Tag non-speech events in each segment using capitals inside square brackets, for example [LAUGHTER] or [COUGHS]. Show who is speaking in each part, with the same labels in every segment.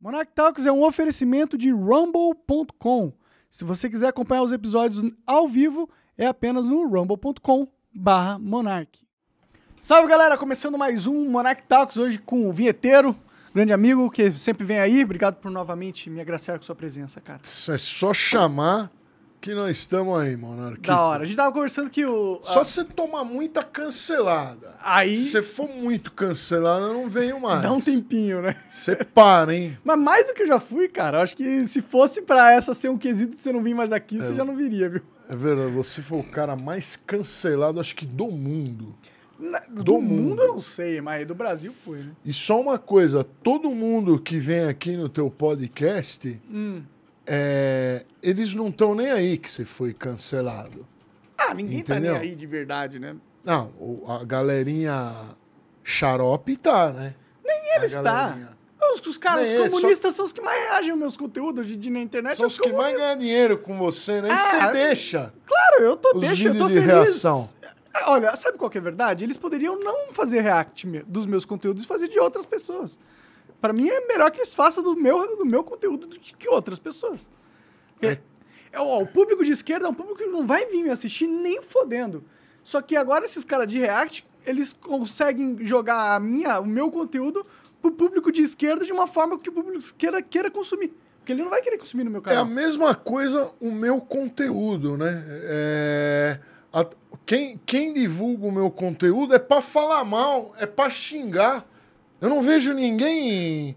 Speaker 1: Monarch Talks é um oferecimento de rumble.com. Se você quiser acompanhar os episódios ao vivo, é apenas no rumble.com barra Monark. Salve, galera! Começando mais um Monarch Talks, hoje com o vinheteiro, grande amigo que sempre vem aí. Obrigado por novamente me agraciar com sua presença, cara.
Speaker 2: É só chamar que nós estamos aí, Monarque.
Speaker 1: Da hora. A gente tava conversando que o...
Speaker 2: Só se você tomar muita cancelada.
Speaker 1: Aí-
Speaker 2: Se você for muito cancelada, eu não venho mais.
Speaker 1: Dá um tempinho, né?
Speaker 2: Você para, hein?
Speaker 1: Mas mais do que eu já fui, cara, eu acho que se fosse pra essa ser um quesito de você não vir mais aqui, você já não viria, viu?
Speaker 2: É verdade, você foi o cara mais cancelado, acho que do mundo.
Speaker 1: Na- do,
Speaker 2: Do
Speaker 1: mundo.
Speaker 2: mundo.
Speaker 1: eu não sei, mas do Brasil foi, né?
Speaker 2: E só uma coisa, todo mundo que vem aqui no teu podcast,
Speaker 1: Hum.
Speaker 2: é, eles não estão nem aí que você foi cancelado.
Speaker 1: Ah, ninguém
Speaker 2: Entendeu?
Speaker 1: tá nem aí de verdade, né?
Speaker 2: Não, o- a galerinha xarope tá, né?
Speaker 1: Nem eles tá.
Speaker 2: galerinha.
Speaker 1: Os, os caras,
Speaker 2: Nem
Speaker 1: os
Speaker 2: é, só-
Speaker 1: comunistas são os que mais reagem aos meus conteúdos hoje em dia na internet.
Speaker 2: São os que mais ganham dinheiro com você, né? E você
Speaker 1: Ah,
Speaker 2: deixa. É
Speaker 1: Claro, eu tô,
Speaker 2: Os
Speaker 1: deixa, eu tô
Speaker 2: vídeos de
Speaker 1: feliz.
Speaker 2: reação.
Speaker 1: É, Olha, sabe qual que é a verdade? Eles poderiam não fazer react me- dos meus conteúdos e fazer de outras pessoas. Pra mim é melhor que eles façam do meu, do meu conteúdo do que que outras pessoas. Porque, é, ó, o público de esquerda é um público que não vai vir me assistir nem fodendo. Só que agora esses caras de react, eles conseguem jogar a minha, o meu conteúdo pro público de esquerda de uma forma que o público de esquerda queira consumir. Porque ele não vai querer consumir no meu
Speaker 2: É a
Speaker 1: canal.
Speaker 2: mesma coisa o meu conteúdo, né? É, a- quem, quem divulga o meu conteúdo é pra falar mal, é pra xingar. Eu não vejo ninguém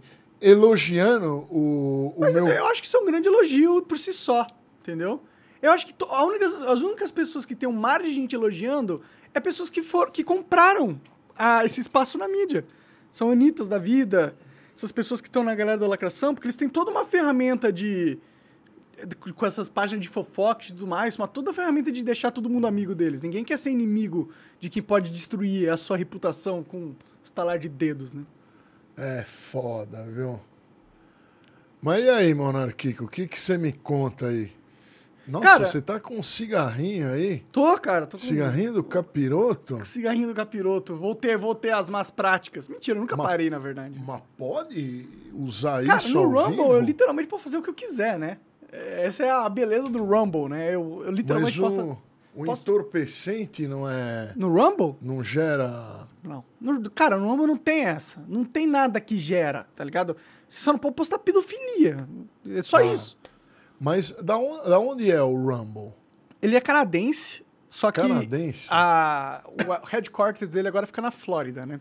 Speaker 2: elogiando o, o
Speaker 1: Mas
Speaker 2: meu.
Speaker 1: eu acho que isso é um grande elogio por si só, entendeu? Eu acho que to- a única- as únicas pessoas que tem um mar de gente elogiando é pessoas que, for, que compraram ah, esse espaço na mídia. São Anitas da vida, essas pessoas que estão na galera da lacração, porque eles têm toda uma ferramenta de. com essas páginas de fofoca e tudo mais, uma toda a ferramenta de deixar todo mundo amigo deles. Ninguém quer ser inimigo de quem pode destruir a sua reputação com um estalar de dedos, né?
Speaker 2: É foda, viu? Mas e aí, Monarquico, o que que você me conta aí? Nossa,
Speaker 1: Cara-
Speaker 2: você tá com um cigarrinho aí?
Speaker 1: Tô, cara, tô com. um
Speaker 2: Cigarrinho do capiroto?
Speaker 1: Cigarrinho do capiroto. Voltei, voltei às más práticas. Mentira, eu nunca
Speaker 2: Ma-
Speaker 1: parei, na verdade.
Speaker 2: Mas pode usar
Speaker 1: Cara,
Speaker 2: isso
Speaker 1: no
Speaker 2: ao
Speaker 1: Rumble
Speaker 2: vivo?
Speaker 1: eu literalmente posso fazer o que eu quiser, né? É, Essa é a beleza do Rumble, né? Eu, eu
Speaker 2: Mas
Speaker 1: literalmente posso.
Speaker 2: o, o
Speaker 1: posso-
Speaker 2: entorpecente não é.
Speaker 1: No Rumble?
Speaker 2: Não gera.
Speaker 1: Não. No- cara, no Rumble não tem essa. Não tem nada que gera, tá ligado? Você só não pode postar pedofilia. É só
Speaker 2: Ah.
Speaker 1: isso.
Speaker 2: Mas da on- da onde, é o Rumble?
Speaker 1: Ele é canadense, só que.
Speaker 2: Canadense?
Speaker 1: A, o a- o headquarters dele agora fica na Flórida, né?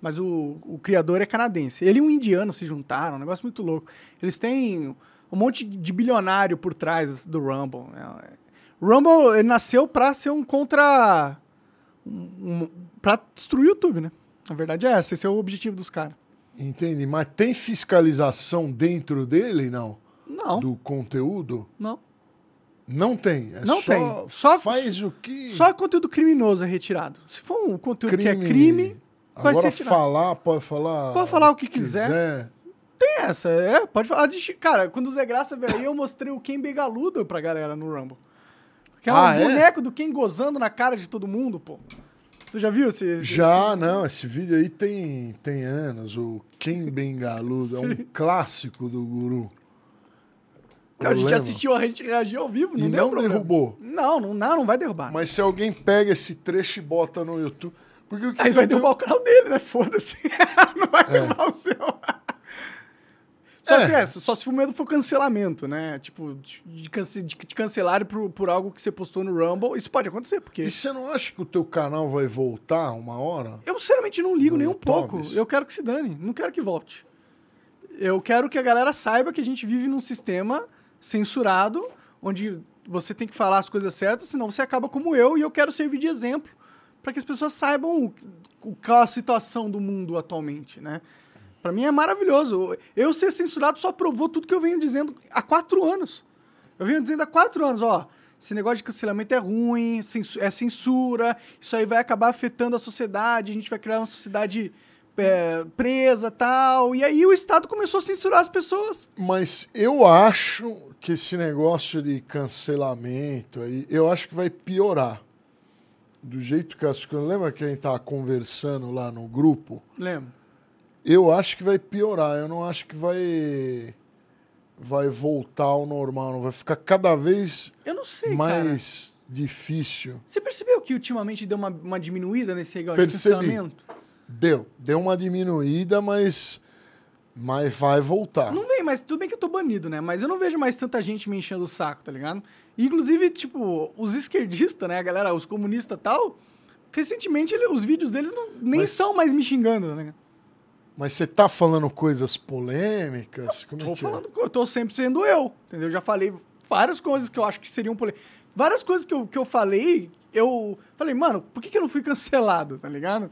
Speaker 1: Mas o, o criador é canadense. Ele e um indiano se juntaram, um negócio muito louco. Eles têm um monte de bilionário por trás do Rumble. né? Rumble ele nasceu pra ser um contra. Um, um- pra destruir o YouTube, né? Na verdade é essa, esse é o objetivo dos caras.
Speaker 2: Entende? Mas tem fiscalização dentro dele, não?
Speaker 1: Não,
Speaker 2: Do conteúdo?
Speaker 1: não.
Speaker 2: Não tem. É
Speaker 1: Não
Speaker 2: só,
Speaker 1: tem. Só-
Speaker 2: faz o que.
Speaker 1: Só conteúdo criminoso é retirado. Se for um conteúdo
Speaker 2: crime.
Speaker 1: que é crime, vai
Speaker 2: Agora
Speaker 1: ser tirado.
Speaker 2: falar, pode falar.
Speaker 1: Pode falar o que Tem essa, é. Pode falar. de chi- Cara, quando o Zé Graça veio aí, eu mostrei o Ken Begaludo pra galera no Rumble. Que é um
Speaker 2: Ah, é?
Speaker 1: boneco do Ken gozando na cara de todo mundo, pô. Tu já viu esse? esse-
Speaker 2: Já, não, esse vídeo aí tem, tem anos. O Quem Bengaludo é um clássico do guru.
Speaker 1: esse- A
Speaker 2: Eu
Speaker 1: gente
Speaker 2: lembro.
Speaker 1: assistiu, a gente reagiu ao vivo, não
Speaker 2: E
Speaker 1: deu
Speaker 2: não
Speaker 1: problema.
Speaker 2: derrubou.
Speaker 1: Não, não, não, não vai derrubar.
Speaker 2: Mas se alguém pega esse trecho e bota no YouTube. Porque o que
Speaker 1: [LAUGHS] Aí vai
Speaker 2: que eu-
Speaker 1: derrubar o canal dele, né? Foda-se. [LAUGHS] não vai derrubar o seu. Só,
Speaker 2: É.
Speaker 1: se, é, só se o medo for cancelamento, né? Tipo, de, de, cance- de- de cancelar por, por algo que você postou no Rumble. Isso pode acontecer, porque.
Speaker 2: E você não acha que o teu canal vai voltar uma hora?
Speaker 1: Eu sinceramente não ligo
Speaker 2: Não,
Speaker 1: nem um
Speaker 2: Thomas.
Speaker 1: pouco. Eu quero que se dane. Não quero que volte. Eu quero que a galera saiba que a gente vive num sistema censurado, onde você tem que falar as coisas certas, senão você acaba como eu, e eu quero servir de exemplo para que as pessoas saibam o, o- qual a situação do mundo atualmente, né? Para mim é maravilhoso. Eu ser censurado só provou tudo que eu venho dizendo há quatro anos. Eu venho dizendo há quatro anos, ó, esse negócio de cancelamento é ruim, censu- é censura, isso aí vai acabar afetando a sociedade, a gente vai criar uma sociedade é, presa tal. E aí o Estado começou a censurar as pessoas.
Speaker 2: Mas eu acho que esse negócio de cancelamento aí, eu acho que vai piorar. Do jeito que as coisas. Lembra que a gente tava conversando lá no grupo?
Speaker 1: Lembro.
Speaker 2: Eu acho que vai piorar. Eu não acho que vai vai voltar ao normal. Não vai ficar cada vez
Speaker 1: Eu não sei, cara.
Speaker 2: mais difícil.
Speaker 1: Você percebeu que ultimamente deu uma, uma diminuída nesse negócio
Speaker 2: Percebi.
Speaker 1: de cancelamento?
Speaker 2: Deu, deu uma diminuída, mas mas vai voltar.
Speaker 1: Não vem, mas tudo bem que eu tô banido, né? Mas eu não vejo mais tanta gente me enchendo o saco, tá ligado? E, Inclusive, tipo, os esquerdistas, né, a galera, os comunistas e tal, recentemente ele- os vídeos deles não- nem
Speaker 2: Mas-
Speaker 1: são mais me xingando, né?
Speaker 2: Mas você tá falando coisas polêmicas? Como é
Speaker 1: Tô
Speaker 2: que é?
Speaker 1: falando, eu tô sempre sendo eu, entendeu? Já falei várias coisas que eu acho que seriam polêmicas. Várias coisas que eu, que eu falei, eu falei, mano, por que, que eu não fui cancelado, tá ligado?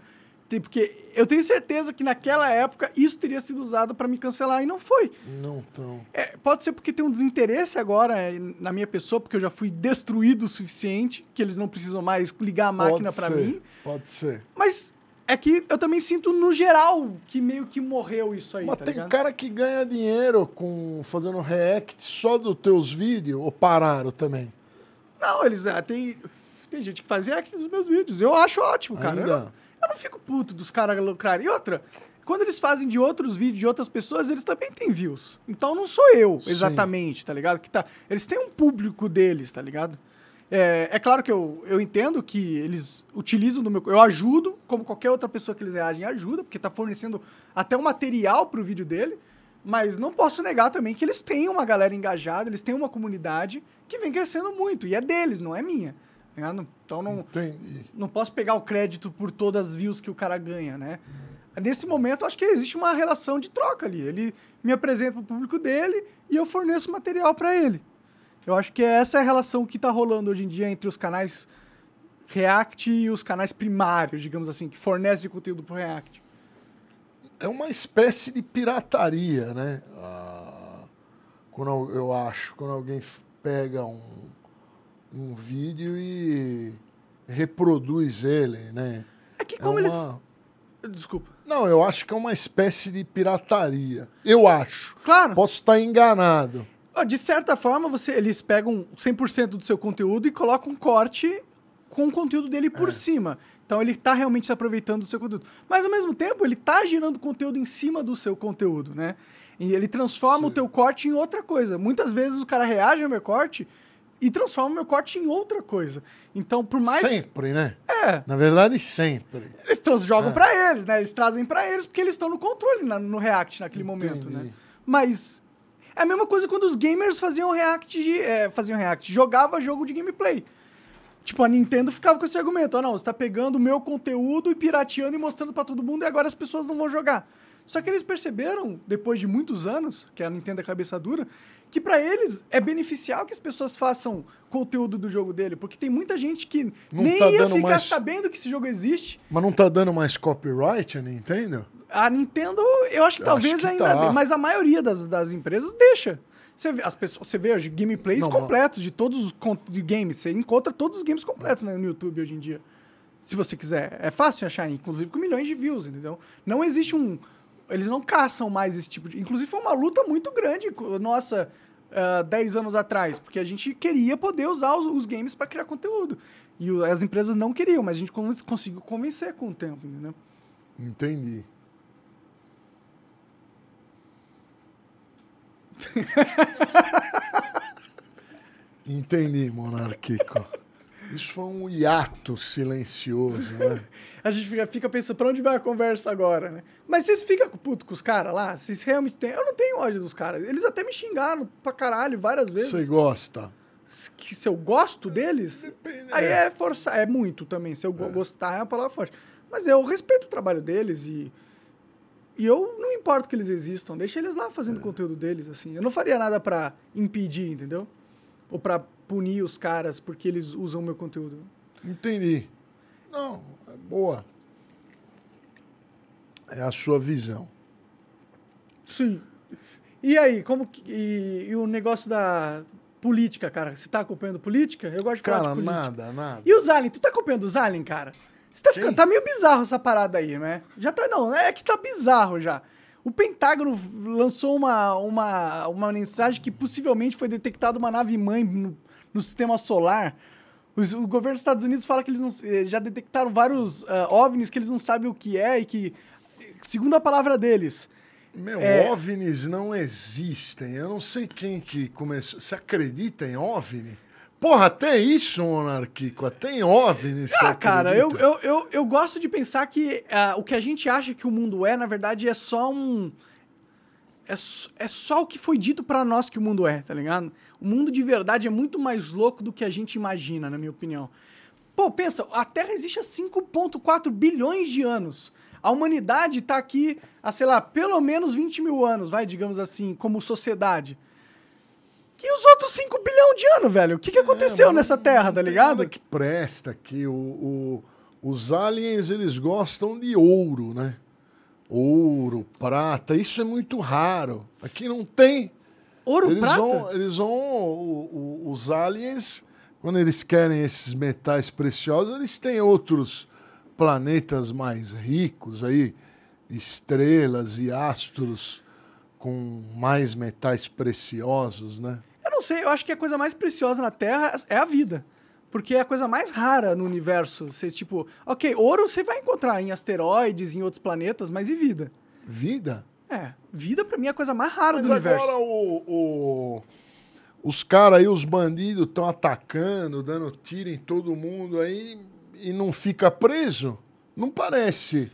Speaker 1: Tem- Porque eu tenho certeza que naquela época isso teria sido usado pra me cancelar e não foi.
Speaker 2: Não tão.
Speaker 1: É, pode ser porque tem um desinteresse agora eh, na minha pessoa, porque eu já fui destruído o suficiente, que eles não precisam mais ligar a máquina
Speaker 2: Pode
Speaker 1: pra
Speaker 2: ser,
Speaker 1: mim.
Speaker 2: Pode ser.
Speaker 1: Mas é que eu também sinto no geral que meio que morreu isso aí,
Speaker 2: Mas
Speaker 1: tá
Speaker 2: tem
Speaker 1: ligado?
Speaker 2: cara que ganha dinheiro com fazendo react só dos teus vídeos ou pararam também?
Speaker 1: Não, eles ah, tem tem gente que fazia aqui nos meus vídeos. Eu acho ótimo, cara. Eu,
Speaker 2: Ainda?
Speaker 1: eu não fico puto dos caras lucrarem. E outra, quando eles fazem de outros vídeos de outras pessoas, eles também têm views. Então não sou eu,
Speaker 2: Sim.
Speaker 1: exatamente, tá ligado? Que tá, eles têm um público deles, tá ligado? É, é claro que eu, eu entendo que eles utilizam do meu. Eu ajudo, como qualquer outra pessoa que eles reagem ajuda, porque tá fornecendo até o material pro vídeo dele. Mas não posso negar também que eles têm uma galera engajada, eles têm uma comunidade que vem crescendo muito. E é deles, não é minha. tá ligado? Então não,
Speaker 2: Entendi.
Speaker 1: não posso pegar o crédito por todas as views que o cara ganha, né? Nesse momento, acho que existe uma relação de troca ali. Ele me apresenta pro público dele e eu forneço material para ele. Eu acho que essa é a relação que tá rolando hoje em dia entre os canais React e os canais primários, digamos assim, que fornecem conteúdo pro React.
Speaker 2: É uma espécie de pirataria, né? Ah, quando al- eu acho, quando alguém f- pega um, um vídeo e reproduz ele, né?
Speaker 1: É que
Speaker 2: É
Speaker 1: como
Speaker 2: uma-
Speaker 1: eles... Desculpa.
Speaker 2: Não, eu acho que é uma espécie de pirataria. Eu acho.
Speaker 1: Claro.
Speaker 2: Posso estar enganado.
Speaker 1: Ó, De certa forma, você, eles pegam 100% do seu conteúdo e colocam um corte com o conteúdo dele por cima. Então ele está realmente se aproveitando do seu conteúdo. Mas ao mesmo tempo, ele está gerando conteúdo em cima do seu conteúdo, né? E ele transforma o teu corte em outra coisa. Muitas vezes o cara reage ao meu corte e transforma o meu corte em outra coisa. Então, por mais.
Speaker 2: Sempre, né?
Speaker 1: É.
Speaker 2: Na verdade, sempre.
Speaker 1: Eles trans
Speaker 2: É.
Speaker 1: jogam pra eles, né? Eles trazem pra eles porque eles estão no controle na- no React naquele
Speaker 2: Entendi.
Speaker 1: momento, né? Mas é a mesma coisa quando os gamers faziam React, de- é, faziam React, jogava jogo de gameplay. Tipo, a Nintendo ficava com esse argumento, ah, não, você tá pegando o meu conteúdo e pirateando e mostrando pra todo mundo e agora as pessoas não vão jogar. Só que eles perceberam, depois de muitos anos, que a Nintendo é cabeça dura, que pra eles é beneficial que as pessoas façam conteúdo do jogo dele, porque tem muita gente que
Speaker 2: Não
Speaker 1: nem
Speaker 2: tá
Speaker 1: ia
Speaker 2: dando
Speaker 1: ficar
Speaker 2: mais-
Speaker 1: sabendo que esse jogo existe
Speaker 2: Mas não tá dando mais copyright, Nintendo?
Speaker 1: a Nintendo, eu acho que
Speaker 2: Eu
Speaker 1: talvez
Speaker 2: acho que
Speaker 1: ainda.
Speaker 2: tá.
Speaker 1: dê, Mas a maioria das, das empresas deixa. Você vê, as pessoas, você vê hoje gameplays
Speaker 2: Não, mas-
Speaker 1: completos de todos os con- de games. Você encontra todos os games completos né, no YouTube hoje em dia. Se você quiser. É fácil achar, inclusive com milhões de views, entendeu? Não existe um. Eles não caçam mais esse tipo de. Inclusive foi uma luta muito grande, co- nossa, ah, 10 anos atrás. Porque a gente queria poder usar os, os games para criar conteúdo. E o- as empresas não queriam, mas a gente con- conseguiu convencer com o tempo, entendeu?
Speaker 2: Entendi.
Speaker 1: [LAUGHS]
Speaker 2: Entendi, monarquico. Isso foi um hiato
Speaker 1: [LAUGHS]
Speaker 2: silencioso, né?
Speaker 1: A gente fica, fica pensando pra onde vai a conversa agora, né? Mas vocês ficam puto com os caras lá? Vocês realmente têm. Eu não tenho ódio dos caras. Eles até me xingaram pra caralho várias vezes.
Speaker 2: Você gosta?
Speaker 1: S- Que se eu gosto deles,
Speaker 2: Depende,
Speaker 1: aí
Speaker 2: é.
Speaker 1: é forçar. É muito também. Se eu go- gostar é uma palavra forte. Mas eu respeito o trabalho deles e. E eu não importo que eles existam, deixa eles lá fazendo o conteúdo deles, assim. Eu não faria nada pra impedir, entendeu? Ou pra punir os caras porque eles usam o meu conteúdo.
Speaker 2: Entendi. Não, é boa. É a sua visão.
Speaker 1: Sim. E aí, como que. E, e o negócio da política, cara? Você tá acompanhando política? Eu gosto de falar
Speaker 2: Cara,
Speaker 1: de política.
Speaker 2: nada, nada.
Speaker 1: E os aliens? Tu tá acompanhando os aliens, cara? Você tá ficando.
Speaker 2: Quem?
Speaker 1: Tá meio bizarro essa parada aí, né? Já tá. Não, é que tá bizarro já. O Pentágono lançou uma, uma, uma mensagem que possivelmente foi detectada uma nave-mãe no, no sistema solar. Os- o governo dos eh, Estados Unidos fala que eles não- eh, já detectaram vários ah, OVNIs que eles não sabem o que é e que segundo a palavra deles,
Speaker 2: Meu,
Speaker 1: É.
Speaker 2: OVNIs não existem. Eu não sei quem que começou. Você acredita em OVNI? Porra, até isso, Monarquico. Até em OVNI você
Speaker 1: Ah, cara, eu,
Speaker 2: acredita?
Speaker 1: eu, eu, eu gosto de pensar que ah, o que a gente acha que o mundo é, na verdade, é só um. É, s- é só o que foi dito pra nós que o mundo é, tá ligado? O mundo de verdade é muito mais louco do que a gente imagina, na minha opinião. Pô, pensa, a Terra existe há 5,4 bilhões de anos. A humanidade tá aqui há, sei lá, pelo menos 20 mil anos, vai, digamos assim, como sociedade. E os outros 5 bilhão de anos, velho? O que, que aconteceu
Speaker 2: É, mas
Speaker 1: nessa
Speaker 2: não-
Speaker 1: Terra,
Speaker 2: não
Speaker 1: tá
Speaker 2: tem
Speaker 1: ligado?
Speaker 2: nada que presta aqui. O, o- os aliens, eles gostam de ouro, né? Ouro, prata, isso é muito raro. Aqui não tem.
Speaker 1: Ouro,
Speaker 2: eles
Speaker 1: prata?
Speaker 2: vão, eles vão o- o- os aliens, quando eles querem esses metais preciosos, eles têm outros planetas mais ricos aí, estrelas e astros com mais metais preciosos, né?
Speaker 1: Eu não sei, eu acho que a coisa mais preciosa na Terra é a vida. Porque é a coisa mais rara no universo. Você, tipo, ok, ouro você vai encontrar em asteroides, em outros planetas, mas e vida?
Speaker 2: Vida.
Speaker 1: É, vida pra mim é a coisa mais rara
Speaker 2: Mas
Speaker 1: do universo.
Speaker 2: agora o, o- os caras aí, os bandidos, estão atacando, dando tiro em todo mundo aí e não fica preso? Não parece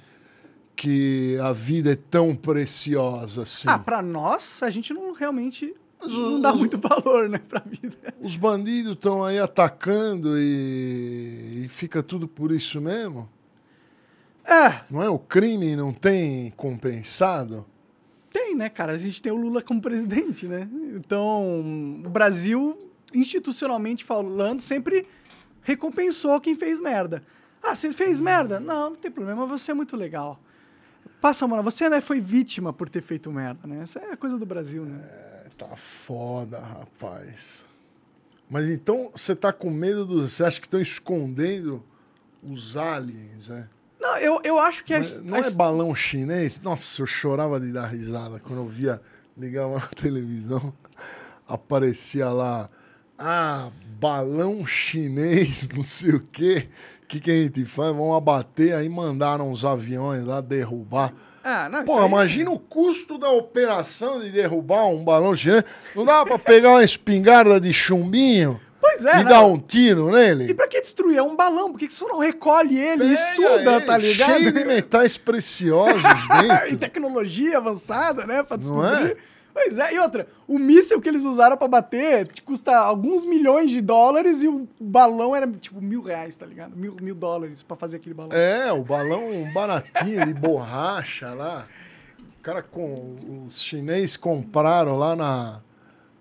Speaker 2: que a vida é tão preciosa assim.
Speaker 1: Ah, pra nós, a gente não realmente
Speaker 2: Mas
Speaker 1: não
Speaker 2: o-
Speaker 1: dá
Speaker 2: os-
Speaker 1: muito valor, né, pra vida.
Speaker 2: Os bandidos estão aí atacando e, e fica tudo por isso mesmo?
Speaker 1: É,
Speaker 2: Não é? O crime não tem compensado?
Speaker 1: tem, né, cara? A gente tem o Lula como presidente, né? Então, o Brasil, institucionalmente falando, sempre recompensou quem fez merda. Ah, você fez merda? Não, não tem problema, você é muito legal. Passa, mano, você né, foi vítima por ter feito merda, né? Essa é a coisa do Brasil, né?
Speaker 2: Tá foda, rapaz. Mas então você tá com medo dos. Você acha que estão escondendo os aliens, né?
Speaker 1: Não, eu, eu acho que a,
Speaker 2: Não
Speaker 1: his-
Speaker 2: é, não
Speaker 1: a
Speaker 2: é
Speaker 1: his-
Speaker 2: balão chinês? Nossa, eu chorava de dar risada quando eu via, ligava na [LAUGHS] televisão, aparecia lá. Ah, balão chinês, [LAUGHS] não sei o quê. O que, que a gente faz? Vamos abater, aí mandaram os aviões lá derrubar.
Speaker 1: Ah, não, isso
Speaker 2: Pô,
Speaker 1: aí-
Speaker 2: imagina o custo da operação de derrubar um balão chinês. Não dá pra pegar uma espingarda de chumbinho
Speaker 1: Pois é,
Speaker 2: e
Speaker 1: né?
Speaker 2: dar um tiro
Speaker 1: E
Speaker 2: nele?
Speaker 1: pra que destruir? É um balão, por que que você não recolhe ele e
Speaker 2: Pega
Speaker 1: estuda,
Speaker 2: ele,
Speaker 1: tá ligado?
Speaker 2: Cheio
Speaker 1: [LAUGHS]
Speaker 2: de metais preciosos
Speaker 1: e
Speaker 2: dentro.
Speaker 1: tecnologia avançada, né? Pra
Speaker 2: Não
Speaker 1: descobrir. Pois é, e outra, o míssil que eles usaram pra bater te custa alguns milhões de dólares e o balão era tipo mil reais, tá ligado? Mil, mil dólares pra fazer aquele balão.
Speaker 2: É, o balão baratinho de borracha lá. O cara com os chineses compraram lá na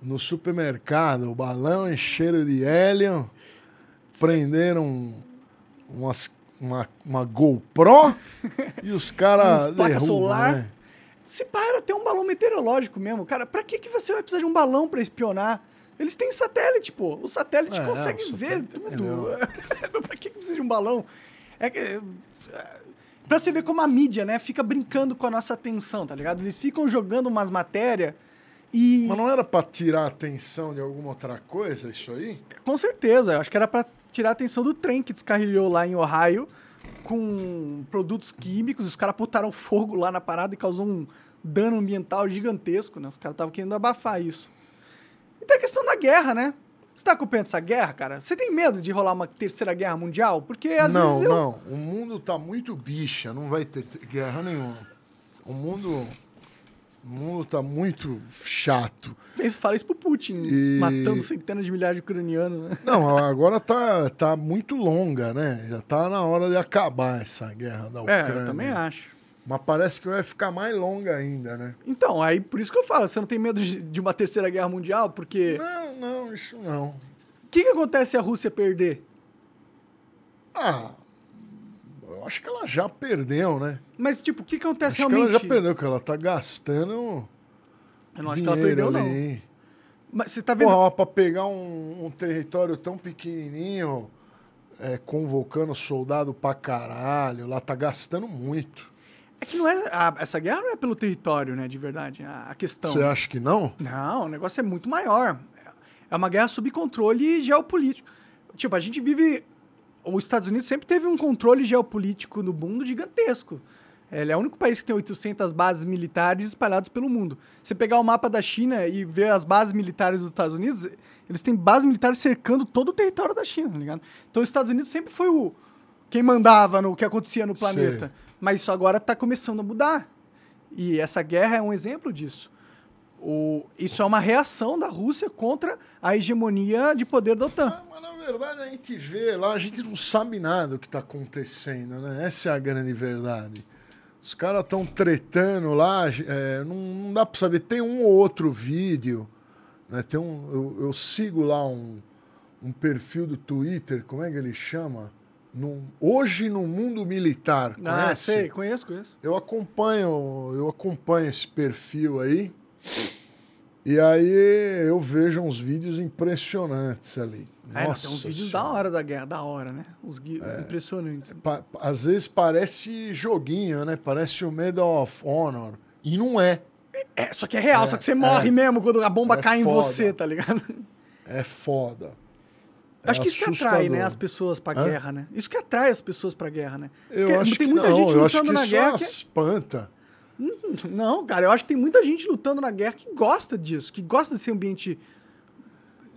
Speaker 2: no supermercado o balão encheram de hélio, prenderam um, umas- uma, uma GoPro e os caras
Speaker 1: Uns placa
Speaker 2: derrubam,
Speaker 1: Um solar.
Speaker 2: né?
Speaker 1: Se pá, era até um balão meteorológico mesmo, cara. Pra que, que você vai precisar de um balão pra espionar? Eles têm satélite, pô. O satélite
Speaker 2: É,
Speaker 1: consegue
Speaker 2: o
Speaker 1: ver
Speaker 2: satélite é
Speaker 1: tudo.
Speaker 2: melhor.
Speaker 1: Então, [LAUGHS] pra que, que precisa de um balão? É que. é, Pra você ver como a mídia, né, fica brincando com a nossa atenção, tá ligado? Eles ficam jogando umas matérias e.
Speaker 2: Mas não era pra tirar a atenção de alguma outra coisa isso aí?
Speaker 1: Com certeza, eu acho que era pra tirar a atenção do trem que descarrilhou lá em Ohio com produtos químicos. Os caras botaram fogo lá na parada e causou um dano ambiental gigantesco, né? Os caras estavam querendo abafar isso. E tem a questão da guerra, né? Você tá acompanhando essa guerra, cara? Você tem medo de rolar uma terceira guerra mundial? Porque às
Speaker 2: não,
Speaker 1: vezes eu...
Speaker 2: não. O mundo tá muito bicha, não vai ter guerra nenhuma. O mundo. O mundo tá muito chato.
Speaker 1: Penso, fala isso pro Putin,
Speaker 2: E-
Speaker 1: matando centenas de milhares de ucranianos, né?
Speaker 2: Não, agora tá, tá muito longa, né? Já tá na hora de acabar essa guerra da
Speaker 1: É,
Speaker 2: Ucrânia.
Speaker 1: eu também acho.
Speaker 2: Mas parece que vai ficar mais longa ainda, né?
Speaker 1: Então, aí por isso que eu falo, você não tem medo de de uma terceira guerra mundial? Porque o
Speaker 2: Não, não, isso não.
Speaker 1: que, que acontece se a Rússia perder?
Speaker 2: Ah, eu acho que ela já perdeu, né?
Speaker 1: Mas, tipo, o que acontece
Speaker 2: Acho que
Speaker 1: realmente?
Speaker 2: ela já perdeu, que ela tá gastando
Speaker 1: Eu não acho que ela
Speaker 2: dinheiro
Speaker 1: perdeu,
Speaker 2: ali,
Speaker 1: não.
Speaker 2: hein?
Speaker 1: Mas você tá vendo.
Speaker 2: Porra, pra pegar um, um território tão pequenininho, é, convocando soldado pra caralho, lá tá gastando muito.
Speaker 1: É que não é. a- essa guerra não é pelo território, né, de verdade. A, a questão.
Speaker 2: Você acha que não?
Speaker 1: Não, o negócio é muito maior. É uma guerra sob controle geopolítico. Tipo, a gente vive. Os Estados Unidos sempre teve um controle geopolítico no mundo gigantesco. Ele é o único país que tem 800 bases militares espalhadas pelo mundo. Você pegar o mapa da China e ver as bases militares dos Estados Unidos, eles têm bases militares cercando todo o território da China, tá ligado? Então os Estados Unidos sempre foi o quem mandava no que acontecia no planeta. Mas isso agora está começando a mudar. E essa guerra é um exemplo disso. O, isso é uma reação da Rússia contra a hegemonia de poder da OTAN.
Speaker 2: Ah, mas na verdade a gente vê lá, a gente não sabe nada do que está acontecendo, né? Essa é a grande verdade. Os caras estão tretando lá, é, não, não dá para saber. Tem um ou outro vídeo, né? Tem um, eu, eu sigo lá um, um perfil do Twitter, como é que ele chama? Num- Hoje no mundo militar, conhece?
Speaker 1: Ah, sei, conheço, conheço.
Speaker 2: Eu acompanho, eu acompanho esse perfil aí. E aí eu vejo uns vídeos impressionantes ali.
Speaker 1: É, não,
Speaker 2: Nossa
Speaker 1: tem uns vídeos
Speaker 2: Senhora. É.
Speaker 1: da hora da guerra, da hora, né? Os gui- impressionantes.
Speaker 2: Pa- às vezes parece joguinho, né? Parece o Medal of Honor. E não é.
Speaker 1: É, só que é real,
Speaker 2: É,
Speaker 1: só que você morre
Speaker 2: é.
Speaker 1: mesmo quando a bomba
Speaker 2: É
Speaker 1: cai em
Speaker 2: foda.
Speaker 1: você, tá ligado?
Speaker 2: É foda. É
Speaker 1: Acho que isso que atrai, né,
Speaker 2: assustador.
Speaker 1: as pessoas pra
Speaker 2: Hã?
Speaker 1: guerra, né? Isso que atrai as pessoas pra guerra, né?
Speaker 2: Eu
Speaker 1: Porque
Speaker 2: acho
Speaker 1: tem
Speaker 2: que
Speaker 1: muita
Speaker 2: não.
Speaker 1: gente
Speaker 2: eu acho
Speaker 1: lutando
Speaker 2: que
Speaker 1: na
Speaker 2: isso é
Speaker 1: guerra
Speaker 2: uma
Speaker 1: que... Hum,
Speaker 2: espanta.
Speaker 1: Não, cara, eu acho que tem muita gente lutando na guerra que gosta disso, que gosta desse ambiente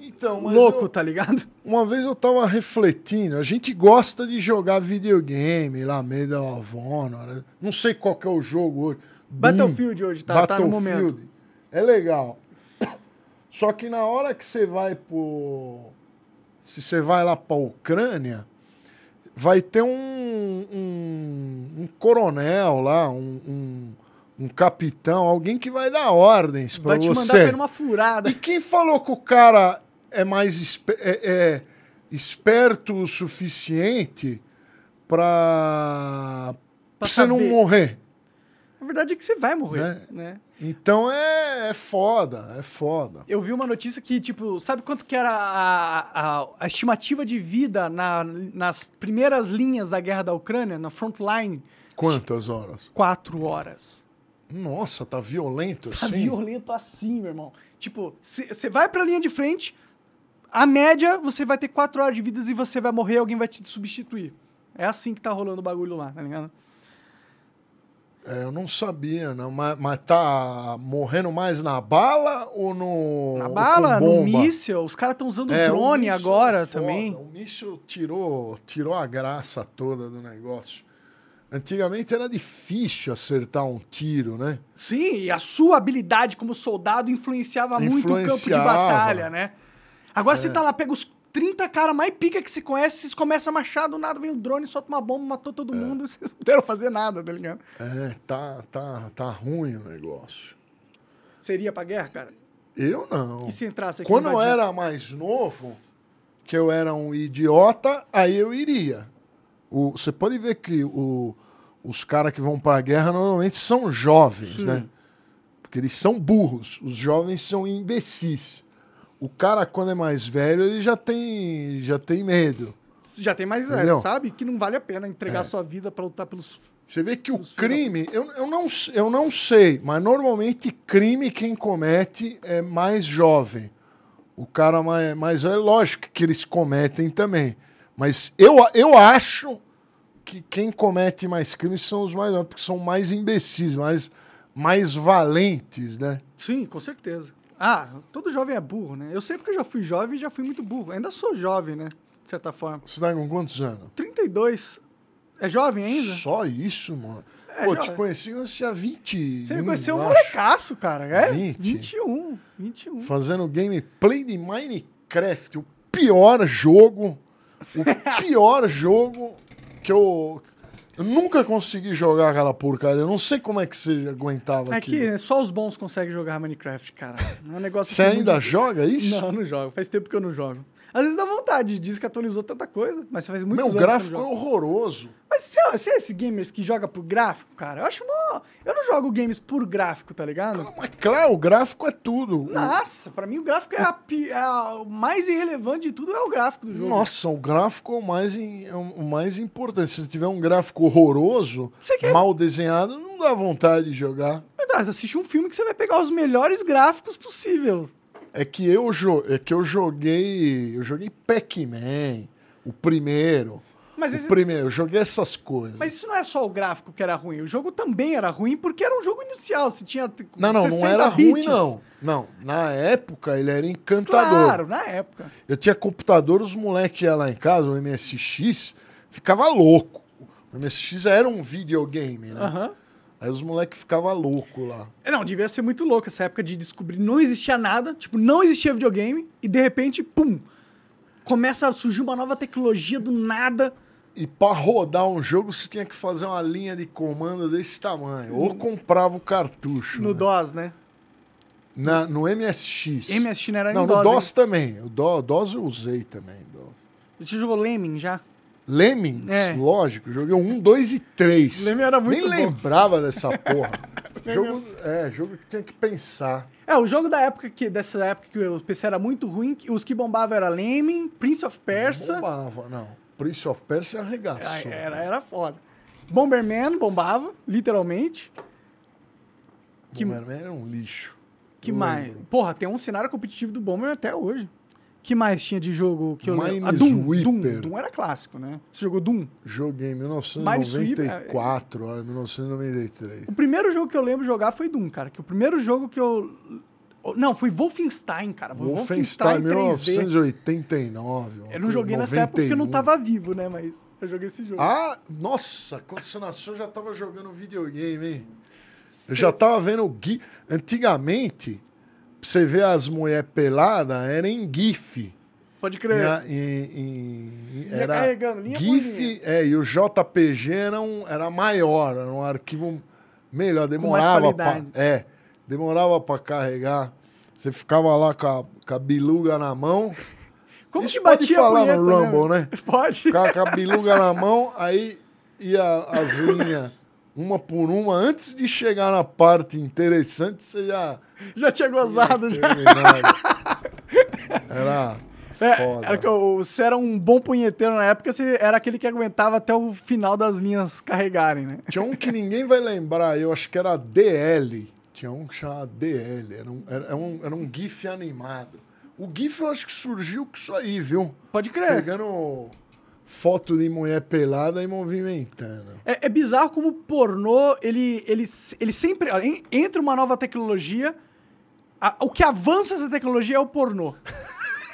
Speaker 2: Então, mas
Speaker 1: louco,
Speaker 2: eu-
Speaker 1: tá ligado?
Speaker 2: uma vez eu tava refletindo. A gente gosta de jogar videogame lá, Medal of Honor. né? Não sei qual que é o jogo hoje. Doom.
Speaker 1: Battlefield hoje tá, tá no momento.
Speaker 2: Battlefield. É legal. [COUGHS] Só que na hora que você vai pro. Se você vai lá pra Ucrânia, vai ter um, um, um coronel lá, um, um, um capitão, alguém que vai dar ordens pra
Speaker 1: Vai te mandar
Speaker 2: você.
Speaker 1: ter uma furada.
Speaker 2: E quem falou que o cara é mais espe- é- é esperto o suficiente pra,
Speaker 1: Pra
Speaker 2: pra você não
Speaker 1: saber.
Speaker 2: morrer?
Speaker 1: A verdade é que você vai morrer,
Speaker 2: Né?
Speaker 1: né?
Speaker 2: Então é, é foda, é foda.
Speaker 1: Eu vi uma notícia que, tipo, sabe quanto que era a, a- a estimativa de vida na- nas primeiras linhas da guerra da Ucrânia, na front line?
Speaker 2: Quantas horas?
Speaker 1: Quatro horas.
Speaker 2: Nossa, tá violento
Speaker 1: Tá
Speaker 2: assim.
Speaker 1: violento assim, meu irmão. Tipo, você vai pra linha de frente, a média, você vai ter quatro horas de vidas e você vai morrer, alguém vai te substituir. É assim que tá rolando o bagulho lá, tá ligado?
Speaker 2: É, eu não sabia, não. Mas, mas tá morrendo mais na bala ou no.
Speaker 1: Na
Speaker 2: ou com
Speaker 1: bala, no
Speaker 2: Um- bomba?
Speaker 1: míssil, os caras estão usando
Speaker 2: É, o
Speaker 1: drone
Speaker 2: míssil
Speaker 1: agora
Speaker 2: é foda.
Speaker 1: também.
Speaker 2: O míssil tirou, tirou a graça toda do negócio. Antigamente era difícil acertar um tiro, né?
Speaker 1: Sim, e a sua habilidade como soldado influenciava muito o campo de
Speaker 2: Influenciava. É.
Speaker 1: batalha, né? Agora você tá lá, pega os 30 caras mais pica que se conhece, vocês começam a machar, do nada vem um drone, solta uma bomba, matou todo mundo, [LAUGHS] vocês não puderam fazer nada, tá ligado?
Speaker 2: É, tá, tá, tá ruim o negócio.
Speaker 1: Seria pra guerra, cara?
Speaker 2: Eu não.
Speaker 1: E se entrasse aqui
Speaker 2: Quando eu
Speaker 1: invadindo?
Speaker 2: era mais novo, que eu era um idiota, aí eu iria. O- Você pode ver que o- os caras que vão pra guerra normalmente são jovens, né? Porque eles são burros. Os jovens são imbecis. O cara, quando é mais velho, ele já tem, já tem medo.
Speaker 1: Já tem mais, é,
Speaker 2: Entendeu? É.
Speaker 1: sabe? Que não vale a pena entregar sua vida pra lutar pelos.
Speaker 2: Você vê que o crime, eu, eu, não, s- eu não sei, mas normalmente crime quem comete é mais jovem. O cara mais, mais velho, lógico que eles cometem também. Mas eu, a- eu acho que quem comete mais crimes são os mais jovens, porque são mais imbecis, mais, mais valentes, né?
Speaker 1: Sim, com certeza. Ah, todo jovem é burro, né? Eu sei porque eu já fui jovem e já fui muito burro. Ainda sou jovem, né? De certa forma.
Speaker 2: Você tá com quantos anos?
Speaker 1: 32. É jovem ainda?
Speaker 2: Só isso, mano?
Speaker 1: É,
Speaker 2: Pô,
Speaker 1: já-
Speaker 2: te conheci quando você tinha 20.
Speaker 1: Você me conheceu um
Speaker 2: acho,
Speaker 1: molecaço, cara. É?
Speaker 2: 20.
Speaker 1: 21. 21.
Speaker 2: fazendo um gameplay de Minecraft, o pior jogo,
Speaker 1: [LAUGHS]
Speaker 2: o pior jogo que eu, eu nunca consegui jogar aquela porcaria. Eu não sei como é que você aguentava
Speaker 1: É
Speaker 2: aquilo.
Speaker 1: que só os bons conseguem jogar Minecraft, cara. É um negócio
Speaker 2: Você
Speaker 1: assim
Speaker 2: ainda
Speaker 1: muito-
Speaker 2: joga isso?
Speaker 1: Não, não jogo. Faz tempo que eu não jogo. Às vezes dá vontade, diz que atualizou tanta coisa, mas faz muito
Speaker 2: Meu,
Speaker 1: anos
Speaker 2: o
Speaker 1: que eu não
Speaker 2: gráfico é
Speaker 1: jogo.
Speaker 2: horroroso.
Speaker 1: Mas você, você é esse gamers que joga por gráfico, cara? Eu acho mó... Eu não jogo games por gráfico, tá ligado?
Speaker 2: Mas claro, o gráfico é tudo.
Speaker 1: Nossa, pra mim o gráfico é, a pi- é a- o mais irrelevante de tudo é o gráfico do jogo.
Speaker 2: Nossa, o gráfico é o mais, im- é o mais importante. Se tiver um gráfico horroroso,
Speaker 1: Você quer-
Speaker 2: mal desenhado, não dá vontade de jogar.
Speaker 1: Mas assiste um filme que você vai pegar os melhores gráficos possível.
Speaker 2: É que eu, jo- é que eu joguei. Eu joguei Pac-Man, o primeiro.
Speaker 1: Mas
Speaker 2: O
Speaker 1: esse-
Speaker 2: primeiro, eu joguei essas coisas.
Speaker 1: Mas isso não é só o gráfico que era ruim. O jogo também era ruim porque era um jogo inicial. Se tinha t-
Speaker 2: não, não, não
Speaker 1: 60
Speaker 2: era ruim,
Speaker 1: bits.
Speaker 2: não. Não, na época ele era encantador.
Speaker 1: Claro, na época.
Speaker 2: Eu tinha computador, os moleques iam lá em casa, o MSX, ficava louco. O MSX era um videogame, né?
Speaker 1: Aham.
Speaker 2: Aí os moleques ficavam loucos lá.
Speaker 1: É, Não, devia ser muito louco essa época de descobrir. Não existia nada, tipo, não existia videogame e de repente, pum, começa a surgir uma nova tecnologia do nada.
Speaker 2: E pra rodar um jogo, você tinha que fazer uma linha de comando desse tamanho. Ou comprava o cartucho.
Speaker 1: Hum. No
Speaker 2: né?
Speaker 1: DOS, né?
Speaker 2: Na- no MSX.
Speaker 1: MSX não era
Speaker 2: Não,
Speaker 1: nem
Speaker 2: no
Speaker 1: DOS.
Speaker 2: DOS também. O Do- DOS eu usei também. DOS.
Speaker 1: hein? Você jogou Lemming já?
Speaker 2: Lemmings,
Speaker 1: É.
Speaker 2: lógico. Joguei um, dois e três.
Speaker 1: Lemming era muito
Speaker 2: Nem
Speaker 1: bom.
Speaker 2: lembrava dessa
Speaker 1: [LAUGHS]
Speaker 2: porra. jogo, é, jogo que tinha que pensar.
Speaker 1: É, o jogo da época que, dessa época que o PC era muito ruim, que- os que bombavam era Lemming, Prince of Persia.
Speaker 2: Bombava, não. Prince of Persia arregaçou.
Speaker 1: Ah, Era,
Speaker 2: né?
Speaker 1: era foda. Bomberman bombava, literalmente. que-
Speaker 2: Bomberman era um lixo.
Speaker 1: Que
Speaker 2: Eu
Speaker 1: mais?
Speaker 2: lembro.
Speaker 1: Porra, tem um cenário competitivo do Bomberman até hoje. Que mais tinha de jogo que eu lembro? Ah, Doom.
Speaker 2: Minesweeper.
Speaker 1: Doom era clássico, né? Você jogou Doom?
Speaker 2: Joguei em
Speaker 1: Minesweeper,
Speaker 2: 1994, ó, 1993.
Speaker 1: O primeiro jogo que eu lembro jogar foi Doom, cara. Que o primeiro jogo que eu. Não, foi Wolfenstein, cara. Foi
Speaker 2: Wolfenstein
Speaker 1: 3D.
Speaker 2: 1989. uma
Speaker 1: Eu não
Speaker 2: coisa,
Speaker 1: joguei nessa época porque eu não
Speaker 2: 91.
Speaker 1: tava vivo, né? Mas eu joguei esse jogo.
Speaker 2: Ah, nossa, quando você nasceu eu já tava jogando videogame, hein? Eu
Speaker 1: Cê-
Speaker 2: já tá- tava vendo o GIF. Antigamente, pra você ver as mulheres peladas, era em GIF.
Speaker 1: Pode crer.
Speaker 2: Em- em- em-
Speaker 1: Ia
Speaker 2: era
Speaker 1: carregando, É. linha né? por
Speaker 2: GIF, é, e o JPG era, um- era maior, era um arquivo melhor,
Speaker 1: mais
Speaker 2: demorava pra,
Speaker 1: qualidade.
Speaker 2: é, demorava para carregar. Você ficava lá com a, com a biluga na mão,
Speaker 1: Como
Speaker 2: isso
Speaker 1: que batia
Speaker 2: pode
Speaker 1: a
Speaker 2: falar
Speaker 1: punheta,
Speaker 2: no Rumble, né?
Speaker 1: [LAUGHS] Pode.
Speaker 2: ficava com a biluga na mão, aí ia as linhas uma por uma, antes de chegar na parte interessante, você já
Speaker 1: Já tinha gozado. Já. [LAUGHS]
Speaker 2: terminava. Era
Speaker 1: É,
Speaker 2: foda.
Speaker 1: era que o- você era um bom punheteiro na época, você era aquele que aguentava até o final das linhas carregarem, né?
Speaker 2: Tinha um que ninguém vai lembrar, eu acho que era DL. Tinha um que chamava DL, era um, era, era um, era um GIF animado. O GIF eu acho que surgiu com isso aí, viu?
Speaker 1: Pode crer.
Speaker 2: Pegando foto de mulher pelada e movimentando.
Speaker 1: É, é bizarro como o pornô, ele, ele, ele sempre. ó, en- Entra uma nova tecnologia. a- o que avança essa tecnologia é o pornô.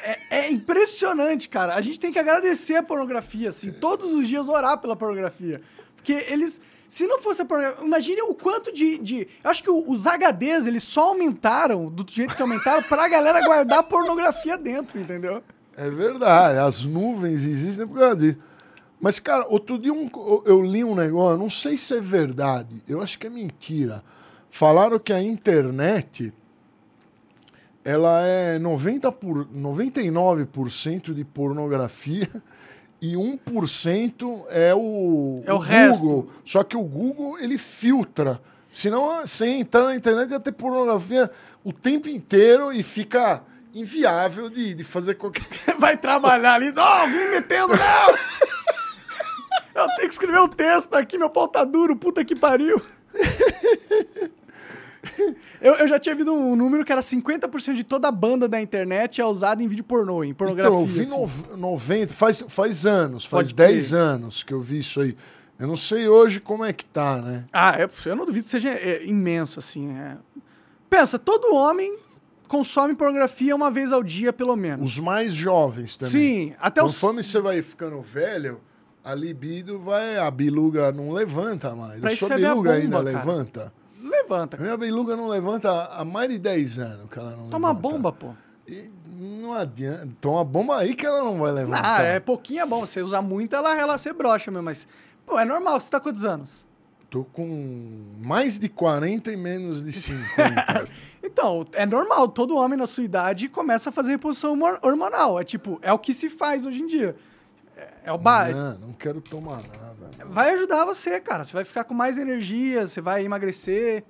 Speaker 1: É, é impressionante, cara. A gente tem que agradecer a pornografia, assim, todos os dias orar pela pornografia. Porque eles. Se não fosse a pornografia. Imagine o quanto de. de eu acho que o- os HDs, eles só aumentaram do jeito que aumentaram pra galera guardar a pornografia dentro, entendeu?
Speaker 2: É verdade, as nuvens existem por causa disso. Mas, cara, outro dia um- eu li um negócio, não sei se é verdade, eu acho que é mentira. Falaram que a internet ela é 90 por, 99% de pornografia [LAUGHS] e 1% é o,
Speaker 1: É o
Speaker 2: Google.
Speaker 1: resto.
Speaker 2: Só que o Google, ele filtra. Senão, sem entrar na internet, ia ter pornografia o tempo inteiro e fica inviável de, de fazer qualquer...
Speaker 1: [LAUGHS] Vai trabalhar ali. Não, alguém metendo, não! [LAUGHS] Eu tenho que escrever um texto aqui, meu pau tá duro, puta que pariu. [LAUGHS] Eu, eu já tinha visto um número que era 50% de toda a banda da internet é usada em vídeo pornô, em pornografia.
Speaker 2: Então, eu vi
Speaker 1: assim.
Speaker 2: no, 90, faz, faz anos, faz
Speaker 1: Pode crer.
Speaker 2: 10 anos que eu vi isso aí. Eu não sei hoje como é que tá, né?
Speaker 1: Ah, é, eu não duvido que seja é, imenso, assim. é. Pensa, todo homem consome pornografia uma vez ao dia, pelo menos.
Speaker 2: Os mais jovens também.
Speaker 1: Sim, então até os...
Speaker 2: Conforme você vai ficando velho, a libido vai. A biluga não levanta mais.
Speaker 1: Pra
Speaker 2: a
Speaker 1: isso
Speaker 2: sua
Speaker 1: serve a
Speaker 2: biluga ainda
Speaker 1: bomba, cara.
Speaker 2: levanta.
Speaker 1: Levanta,
Speaker 2: A minha biluga não levanta há mais de 10 anos que ela não
Speaker 1: toma
Speaker 2: levanta.
Speaker 1: bomba, pô.
Speaker 2: E não adianta. Toma bomba aí que ela não vai levantar.
Speaker 1: Ah, é pouquinho é bom. Você usar muito, ela, ela você brocha mesmo, mas. Pô, é normal, você tá com quantos anos?
Speaker 2: Tô com mais de 40 e menos de 50.
Speaker 1: Então, é normal, todo homem na sua idade começa a fazer reposição humor- hormonal. É tipo, é o que se faz hoje em dia. É, é o [LAUGHS]
Speaker 2: Né?
Speaker 1: ba...
Speaker 2: não, não quero tomar nada. não.
Speaker 1: Vai ajudar você, cara. Você vai ficar com mais energia, você vai emagrecer.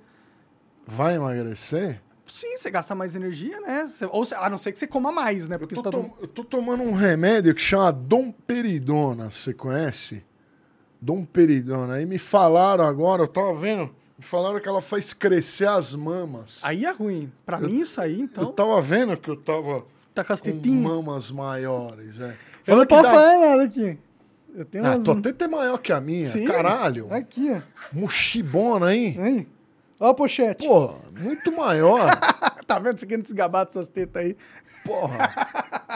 Speaker 2: Vai emagrecer?
Speaker 1: Sim, você gasta mais energia, né? Você- Ou se- a não ser que você coma mais, né?
Speaker 2: Eu
Speaker 1: Porque
Speaker 2: tô,
Speaker 1: você tá.
Speaker 2: tom- eu tô tomando um remédio que chama Domperidona, você conhece? Domperidona. Aí me falaram agora, eu tava vendo, me falaram que ela faz crescer as mamas.
Speaker 1: Aí é ruim. Pra mim, isso aí,
Speaker 2: eu
Speaker 1: então.
Speaker 2: tava vendo que eu tava
Speaker 1: Tá com as
Speaker 2: com
Speaker 1: tetinhas.
Speaker 2: mamas maiores, é.
Speaker 1: Eu não
Speaker 2: Falaram que
Speaker 1: posso é
Speaker 2: dá-
Speaker 1: falar nada aqui. Eu tenho
Speaker 2: Ah,
Speaker 1: umas...
Speaker 2: tua teta é maior que a minha.
Speaker 1: Sim. É.
Speaker 2: Caralho.
Speaker 1: Aqui, ó.
Speaker 2: Mochibona, hein?
Speaker 1: Aí. Ó a pochete.
Speaker 2: Pô, muito maior.
Speaker 1: Tá vendo? Você querendo desgabar dessas tetas aí.
Speaker 2: Porra.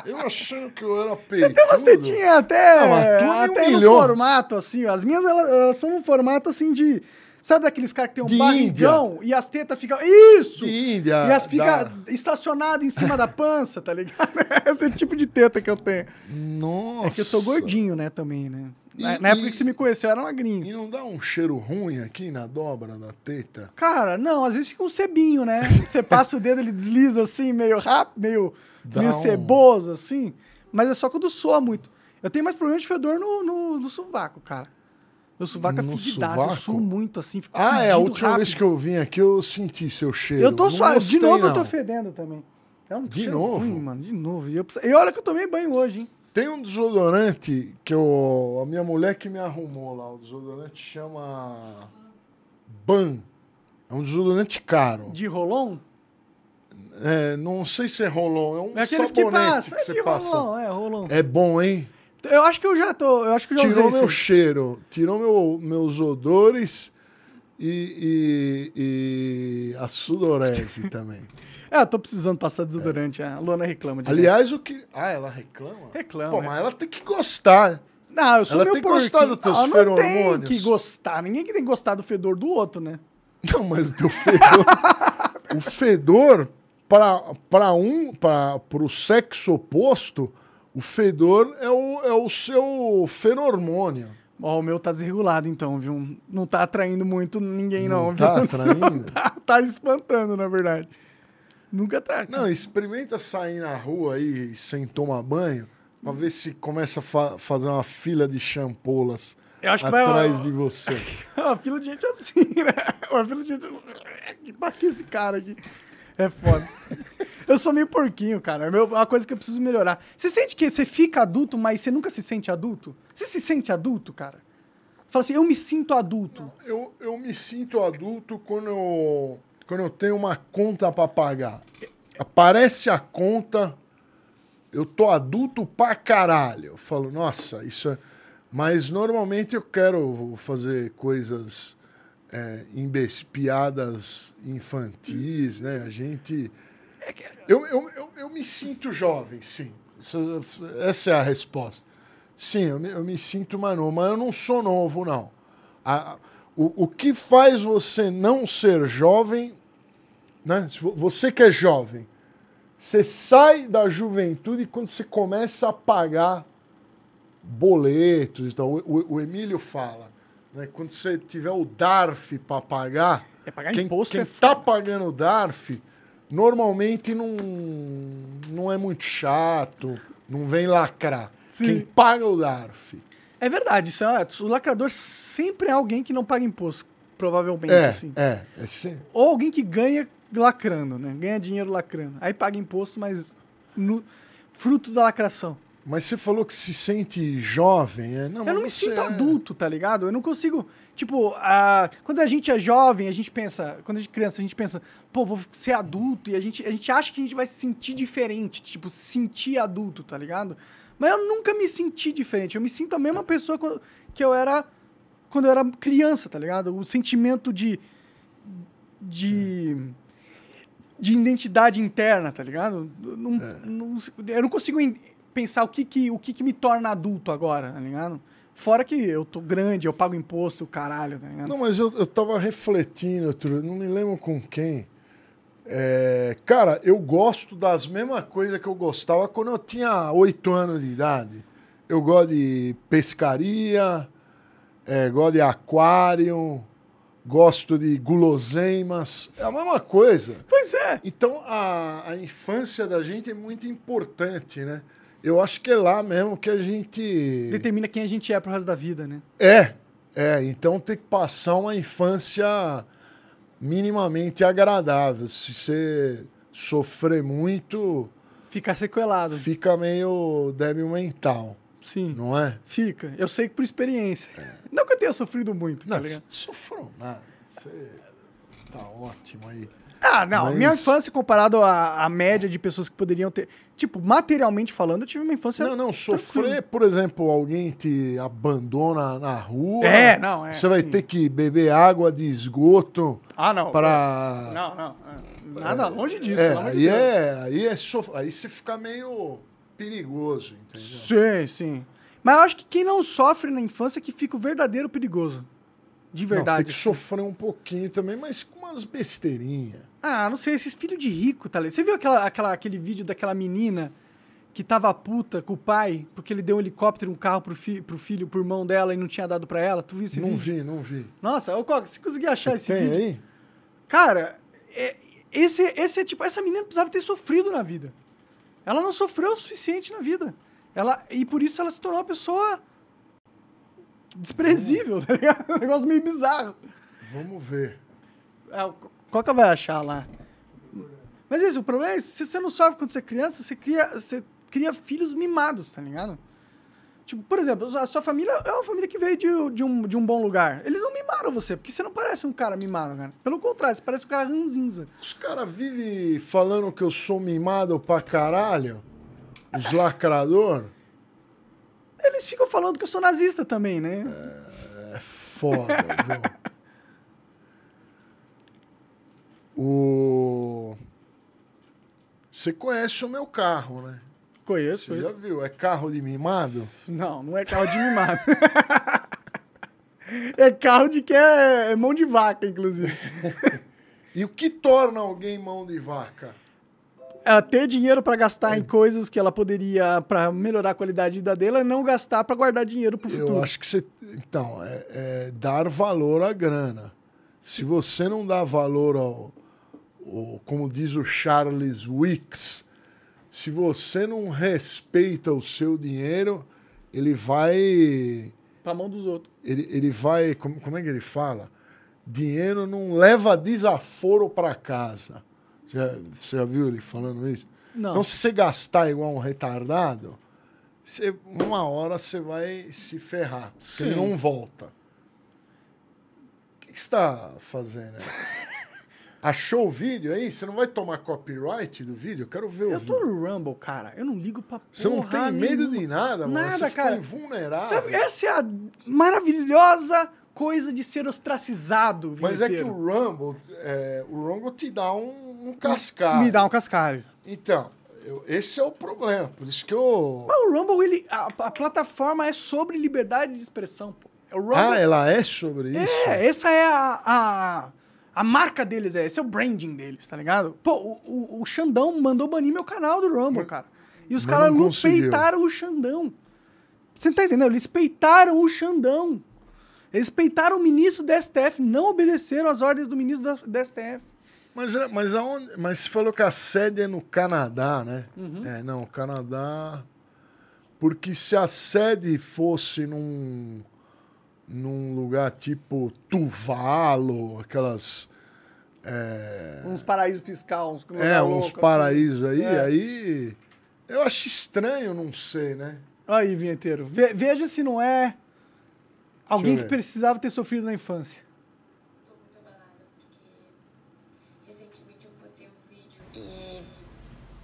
Speaker 2: Eu achando que eu era peito.
Speaker 1: Você tem umas tetinhas até,
Speaker 2: Não, a tua me
Speaker 1: até no
Speaker 2: humilhou.
Speaker 1: formato, assim. ó. As minhas, elas, elas são num formato, assim, de... Sabe daqueles caras que tem um
Speaker 2: De
Speaker 1: barrigão e as tetas ficam... Isso!
Speaker 2: De Índia.
Speaker 1: E as fica
Speaker 2: da-
Speaker 1: estacionadas em cima da pança, tá
Speaker 2: [LAUGHS]
Speaker 1: ligado? [LAUGHS] Esse é o tipo de teta que eu tenho.
Speaker 2: Nossa.
Speaker 1: É que eu sou gordinho, né, também, né? Na,
Speaker 2: E-
Speaker 1: na época
Speaker 2: e-
Speaker 1: que você me conheceu, eu era magrinho.
Speaker 2: E não dá um cheiro ruim aqui na dobra da teta?
Speaker 1: Cara, não, às vezes fica um sebinho, né? Você passa o dedo, ele desliza assim, meio rápido, meio,
Speaker 2: Dá
Speaker 1: meio
Speaker 2: um-
Speaker 1: ceboso, assim. Mas é só quando soa muito. Eu tenho mais problema de fedor no, no, no sovaco, cara. Meu sovaco
Speaker 2: No
Speaker 1: é fedidaço, eu
Speaker 2: sovaco?
Speaker 1: suo muito, assim, fico
Speaker 2: Ah, é. A
Speaker 1: fedido
Speaker 2: última
Speaker 1: rápido.
Speaker 2: vez que eu vim aqui, eu senti seu cheiro.
Speaker 1: Eu tô
Speaker 2: Não
Speaker 1: suado. De
Speaker 2: gostei,
Speaker 1: novo eu
Speaker 2: não.
Speaker 1: tô fedendo também. É um
Speaker 2: De
Speaker 1: cheiro
Speaker 2: novo?
Speaker 1: ruim, mano, de novo. E, eu preciso- e olha que eu tomei banho hoje, hein?
Speaker 2: Tem um desodorante que eu, a minha mulher que me arrumou lá. O desodorante chama Ban. É um desodorante caro.
Speaker 1: De rolon?
Speaker 2: É, não sei se é rolon, é um
Speaker 1: É aqueles que
Speaker 2: sabonete
Speaker 1: passam.
Speaker 2: que,
Speaker 1: É de
Speaker 2: você passa.
Speaker 1: rolon, é rolon.
Speaker 2: É bom, hein?
Speaker 1: Eu acho que eu já tô. Eu acho que eu já
Speaker 2: Tirou
Speaker 1: usei
Speaker 2: meu
Speaker 1: esse.
Speaker 2: cheiro, tirou meu- meus odores e, e- e a
Speaker 1: [LAUGHS]
Speaker 2: sudorese também.
Speaker 1: É, eu tô precisando passar desodorante. é. A Luana reclama de
Speaker 2: Aliás, o que... Ah, ela reclama?
Speaker 1: Reclama,
Speaker 2: Pô,
Speaker 1: é.
Speaker 2: mas ela tem que gostar.
Speaker 1: Não, eu sou
Speaker 2: Ela
Speaker 1: meio
Speaker 2: tem
Speaker 1: porquinho.
Speaker 2: gostado dos teus
Speaker 1: Ah, Não
Speaker 2: feromônios?
Speaker 1: tem que gostar. Ninguém que tem que gostar do fedor do outro, né?
Speaker 2: Não, mas o
Speaker 1: [LAUGHS]
Speaker 2: teu fedor. o fedor, para um, para o sexo oposto, o fedor é o, é o seu ferormônio.
Speaker 1: Ó, o meu tá desregulado então, viu? Não tá atraindo muito ninguém não, viu? [LAUGHS]
Speaker 2: tá atraindo?
Speaker 1: Tá, tá espantando, na verdade. Nunca atrai.
Speaker 2: Não, experimenta sair na rua aí sem tomar banho, pra ver se começa a fa- fazer uma fila de champolas
Speaker 1: Eu acho que vai-
Speaker 2: atrás de você.
Speaker 1: Uma fila de gente assim, né? Uma fila de gente. Que bate esse cara aqui. É foda. Eu sou meio porquinho, cara. É meu- uma coisa que eu preciso melhorar. Você sente que você fica adulto, mas você nunca se sente adulto? Você se sente adulto, cara? Fala assim, eu me sinto adulto.
Speaker 2: Eu, eu me sinto adulto quando eu, quando eu tenho uma conta pra pagar. Aparece a conta, eu tô adulto pra caralho. Eu falo, nossa, isso é. Mas normalmente eu quero fazer coisas é, imbecil, piadas infantis, né? A gente. Eu, eu, eu, eu me sinto jovem, sim. Isso- Essa é a resposta. Sim, eu me, eu me sinto mais novo, mas eu não sou novo, não. A- o, o que faz você não ser jovem, né? Se vo- Você que é jovem, você sai da juventude quando você começa a pagar boletos e tal. O, o- o Emílio fala, né? Quando você tiver o DARF para pagar,
Speaker 1: É pagar
Speaker 2: quem,
Speaker 1: imposto
Speaker 2: quem
Speaker 1: é
Speaker 2: tá
Speaker 1: foda.
Speaker 2: pagando o DARF normalmente não, não é muito chato, não vem lacrar.
Speaker 1: Sim.
Speaker 2: Quem paga o DARF
Speaker 1: É verdade, isso é, o lacrador sempre é alguém que não paga imposto, provavelmente,
Speaker 2: é,
Speaker 1: assim.
Speaker 2: é, é sim.
Speaker 1: Ou alguém que ganha lacrando, né? Ganha dinheiro lacrando. Aí paga imposto, mas no- fruto da lacração.
Speaker 2: Mas você falou que se sente jovem, é?
Speaker 1: Eu
Speaker 2: mas
Speaker 1: não me
Speaker 2: você
Speaker 1: sinto
Speaker 2: é-
Speaker 1: adulto, tá ligado? Eu não consigo. Tipo, a- quando a gente é jovem, a gente pensa. Quando a gente é criança, a gente pensa, pô, vou ser adulto. E a gente, a gente acha que a gente vai se sentir diferente. Tipo, se sentir adulto, tá ligado? Mas eu nunca me senti diferente. Eu me sinto a mesma pessoa quando- que eu era quando eu era criança, tá ligado? O sentimento de. de. de identidade interna, tá ligado? Não-
Speaker 2: É.
Speaker 1: não- eu não consigo en- pensar o que que, o que que me torna adulto agora, tá ligado? Fora que eu tô grande, eu pago imposto, caralho, tá ligado?
Speaker 2: Não, mas eu, eu tava refletindo, outro, não me lembro com quem. É, cara, eu gosto das mesmas coisas que eu gostava quando eu tinha oito anos de idade. Eu gosto de pescaria, é, gosto de aquário, gosto de guloseimas. É a mesma coisa.
Speaker 1: Pois é.
Speaker 2: Então a, a infância da gente é muito importante, né? Eu acho que é lá mesmo que a gente.
Speaker 1: Determina quem a gente é pro resto da vida, né?
Speaker 2: É, é. Então tem que passar uma infância minimamente agradável. Se você sofrer muito,
Speaker 1: Ficar sequelado.
Speaker 2: fica meio débil mental,
Speaker 1: Sim.
Speaker 2: não é?
Speaker 1: Fica. Eu sei que por experiência. Não que eu tenha sofrido muito, tá
Speaker 2: Não,
Speaker 1: ligado?
Speaker 2: sofreu nada. Você tá ótimo aí.
Speaker 1: Ah, Ah, não.
Speaker 2: Mas-
Speaker 1: Minha infância, comparado à, à média de pessoas que poderiam ter. Tipo, materialmente falando, eu tive uma infância.
Speaker 2: Não, não, sofrer, por exemplo, alguém te abandona na rua.
Speaker 1: É, não, é,
Speaker 2: Você vai
Speaker 1: sim.
Speaker 2: ter que beber água de esgoto
Speaker 1: Ah, não.
Speaker 2: para.
Speaker 1: Não, não. é, Nada longe disso,
Speaker 2: é,
Speaker 1: pelo amor de
Speaker 2: aí
Speaker 1: Deus.
Speaker 2: é, aí é sof... aí você fica meio perigoso, entendeu?
Speaker 1: Sim, sim. Mas eu acho que quem não sofre na infância é que fica o verdadeiro perigoso. De
Speaker 2: Não,
Speaker 1: verdade. assim.
Speaker 2: tem que sofrer um pouquinho também, mas com umas besteirinhas.
Speaker 1: Ah, não sei, esses filhos de rico, tá ligado? Você viu aquela, aquela- aquele vídeo daquela menina que tava puta com o pai porque ele deu um helicóptero e um carro pro, fi- pro filho, pro irmão dela e não tinha dado pra ela? Tu viu esse
Speaker 2: Não
Speaker 1: vídeo?
Speaker 2: vi, não vi.
Speaker 1: Nossa, ô Coca, se conseguir achar esse
Speaker 2: Tem
Speaker 1: vídeo.
Speaker 2: aí?
Speaker 1: Cara, é- esse, esse é tipo. Essa menina precisava ter sofrido na vida. Ela não sofreu o suficiente na vida. Ela, e por isso ela se tornou uma pessoa desprezível, tá ligado? [LAUGHS] Um negócio meio bizarro.
Speaker 2: Vamos ver.
Speaker 1: É, o Coca vai achar lá. Mas isso, o problema é, se você não sofre quando você é criança, você cria, você cria filhos mimados, tá ligado? Tipo, por exemplo, a sua família é uma família que veio de, de um, de um bom lugar. Eles não mimaram você, porque você não parece um cara mimado, cara. Pelo contrário, você parece um cara ranzinza.
Speaker 2: Os caras vivem falando que eu sou mimado pra caralho. Os lacrador.
Speaker 1: Eles ficam falando que eu sou nazista também, né?
Speaker 2: É foda,
Speaker 1: [LAUGHS]
Speaker 2: viu? O... Você conhece o meu carro, né?
Speaker 1: Conheço,
Speaker 2: Você já
Speaker 1: conheço.
Speaker 2: viu? É carro de mimado?
Speaker 1: Não, não é carro de mimado. [LAUGHS] é carro de que é, é mão de vaca, inclusive.
Speaker 2: E o que torna alguém mão de vaca?
Speaker 1: Ela É, ter dinheiro pra gastar em coisas que ela poderia pra melhorar a qualidade de vida dela e não gastar pra guardar dinheiro pro futuro.
Speaker 2: Eu acho que você. Então, é, é dar valor à grana. Se você não dá valor ao, ao- Como diz o Charles Wicks, se você não respeita o seu dinheiro, ele vai. Ele,
Speaker 1: Pra mão dos outros.
Speaker 2: ele vai. Como, como é que ele fala? Dinheiro não leva desaforo para casa. Já- você já viu ele falando isso?
Speaker 1: Não.
Speaker 2: Então, se você gastar igual um retardado, você- uma hora você vai se ferrar. Porque
Speaker 1: Sim.
Speaker 2: ele não volta. O que que você está fazendo aí?
Speaker 1: [LAUGHS]
Speaker 2: Achou o vídeo aí? Você não vai tomar copyright do vídeo? Eu quero ver o
Speaker 1: eu tô
Speaker 2: vídeo.
Speaker 1: no Rumble, cara. Eu não ligo pra
Speaker 2: Você não
Speaker 1: porra
Speaker 2: tem medo
Speaker 1: nenhuma.
Speaker 2: de nada, mano.
Speaker 1: Nada,
Speaker 2: você
Speaker 1: cara.
Speaker 2: fica invulnerável.
Speaker 1: Sabe, Essa é a maravilhosa coisa de ser ostracizado. o
Speaker 2: Mas
Speaker 1: vida
Speaker 2: é que
Speaker 1: inteiro.
Speaker 2: o Rumble, é, o Rumble te dá um, um cascalho.
Speaker 1: Me dá um cascalho.
Speaker 2: Então, eu- esse é o problema. Por isso que eu...
Speaker 1: Mas o Rumble, ele, a, a plataforma é sobre liberdade de expressão, pô. O Rumble
Speaker 2: Ah, ela é sobre isso?
Speaker 1: É, essa é a, a, a marca deles, é, esse é o branding deles, tá ligado? Pô, o, o, o Xandão mandou banir meu canal do Rumble, cara. E os
Speaker 2: mas
Speaker 1: caras
Speaker 2: não conseguiu.
Speaker 1: peitaram o Xandão. Você não tá entendendo? Eles peitaram o Xandão. Eles peitaram o ministro da STF, não obedeceram às ordens do ministro da, da STF.
Speaker 2: Mas, é- mas, aonde, mas você falou que a sede é no Canadá, né?
Speaker 1: Uhum.
Speaker 2: É, não, o Canadá. Porque se a sede fosse num, num lugar tipo Tuvalo, aquelas. É,
Speaker 1: Uns paraísos fiscais, uns lugar
Speaker 2: é,
Speaker 1: louco,
Speaker 2: uns
Speaker 1: assim.
Speaker 2: paraísos aí,
Speaker 1: É.
Speaker 2: aí. Eu acho estranho, não sei, né?
Speaker 1: Aí, vinheteiro. Ve- veja se não é alguém
Speaker 2: Deixa eu
Speaker 1: que
Speaker 2: ver.
Speaker 1: precisava ter sofrido na infância.
Speaker 3: tô muito abalada porque recentemente eu postei um vídeo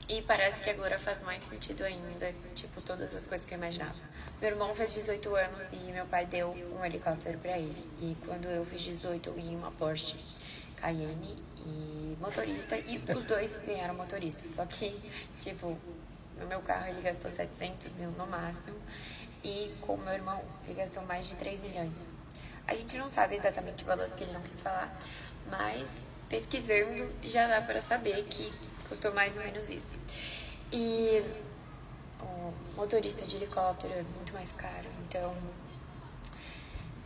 Speaker 3: e, e parece que agora faz mais sentido ainda, tipo, todas as coisas que eu imaginava. Meu irmão fez 18 anos e meu pai deu um helicóptero pra ele. E quando eu fiz 18, eu ia em uma Porsche Cayenne e motorista, e os dois ganharam motorista, só que, tipo, no meu carro ele gastou 700 mil no máximo, e com meu irmão ele gastou mais de 3 milhões. A gente não sabe exatamente o valor que ele não quis falar, mas pesquisando já dá para saber que custou mais ou menos isso. E o motorista de helicóptero é muito mais caro, então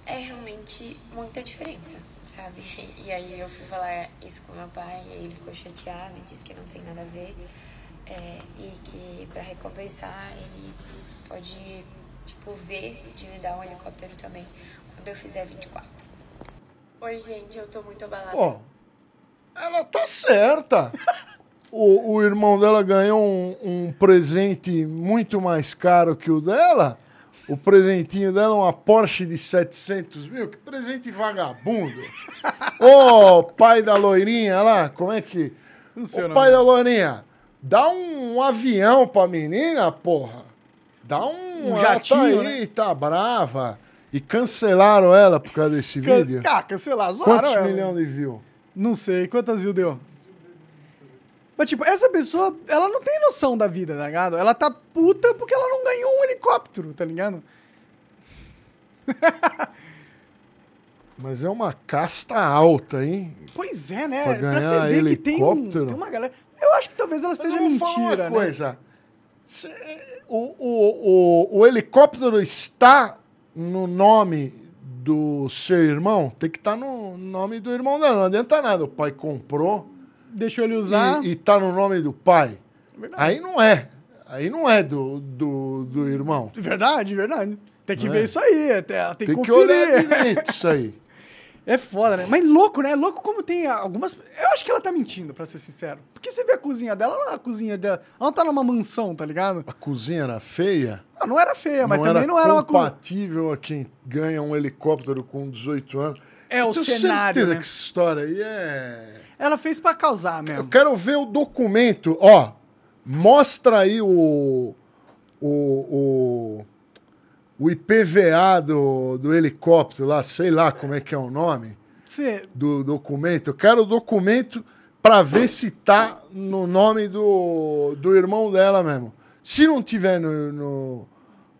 Speaker 3: é realmente muita diferença, sabe? [LAUGHS] E aí eu fui falar isso com meu pai, e aí ele ficou chateado e disse que não tem nada a ver. é, e que para recompensar ele pode, tipo, ver de me dar um helicóptero também quando eu fizer 24. Oi, gente, eu tô muito abalada.
Speaker 2: Ó, ela tá certa. O, o irmão dela ganhou um, um presente muito mais caro que o dela. O presentinho dela é uma Porsche de 700 mil. Que presente vagabundo. Ô, pai da loirinha lá, como é que...
Speaker 1: Não sei o
Speaker 2: Ô,
Speaker 1: nome.
Speaker 2: pai da loirinha, dá um avião pra menina, porra. Dá um...
Speaker 1: Um
Speaker 2: ela
Speaker 1: jatinho,
Speaker 2: tá aí, tá brava. E cancelaram ela por causa desse
Speaker 1: Can-
Speaker 2: vídeo?
Speaker 1: Ah, cancelar, zoaram
Speaker 2: Quantos
Speaker 1: ela.
Speaker 2: milhões de views?
Speaker 1: Não sei, quantas views deu? Mas, tipo, essa pessoa, ela não tem noção da vida, tá ligado? Ela tá puta porque ela não ganhou um helicóptero, tá ligado?
Speaker 2: Mas é uma casta alta, hein?
Speaker 1: Pois é, né?
Speaker 2: Pra
Speaker 1: Pra
Speaker 2: ganhar
Speaker 1: você ver que tem, um,
Speaker 2: helicóptero?
Speaker 1: tem uma galera... Eu acho que talvez ela
Speaker 2: Mas
Speaker 1: seja
Speaker 2: eu vou falar
Speaker 1: mentira,
Speaker 2: uma
Speaker 1: né?
Speaker 2: coisa. Se- o, o, o, o helicóptero está no nome do seu irmão? Tem que estar no nome do irmão dela. Não adianta nada. O pai comprou
Speaker 1: Deixou ele usar...
Speaker 2: e está no nome do pai.
Speaker 1: Verdade.
Speaker 2: Aí não é. Aí não é do, do, do irmão.
Speaker 1: Verdade, verdade. Tem que
Speaker 2: Não
Speaker 1: ver
Speaker 2: é?
Speaker 1: isso aí, até ela tem,
Speaker 2: Tem
Speaker 1: que
Speaker 2: que olhar né?
Speaker 1: conferir.
Speaker 2: direito isso aí.
Speaker 1: É foda, né? Mas louco, né? Louco como tem algumas. Eu acho que ela tá mentindo, pra ser sincero. Porque você vê a cozinha dela, ela não é a cozinha dela. Ela não tá numa mansão, tá ligado?
Speaker 2: A cozinha era feia?
Speaker 1: Ela não era feia, É, mas
Speaker 2: não
Speaker 1: também
Speaker 2: era
Speaker 1: não era uma cozinha.
Speaker 2: compatível a quem ganha um helicóptero com 18 anos.
Speaker 1: É o
Speaker 2: Eu tenho
Speaker 1: cenário,
Speaker 2: certeza
Speaker 1: né?
Speaker 2: que essa história aí é...
Speaker 1: Ela fez pra causar
Speaker 2: Eu
Speaker 1: mesmo.
Speaker 2: quero ver o documento. Ó, mostra aí o... O... o o IPVA do, do helicóptero lá, sei lá como é que é o nome
Speaker 1: Você.
Speaker 2: do documento. Eu quero o documento para ver se tá no nome do, do irmão dela mesmo. Se não tiver no, no,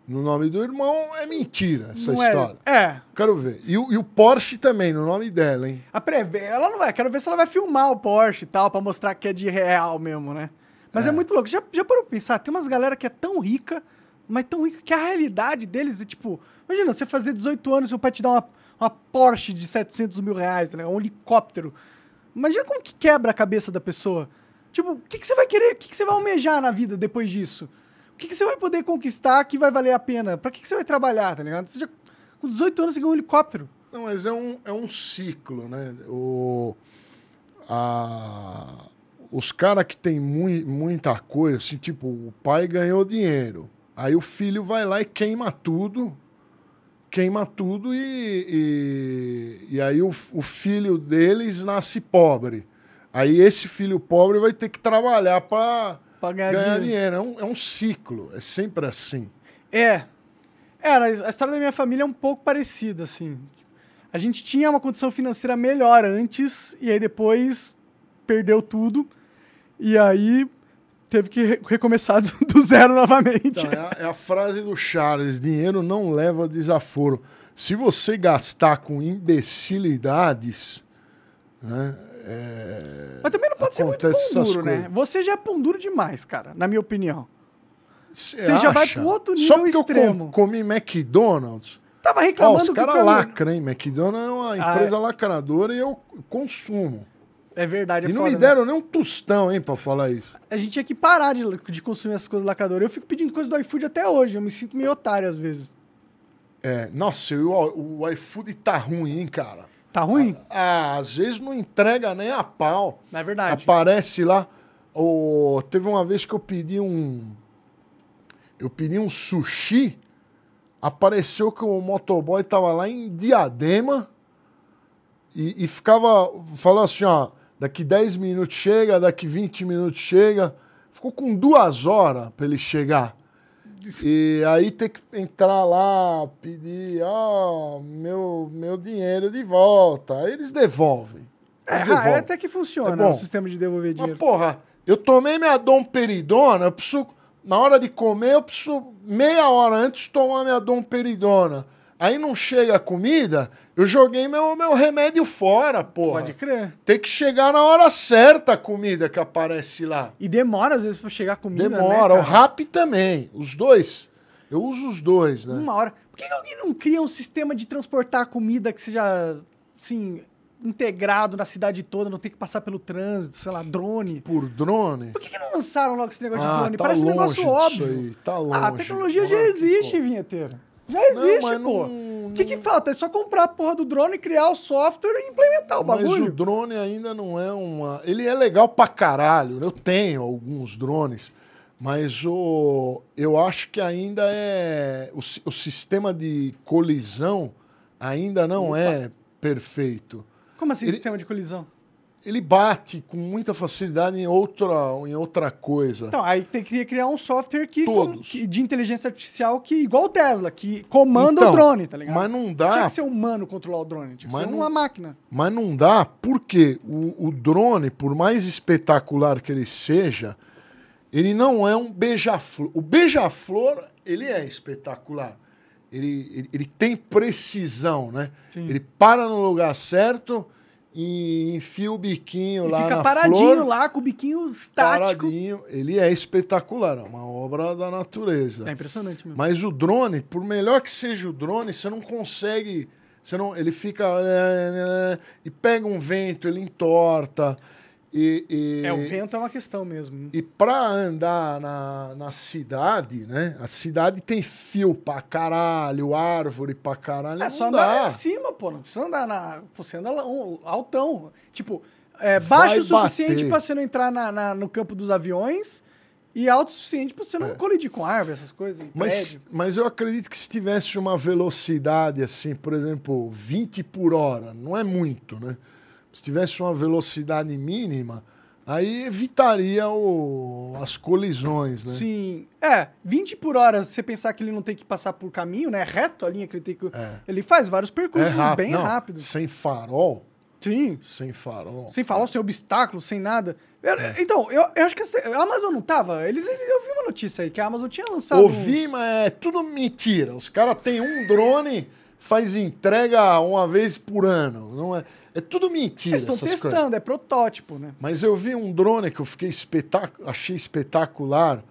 Speaker 2: no nome do irmão, é mentira essa
Speaker 1: não
Speaker 2: história.
Speaker 1: É. é.
Speaker 2: Quero ver. E, o- e o Porsche também, no nome dela, hein?
Speaker 1: A preve... Ela não vai. Quero ver se ela vai filmar o Porsche e tal, pra mostrar que é de real mesmo, né? Mas é, muito louco. Já, já parou pra pensar? Tem umas galera que é tão rica, mas tão rica que a realidade deles é tipo. Imagina, você fazer 18 anos e seu pai te dá uma, uma Porsche de 700 mil reais, né? Um helicóptero. Imagina como que quebra a cabeça da pessoa. Tipo, o que, que você vai querer? O que, que você vai almejar na vida depois disso? O que, que você vai poder conquistar que vai valer a pena? Pra que, que você vai trabalhar, tá ligado? Você já, com 18 anos você ganhou um helicóptero.
Speaker 2: Não, mas é um, é um ciclo, né? O, a, os caras que tem mui, muita coisa, assim, tipo, o pai ganhou dinheiro. Aí o filho vai lá e queima tudo. Queima tudo e, e, e aí o, o filho deles nasce pobre. Aí esse filho pobre vai ter que trabalhar para
Speaker 1: Pra ganhar,
Speaker 2: ganhar,
Speaker 1: dinheiro.
Speaker 2: dinheiro. É um, é um ciclo, é sempre assim.
Speaker 1: É. É, a história da minha família é um pouco parecida, assim. A gente tinha uma condição financeira melhor antes, e aí depois perdeu tudo, e aí teve que re- recomeçar [LAUGHS] do, do zero novamente.
Speaker 2: Então, é, a, é a frase do Charles: dinheiro não leva desaforo. Se você gastar com imbecilidades, né? é,
Speaker 1: Mas também não pode ser muito pão
Speaker 2: acontece essas
Speaker 1: duro, né?
Speaker 2: coisas.
Speaker 1: Você já é pão duro demais, cara, na minha opinião.
Speaker 2: cê
Speaker 1: Você já vai
Speaker 2: acha?
Speaker 1: pro outro nível
Speaker 2: Só porque Eu
Speaker 1: extremo.
Speaker 2: com- comi McDonald's.
Speaker 1: Tava
Speaker 2: Ó,
Speaker 1: reclamando
Speaker 2: os
Speaker 1: que o
Speaker 2: caras
Speaker 1: câmbio-
Speaker 2: lacram, hein? McDonald's é uma
Speaker 1: Ah,
Speaker 2: empresa lacradora e eu consumo.
Speaker 1: É verdade, é
Speaker 2: e não
Speaker 1: foda,
Speaker 2: me
Speaker 1: né?
Speaker 2: deram nem um tostão, hein, pra falar isso.
Speaker 1: A gente tinha que parar de, de consumir essas coisas lacradoras. Eu fico pedindo coisa do iFood até hoje, eu me sinto meio otário às vezes.
Speaker 2: É, nossa, eu- o, o iFood tá ruim, hein, cara.
Speaker 1: Tá ruim?
Speaker 2: Ah, às vezes não entrega nem a pau.
Speaker 1: Na verdade.
Speaker 2: Aparece lá. o- teve uma vez que eu pedi um. Eu pedi um sushi. Apareceu que o motoboy tava lá em diadema e, e ficava. Falou assim, ó. Daqui 10 minutos chega, daqui 20 minutos chega. Ficou com duas horas pra ele chegar. E aí tem que entrar lá, pedir, ó, meu, meu dinheiro de volta. Aí eles devolvem.
Speaker 1: É,
Speaker 2: Eles devolvem.
Speaker 1: ah, é até que funciona
Speaker 2: É bom.
Speaker 1: o sistema de devolver
Speaker 2: Mas,
Speaker 1: dinheiro.
Speaker 2: porra, eu tomei minha domperidona, eu preciso. Na hora de comer, eu preciso meia hora antes tomar minha domperidona. Aí não chega a comida, eu joguei meu, meu remédio fora, porra.
Speaker 1: Pode crer.
Speaker 2: Tem que chegar na hora certa a comida que aparece lá.
Speaker 1: E demora, às vezes, pra chegar a comida. né,
Speaker 2: Demora. o
Speaker 1: cara?
Speaker 2: rap também. Os dois. Eu uso os dois, né?
Speaker 1: Uma hora. Por que que alguém não cria um sistema de transportar a comida que seja, assim, integrado na cidade toda, não tem que passar pelo trânsito, sei lá, drone?
Speaker 2: Por drone.
Speaker 1: Por que, que não lançaram logo esse negócio de
Speaker 2: Ah,
Speaker 1: drone?
Speaker 2: tá
Speaker 1: Parece um
Speaker 2: longe
Speaker 1: negócio
Speaker 2: disso
Speaker 1: óbvio.
Speaker 2: aí, tá
Speaker 1: Ah, a
Speaker 2: longe.
Speaker 1: tecnologia já
Speaker 2: Nossa,
Speaker 1: existe,
Speaker 2: pô.
Speaker 1: vinheteira. Já existe,
Speaker 2: mas
Speaker 1: pô.
Speaker 2: não-
Speaker 1: O que, que falta? É só comprar a porra do drone, criar o software e implementar o
Speaker 2: Mas o
Speaker 1: bagulho.
Speaker 2: drone ainda não é uma. Ele é legal pra caralho. né? Eu tenho alguns drones, Mas o, eu acho que ainda é. O, si- o sistema de colisão ainda não é perfeito.
Speaker 1: Como assim,
Speaker 2: Ele-
Speaker 1: sistema de colisão?
Speaker 2: Ele bate com muita facilidade em outra, em outra coisa.
Speaker 1: Então, aí tem que criar um software que,
Speaker 2: Todos.
Speaker 1: que- de inteligência artificial que, igual o Tesla, que comanda o
Speaker 2: Então,
Speaker 1: drone, tá ligado?
Speaker 2: Mas não
Speaker 1: Tinha
Speaker 2: dá,
Speaker 1: que ser humano controlar o drone, tinha que
Speaker 2: Mas
Speaker 1: ser
Speaker 2: não-
Speaker 1: uma máquina.
Speaker 2: mas não dá porque o, o drone, por mais espetacular que ele seja, ele não é um beija-flor. O beija-flor, ele é espetacular. Ele, ele, ele tem precisão, né?
Speaker 1: Sim.
Speaker 2: Ele para no lugar certo e enfia o biquinho
Speaker 1: E
Speaker 2: lá
Speaker 1: fica
Speaker 2: na
Speaker 1: paradinho
Speaker 2: flor,
Speaker 1: lá, com o biquinho estático.
Speaker 2: paradinho. Ele é espetacular, é uma obra da natureza.
Speaker 1: É impressionante mesmo.
Speaker 2: Mas o drone, por melhor que seja o drone, você não consegue. Você não, ele fica. é, é, E pega um vento, ele entorta. E, e,
Speaker 1: É, o vento é uma questão mesmo.
Speaker 2: E pra andar na, na cidade, né? A cidade tem fio pra caralho, árvore pra caralho.
Speaker 1: É
Speaker 2: não
Speaker 1: só andar
Speaker 2: dá.
Speaker 1: lá em cima, pô. Não precisa andar na. pô, Você anda lá, um, altão. Tipo, é, baixo o
Speaker 2: Vai
Speaker 1: suficiente
Speaker 2: bater.
Speaker 1: pra você não entrar na, na- no campo dos aviões e alto o suficiente pra você não colidir com árvore, essas coisas. em
Speaker 2: É. Mas,
Speaker 1: prédio.
Speaker 2: mas eu acredito que se tivesse uma velocidade assim, por exemplo, 20 por hora, não é muito, né? Se tivesse uma velocidade mínima, aí evitaria o- as colisões, né?
Speaker 1: Sim. É, 20 por hora, se você pensar que ele não tem que passar por caminho, né? Reto a linha que ele tem que.
Speaker 2: É.
Speaker 1: Ele faz vários
Speaker 2: É
Speaker 1: percursos
Speaker 2: rápido,
Speaker 1: bem
Speaker 2: não,
Speaker 1: rápidos.
Speaker 2: Sem farol,
Speaker 1: Sim.
Speaker 2: sem farol.
Speaker 1: Sem falar, sem obstáculos, sem nada. Eu-
Speaker 2: É.
Speaker 1: Então, eu, eu acho que essa- a Amazon não tava. Eles, eu vi uma notícia aí que a Amazon tinha lançado.
Speaker 2: Ouvi,
Speaker 1: uns-
Speaker 2: mas é tudo mentira. Os caras têm um drone, faz entrega uma vez por ano. Não é, é tudo mentira.
Speaker 1: Eles estão
Speaker 2: essas
Speaker 1: testando,
Speaker 2: coisas.
Speaker 1: é protótipo, né?
Speaker 2: Mas eu vi um drone que eu fiquei espetacu achei espetacular,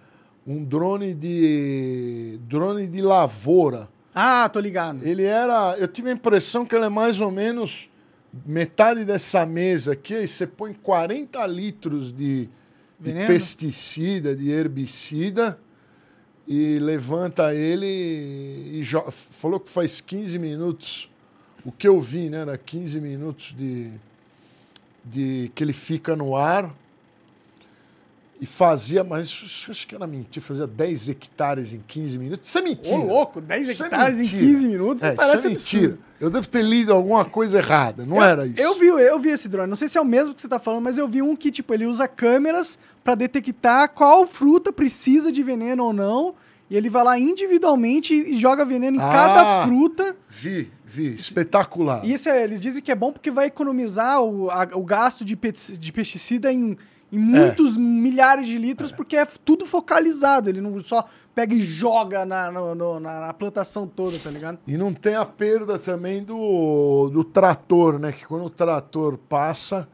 Speaker 2: um drone de drone de lavoura.
Speaker 1: Ah, tô ligado.
Speaker 2: Ele era, eu tive a impressão que ele é mais ou menos metade dessa mesa aqui, aí você põe 40 litros de, de
Speaker 1: Veneno?
Speaker 2: pesticida, de herbicida e levanta ele e jo- falou que faz 15 minutos. O que eu vi, né, era 15 minutos de de que ele fica no ar e fazia, mas isso acho que era mentira, fazia 10 hectares em 15 minutos. Isso é mentira.
Speaker 1: Ô, louco, 10
Speaker 2: Isso é
Speaker 1: hectares em
Speaker 2: mentira.
Speaker 1: 15 minutos,
Speaker 2: É,
Speaker 1: isso parece
Speaker 2: isso é mentira.
Speaker 1: mentira.
Speaker 2: Eu devo ter lido alguma coisa errada, não era isso.
Speaker 1: Eu vi, eu vi esse drone. Não sei se é o mesmo que você tá falando, mas eu vi um que, tipo, ele usa câmeras pra detectar qual fruta precisa de veneno ou não. E ele vai lá individualmente e joga veneno em
Speaker 2: Ah.
Speaker 1: cada fruta.
Speaker 2: Vi, vi, espetacular.
Speaker 1: E isso é- eles dizem que é bom porque vai economizar o, a- o gasto de, peti- de pesticida em,
Speaker 2: É.
Speaker 1: em muitos milhares de litros, porque é f- tudo focalizado. Ele não só pega e joga na, no- no- na- na plantação toda, tá ligado?
Speaker 2: E não tem a perda também do, do trator, né? Que quando o trator passa,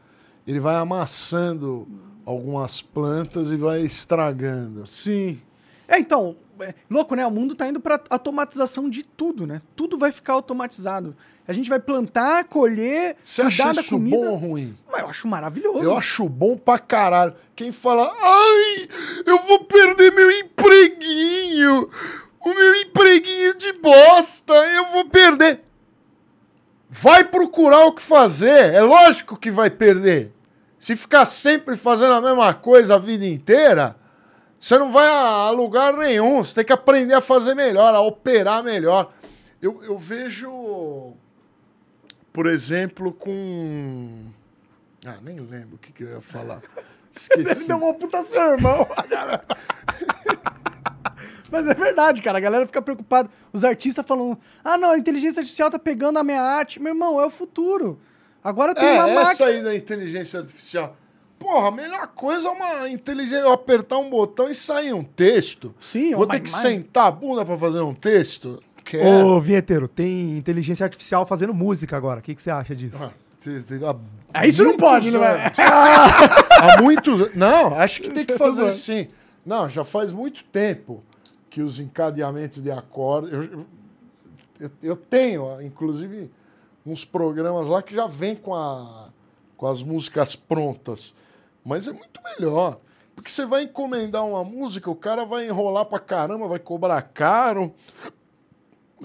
Speaker 2: ele vai amassando algumas plantas e vai estragando.
Speaker 1: Sim. É, então, é, louco, né? O mundo tá indo pra automatização de tudo, né? Tudo vai ficar automatizado. A gente vai plantar, colher,
Speaker 2: Você acha isso bom ou ruim?
Speaker 1: Mas eu acho maravilhoso.
Speaker 2: Eu acho bom pra caralho. Quem fala, ai, eu vou perder meu empreguinho, o meu empreguinho de bosta, eu vou perder. Vai procurar o que fazer, é lógico que vai perder. Se ficar sempre fazendo a mesma coisa a vida inteira, você não vai a a lugar nenhum. Você tem que aprender a fazer melhor, a operar melhor. Eu, eu vejo, por exemplo, com. Ah, nem lembro o que, que eu ia falar.
Speaker 1: [LAUGHS] Ele
Speaker 2: Esqueci.
Speaker 1: deu uma puta
Speaker 2: [LAUGHS]
Speaker 1: sermão. cara. [LAUGHS] Mas é verdade, cara. A galera fica preocupada. Os artistas falando: ah, não, a inteligência artificial tá pegando a minha arte. Meu irmão, é o futuro. Agora tem
Speaker 2: É,
Speaker 1: uma
Speaker 2: essa
Speaker 1: máquina.
Speaker 2: aí da inteligência artificial. Porra, a melhor coisa é uma inteligência. Eu apertar um botão e sair um texto.
Speaker 1: Sim,
Speaker 2: Vou
Speaker 1: uma
Speaker 2: ter que
Speaker 1: imagem.
Speaker 2: sentar a bunda pra fazer um texto? Quero.
Speaker 4: Ô, Vinheteiro, tem inteligência artificial fazendo música agora. O que, que você acha disso?
Speaker 2: Ah, te- te- há
Speaker 1: Ah, isso não
Speaker 2: muitos
Speaker 1: pode, né,
Speaker 2: anos.
Speaker 1: velho?
Speaker 2: Há muitos an- Não, acho que tem que
Speaker 1: Eu tô
Speaker 2: fazer
Speaker 1: tá zoando.
Speaker 2: sim. Não, já faz muito tempo que os encadeamentos de acordes. Eu, eu, eu tenho, ó, inclusive, uns programas lá que já vem com, a, com as músicas prontas. Mas é muito melhor. Porque você vai encomendar uma música, o cara vai enrolar pra caramba, vai cobrar caro.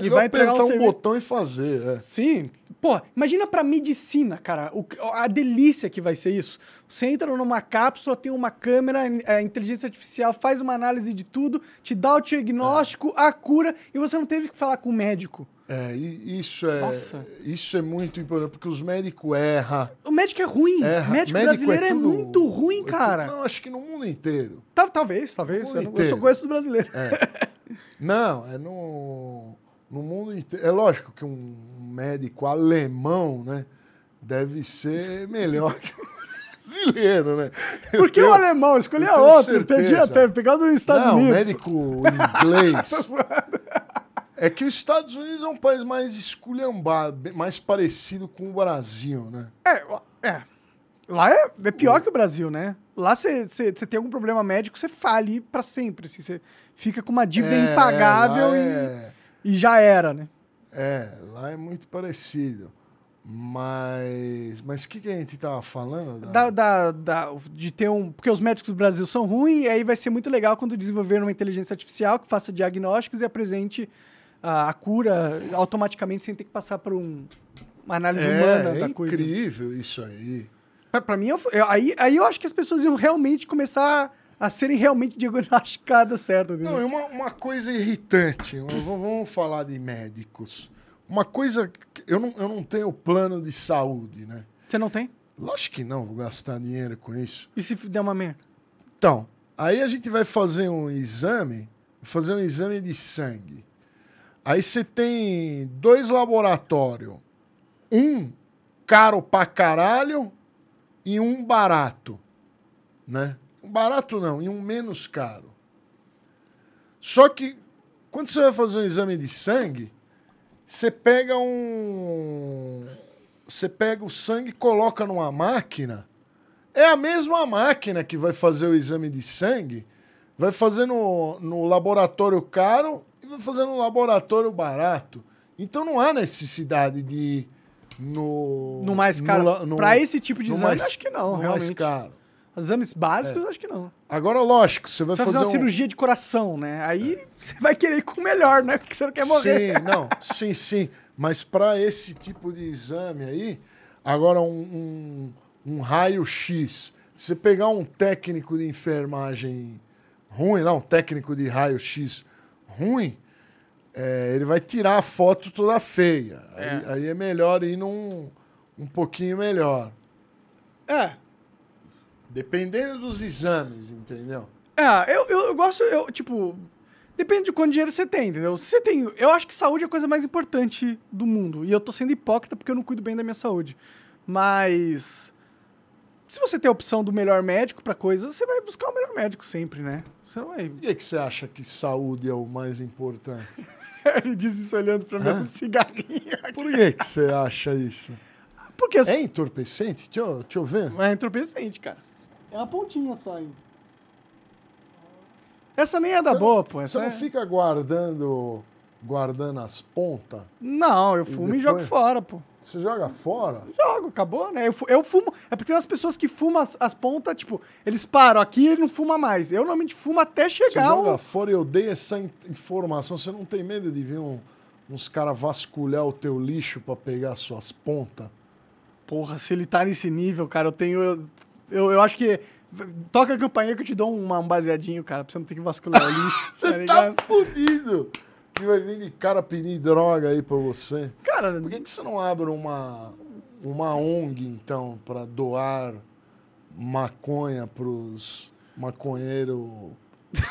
Speaker 1: e vai entregar
Speaker 2: apertar
Speaker 1: o
Speaker 2: um
Speaker 1: serviço.
Speaker 2: botão e fazer. é.
Speaker 1: Sim. Pô, imagina pra medicina, cara, o- a delícia que vai ser isso. Você entra numa cápsula, tem uma câmera, a inteligência artificial faz uma análise de tudo, te dá o diagnóstico, a cura, e você não teve que falar com o médico.
Speaker 2: É, e isso é,
Speaker 1: Nossa.
Speaker 2: isso é muito importante, porque os médicos erram.
Speaker 1: O médico é ruim.
Speaker 2: erra.
Speaker 1: o médico,
Speaker 2: é
Speaker 1: brasileiro é,
Speaker 2: tudo-
Speaker 1: muito
Speaker 2: é
Speaker 1: ruim,
Speaker 2: tudo-
Speaker 1: cara.
Speaker 2: não, acho que no mundo inteiro.
Speaker 1: Tal- talvez, talvez.
Speaker 2: O
Speaker 1: Eu,
Speaker 2: mundo
Speaker 1: não- eu só
Speaker 2: inteiro.
Speaker 1: conheço os brasileiros.
Speaker 2: É.
Speaker 1: [LAUGHS]
Speaker 2: Não, é no, no mundo inteiro. É lógico que um médico alemão, né, deve ser melhor que o [LAUGHS] brasileiro, né? Eu
Speaker 1: Por que
Speaker 2: tenho-
Speaker 1: o alemão? Escolhia
Speaker 2: eu tenho
Speaker 1: outro.
Speaker 2: certeza.
Speaker 1: Pedia até, pegava dos Estados
Speaker 2: não,
Speaker 1: Unidos.
Speaker 2: médico inglês. é que os Estados Unidos é um país mais esculhambado, bem- mais parecido com o Brasil, né?
Speaker 1: É, ó, é. Lá é, é
Speaker 2: Hum.
Speaker 1: pior que o Brasil, né? Lá você tem algum problema médico, você fale pra sempre. assim, Você fica com uma dívida
Speaker 2: É,
Speaker 1: impagável
Speaker 2: lá
Speaker 1: e,
Speaker 2: é-
Speaker 1: e já era, né?
Speaker 2: É, lá é muito parecido. Mas. Mas o que, que a gente tava falando?
Speaker 1: Da- da- da- de ter um. Porque os médicos do Brasil são ruins, e aí vai ser muito legal quando desenvolver uma inteligência artificial que faça diagnósticos e apresente a, a cura automaticamente sem ter que passar por um- uma análise humana
Speaker 2: é
Speaker 1: da coisa.
Speaker 2: incrível isso aí.
Speaker 1: Pra, pra mim, eu, eu- aí, aí eu acho que as pessoas iam realmente começar a serem realmente [LAUGHS] diagnosticadas certo. entendeu?
Speaker 2: Não, é uma, uma coisa irritante. v- v- Vamos falar de médicos. Uma coisa. que- Eu não, eu não tenho plano de saúde, né?
Speaker 1: Você não tem?
Speaker 2: Lógico que não, vou gastar dinheiro com isso.
Speaker 1: E se der uma merda?
Speaker 2: Então, aí a gente vai fazer um exame, fazer um exame de sangue. Aí você tem dois laboratórios. Um caro pra caralho e um barato, né? Um barato não, e um menos caro. Só que quando você vai fazer um exame de sangue, você pega um você pega o sangue e coloca numa máquina é a mesma máquina que vai fazer o exame de sangue, vai fazer no, no laboratório caro e vai fazer no laboratório barato. Então não há necessidade de ir no.
Speaker 1: No mais caro.
Speaker 2: la- no-
Speaker 1: Pra esse tipo de
Speaker 2: no
Speaker 1: exame, acho que não,
Speaker 2: no mais
Speaker 1: realmente.
Speaker 2: caro.
Speaker 1: Exames básicos, eu acho que não.
Speaker 2: Agora, lógico, você vai
Speaker 1: Você vai fazer uma
Speaker 2: um-
Speaker 1: cirurgia de coração, né? Aí você vai querer ir com o melhor, né? Porque você não quer morrer.
Speaker 2: Sim, [LAUGHS] não, sim, sim. Mas para esse tipo de exame aí, agora um, um, um raio-x. Você pegar um técnico de enfermagem ruim, lá, um técnico de raio-x ruim, é, ele vai tirar a foto toda feia. Aí aí é, melhor ir num um pouquinho melhor.
Speaker 1: É.
Speaker 2: Dependendo dos exames, entendeu?
Speaker 1: É, eu, eu, eu gosto, eu, tipo. Depende de quanto dinheiro você tem, entendeu? Se você tem. Eu acho que saúde é a coisa mais importante do mundo. E eu tô sendo hipócrita porque eu não cuido bem da minha saúde. Mas. Se você tem a opção do melhor médico pra coisa, você vai buscar o melhor médico sempre, né? Você não vai.
Speaker 2: E aí que você acha que saúde é o mais importante?
Speaker 1: [LAUGHS] Ele diz isso olhando pra um minha
Speaker 2: [LAUGHS]
Speaker 1: cigarrinha.
Speaker 2: Por que, que você acha isso?
Speaker 1: Porque assim.
Speaker 2: É entorpecente? Deixa eu, deixa eu ver.
Speaker 1: É entorpecente, cara. É uma pontinha só aí. Essa nem é da
Speaker 2: Você não-
Speaker 1: boa, pô. Essa
Speaker 2: Você
Speaker 1: é-
Speaker 2: não fica guardando, guardando as pontas?
Speaker 1: Não, eu fumo e,
Speaker 2: depois?
Speaker 1: jogo fora, pô.
Speaker 2: Você joga fora?
Speaker 1: Jogo, acabou, né? Eu, fu- eu fumo. É porque tem umas pessoas que fumam as, as pontas, tipo, eles param aqui e ele não fuma mais. Eu normalmente fumo até
Speaker 2: Você
Speaker 1: chegar
Speaker 2: joga
Speaker 1: ao.
Speaker 2: fora e eu dei essa in- informação. Você não tem medo de vir um- uns caras vasculhar o teu lixo pra pegar suas pontas?
Speaker 1: Porra, se ele tá nesse nível, cara, eu tenho. Eu, eu, eu acho que. Toca a campainha que eu te dou uma- um baseadinho, cara, pra você não ter que vasculhar o lixo. tá
Speaker 2: [LAUGHS] Você tá
Speaker 1: ligado?
Speaker 2: fudido! Que vai vir de cara pedir droga aí pra você.
Speaker 1: Cara,
Speaker 2: Por que, que você não abre uma, uma ONG, então, pra doar maconha pros maconheiros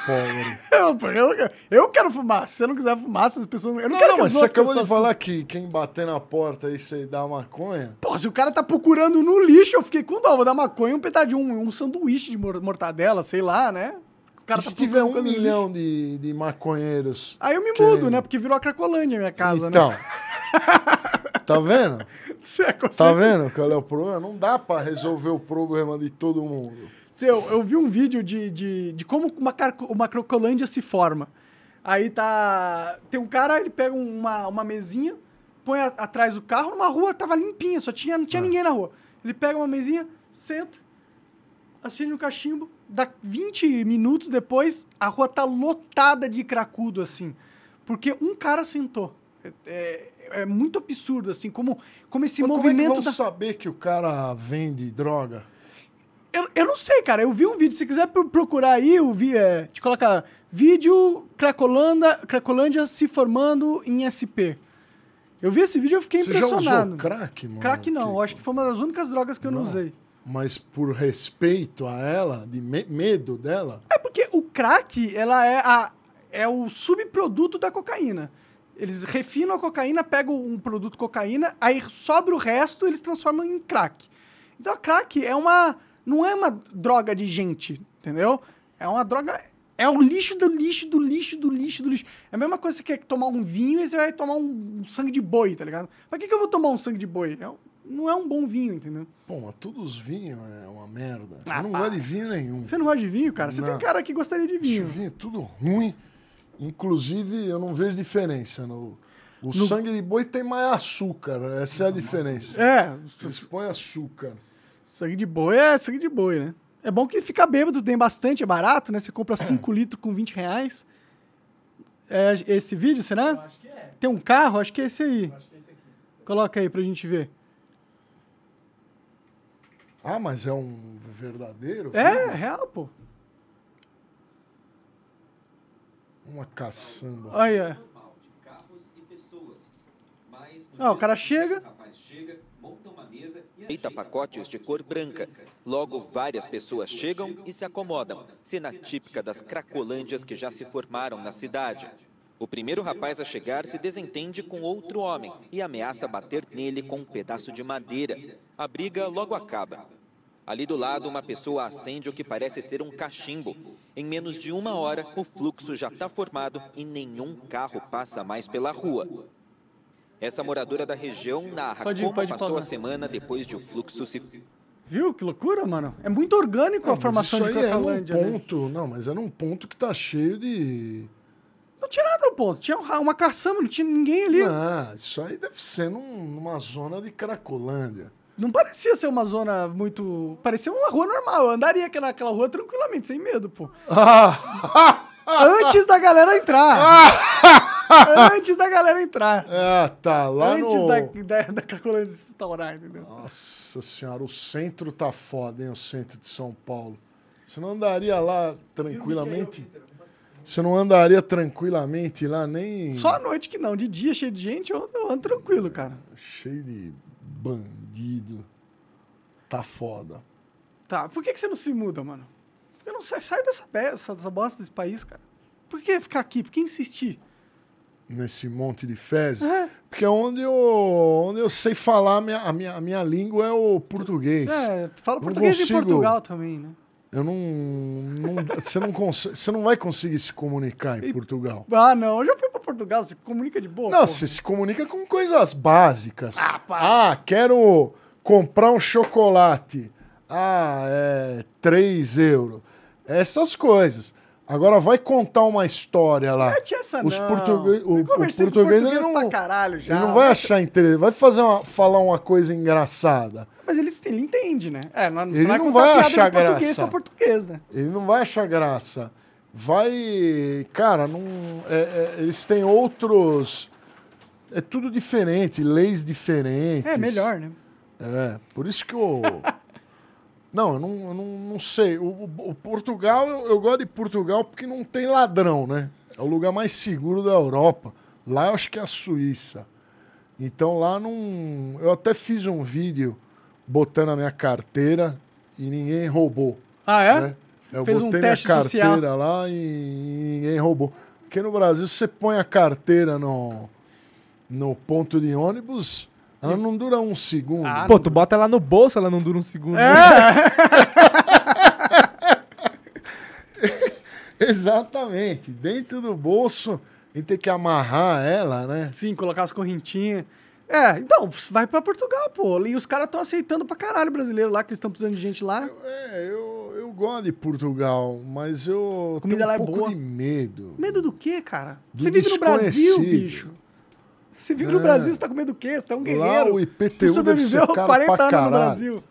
Speaker 2: pobres?
Speaker 1: eu, eu, eu quero fumar. Se você não quiser fumar, se as pessoas. Eu não,
Speaker 2: [LAUGHS] Não,
Speaker 1: quero
Speaker 2: não,
Speaker 1: que
Speaker 2: mas
Speaker 1: as
Speaker 2: você
Speaker 1: outras
Speaker 2: acabou de
Speaker 1: pessoas
Speaker 2: falar que quem bater na porta aí você dá maconha.
Speaker 1: Pô, se o cara tá procurando no lixo, eu fiquei com dó. Vou dar maconha, um pedacinho, um, um sanduíche de mor- mortadela, sei lá, né? O
Speaker 2: E se tiver um milhão de, de maconheiros.
Speaker 1: Aí eu me
Speaker 2: querendo-
Speaker 1: mudo, né? Porque virou a Cracolândia a minha casa,
Speaker 2: então,
Speaker 1: né?
Speaker 2: tá vendo?
Speaker 1: [LAUGHS] Você
Speaker 2: Tá
Speaker 1: consegue...
Speaker 2: vendo qual é o problema? Não dá pra resolver o problema de todo mundo.
Speaker 1: Você, eu, eu vi um vídeo de, de, de como uma, carco- uma Cracolândia se forma. Aí tá. Tem um cara, ele pega uma, uma mesinha, põe a- atrás do carro, numa rua tava limpinha, só tinha, não
Speaker 2: Ah.
Speaker 1: tinha ninguém na rua. Ele pega uma mesinha, senta, acende um cachimbo, dá 20 minutos depois, a rua tá lotada de cracudo, assim. Porque um cara sentou. É, é muito absurdo, assim, como, como esse
Speaker 2: Mas como é que
Speaker 1: movimento
Speaker 2: vão
Speaker 1: da-
Speaker 2: saber que o cara vende droga?
Speaker 1: Eu, eu não sei, cara. Eu vi um vídeo. Se quiser pro- procurar aí, eu vi. É, te coloca vídeo Cracolanda, Cracolândia se formando em SP. Eu vi esse vídeo e eu fiquei
Speaker 2: Você já
Speaker 1: impressionado.
Speaker 2: usou crack, mano?
Speaker 1: Crack não,
Speaker 2: Que-
Speaker 1: eu acho que foi uma das únicas drogas que eu não,
Speaker 2: Não.
Speaker 1: usei.
Speaker 2: Mas por respeito a ela, de me- medo dela,
Speaker 1: É porque o crack, ela é, a, é o subproduto da cocaína. Eles refinam a cocaína, pegam um produto cocaína, aí sobra o resto, eles transformam em crack. Então a crack é uma não é uma droga de gente, entendeu? É uma droga é o lixo do lixo do lixo do lixo do lixo. É a mesma coisa que você quer tomar um vinho e você vai tomar um, sangue de boi, tá ligado? Pra que, que eu vou tomar um sangue de boi? É um- não é um bom vinho, entendeu?
Speaker 2: pô, mas todos os vinhos é uma merda.
Speaker 1: Ah,
Speaker 2: eu não
Speaker 1: pá.
Speaker 2: gosto de vinho nenhum.
Speaker 1: Você não gosta de vinho, cara? Você
Speaker 2: Não.
Speaker 1: tem cara que gostaria de
Speaker 2: Esse
Speaker 1: vinho.
Speaker 2: vinho é tudo ruim. Inclusive, eu não vejo diferença. No, o sangue de boi tem mais açúcar. Essa é a diferença.
Speaker 1: É,
Speaker 2: Eles põem açúcar.
Speaker 1: Sangue de boi é sangue de boi, né? É bom que fica bêbado, tem bastante, é barato, né? Você compra 5 litros com 20 reais. É esse vídeo, será? acho que é. Tem um carro? Acho que é esse aí. Acho que é esse aqui. Coloca aí pra gente ver.
Speaker 2: Ah, mas é um verdadeiro?
Speaker 1: É, real, pô.
Speaker 2: Uma caçamba.
Speaker 1: Olha.
Speaker 5: normal de carros e pessoas. Mas no
Speaker 1: Ah, o
Speaker 5: dia
Speaker 1: cara
Speaker 5: seguinte,
Speaker 1: chega-
Speaker 5: o rapaz chega, monta uma mesa e
Speaker 6: Eita
Speaker 5: ajeita
Speaker 6: pacotes de cor branca. Logo, várias pessoas chegam e se acomodam. Cena típica das cracolândias que já se formaram na cidade. O primeiro rapaz a chegar se desentende com outro homem e ameaça bater nele com um pedaço de madeira. A briga logo acaba. Ali do lado, uma pessoa acende o que parece ser um cachimbo. Em menos de uma hora, o fluxo já está formado e nenhum carro passa mais pela rua. Essa moradora da região narra
Speaker 1: Pode-
Speaker 6: como
Speaker 1: pode
Speaker 6: passou a
Speaker 1: pausar.
Speaker 6: semana depois de o fluxo se
Speaker 1: Viu? Que loucura, mano. É muito orgânico
Speaker 2: Ah,
Speaker 1: a
Speaker 2: mas
Speaker 1: formação de
Speaker 2: isso aí era um
Speaker 1: Cracolândia, né?
Speaker 2: ponto, Não, mas era um ponto que tá cheio de...
Speaker 1: Não tinha nada no ponto. Tinha um ra- uma caçamba, não tinha ninguém ali. Não,
Speaker 2: Ah, isso aí deve ser num- numa zona de Cracolândia.
Speaker 1: parecia ser uma zona muito... Parecia uma rua normal. Eu andaria naquela rua tranquilamente, sem medo, pô.
Speaker 2: Ah, [LAUGHS]
Speaker 1: Antes da galera entrar. Antes da galera entrar.
Speaker 2: ah, tá lá
Speaker 1: Antes
Speaker 2: no...
Speaker 1: da, da, da Cracolândia se instaurar, entendeu?
Speaker 2: Nossa senhora, o centro tá foda, hein? O centro de São Paulo. Você não andaria lá tranquilamente? Você não andaria tranquilamente lá nem.
Speaker 1: Só à noite que não. De dia, cheio de gente, eu, eu ando tranquilo, cara.
Speaker 2: Cheio de bandido. Tá foda.
Speaker 1: Tá, por que, que você não se muda, mano? Porque não sai, sai dessa, peça, dessa bosta desse país, cara. Por que ficar aqui? Por que insistir?
Speaker 2: Nesse monte de fezes.
Speaker 1: É.
Speaker 2: Porque onde eu, onde eu sei falar, a minha, a, minha, a minha língua é o português.
Speaker 1: É, fala
Speaker 2: Não
Speaker 1: português em
Speaker 2: consigo.
Speaker 1: Portugal também, né?
Speaker 2: Eu não. não- você, não consegue, você não vai conseguir se comunicar em Portugal.
Speaker 1: Ah, não. Eu já fui pra Portugal, você comunica de boa.
Speaker 2: Não,
Speaker 1: pô.
Speaker 2: você se comunica com coisas básicas.
Speaker 1: Ah,
Speaker 2: Ah,
Speaker 1: para.
Speaker 2: quero comprar um chocolate. Ah, é 3 euros. Essas coisas. Agora vai contar uma história lá.
Speaker 1: Não tinha essa,
Speaker 2: Os
Speaker 1: não.
Speaker 2: português, o,
Speaker 1: Eu
Speaker 2: o
Speaker 1: conversei com
Speaker 2: português ele
Speaker 1: português
Speaker 2: não,
Speaker 1: pra caralho já,
Speaker 2: ele não vai
Speaker 1: mas-
Speaker 2: achar interessante. Vai fazer uma- falar uma coisa engraçada.
Speaker 1: Mas ele, ele entende, né? É, não,
Speaker 2: Ele não
Speaker 1: contar
Speaker 2: vai
Speaker 1: piada
Speaker 2: achar
Speaker 1: de português
Speaker 2: graça.
Speaker 1: pra português, né?
Speaker 2: Ele não vai achar graça. Vai. Cara, não. é- é- eles têm outros. É tudo diferente, leis diferentes.
Speaker 1: É, melhor, né?
Speaker 2: É, por isso que
Speaker 1: [LAUGHS]
Speaker 2: eu. não, eu não, eu não, não sei. O, o- o Portugal, eu, eu gosto de Portugal porque não tem ladrão, né? É o lugar mais seguro da Europa. Lá eu acho que é a Suíça. Então lá não. Eu até fiz um vídeo botando a minha carteira e ninguém roubou.
Speaker 1: Ah, é?
Speaker 2: né? Eu
Speaker 1: Fez um
Speaker 2: botei
Speaker 1: teste
Speaker 2: minha
Speaker 1: social.
Speaker 2: carteira lá e, e ninguém roubou. Porque no Brasil, você põe a carteira no, no ponto de ônibus, ela não dura um segundo.
Speaker 1: Ah, tá.
Speaker 4: Ah, Pô, tu bota ela no bolso, ela não dura um segundo.
Speaker 2: [LAUGHS] Exatamente. Dentro do bolso, a gente tem que amarrar ela, né?
Speaker 1: Sim, colocar as correntinhas. É, então, vai pra Portugal, pô. E os caras estão aceitando pra caralho brasileiro lá, que eles estão precisando de gente lá.
Speaker 2: É, eu, eu gosto de Portugal, mas eu
Speaker 1: Comida
Speaker 2: tenho
Speaker 1: lá
Speaker 2: um
Speaker 1: é
Speaker 2: pouco
Speaker 1: boa.
Speaker 2: de medo.
Speaker 1: Medo do quê, cara?
Speaker 2: Do
Speaker 1: Você vive no Brasil,
Speaker 2: desconhecido.
Speaker 1: bicho. Você vive no
Speaker 2: É.
Speaker 1: Brasil, você tá com medo do quê? Você tá um
Speaker 2: Lá
Speaker 1: guerreiro.
Speaker 2: o
Speaker 1: Você
Speaker 2: IPTU deve ser
Speaker 1: sobreviveu
Speaker 2: caro
Speaker 1: 40
Speaker 2: pra
Speaker 1: anos no
Speaker 2: caralho.
Speaker 1: Brasil.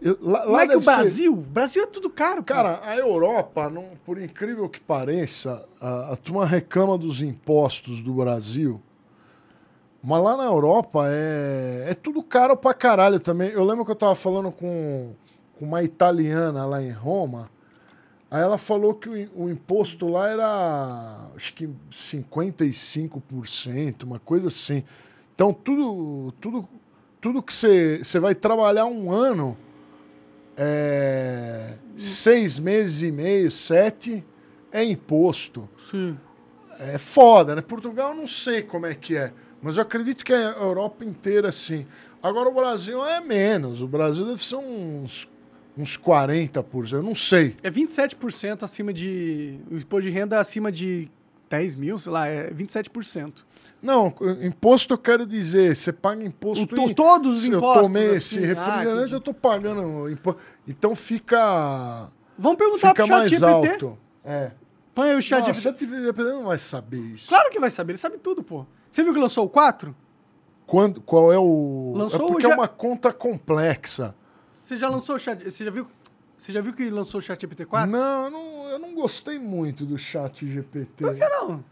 Speaker 2: Eu, lá,
Speaker 1: Como
Speaker 2: lá
Speaker 1: é que o
Speaker 2: deve ser-
Speaker 1: Brasil? O Brasil é tudo caro, pô.
Speaker 2: Cara, a Europa, não- por incrível que pareça, a, a turma reclama dos impostos do Brasil. Mas lá na Europa é, é tudo caro pra caralho também. Eu lembro que eu tava falando com, com uma italiana lá em Roma. Aí ela falou que o, im- o imposto lá era acho que 55%, uma coisa assim. Então tudo, tudo, tudo que você você vai trabalhar um ano, é, seis meses e meio, sete, é imposto.
Speaker 1: Sim.
Speaker 2: É foda, né? Portugal eu não sei como é que é, mas eu acredito que é a Europa inteira assim. Agora o Brasil é menos, o Brasil deve ser uns, uns 40%, eu não sei.
Speaker 1: É 27% acima de. O imposto de renda é acima de 10 mil, sei lá, é 27%.
Speaker 2: Não, imposto eu quero dizer, você paga imposto
Speaker 1: O to-
Speaker 2: em-
Speaker 1: todos os
Speaker 2: se
Speaker 1: impostos.
Speaker 2: eu tomei esse
Speaker 1: assim. Ah,
Speaker 2: refrigerante,
Speaker 1: entendi.
Speaker 2: eu tô pagando imposto. Então fica
Speaker 1: Vamos perguntar pro
Speaker 2: fica
Speaker 1: chat
Speaker 2: mais
Speaker 1: GPT.
Speaker 2: alto. É.
Speaker 1: Põe aí o chat
Speaker 2: Não,
Speaker 1: GPT.
Speaker 2: chat GPT não vai saber isso.
Speaker 1: Claro que vai saber, ele sabe tudo, pô. Você viu que lançou o 4?
Speaker 2: Quando, qual é o
Speaker 1: Lançou
Speaker 2: É porque
Speaker 1: já-
Speaker 2: é uma conta complexa.
Speaker 1: Você já lançou o chat. Você já viu, você já viu que lançou o chat GPT 4?
Speaker 2: Não, eu não, eu não gostei muito do chat GPT.
Speaker 1: Não.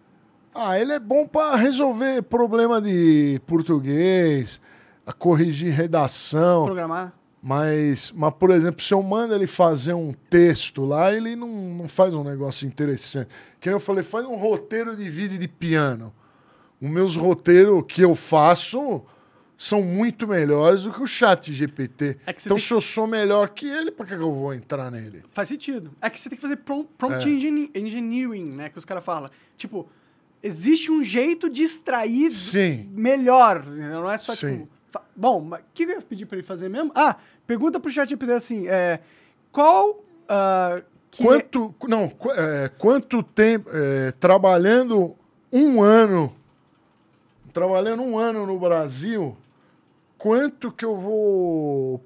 Speaker 2: Ah, ele é bom para resolver problema de português, a corrigir redação.
Speaker 1: Programar.
Speaker 2: Mas, mas, por exemplo, se eu mando ele fazer um texto lá, ele não, não faz um negócio interessante. Que nem eu falei, faz um roteiro de vídeo de piano. Os meus roteiros que eu faço são muito melhores do que o chat GPT.
Speaker 1: É que você
Speaker 2: então,
Speaker 1: tem
Speaker 2: se eu sou melhor que ele, por que que eu vou entrar nele?
Speaker 1: Faz sentido. É que você tem que fazer prom- prompt
Speaker 2: É.
Speaker 1: engineering- engineering, né? Que os caras falam. Tipo, existe um jeito de extrair
Speaker 2: Sim.
Speaker 1: melhor. entendeu? Não é só,
Speaker 2: Sim.
Speaker 1: tipo... fa- Bom, mas o que eu ia pedir pra ele fazer mesmo? Ah, pergunta pro chat GPT assim, é... Qual... ah, que-
Speaker 2: Quanto, não, qu- é, quanto tempo, é, trabalhando um ano, trabalhando um ano no Brasil, quanto que eu vou,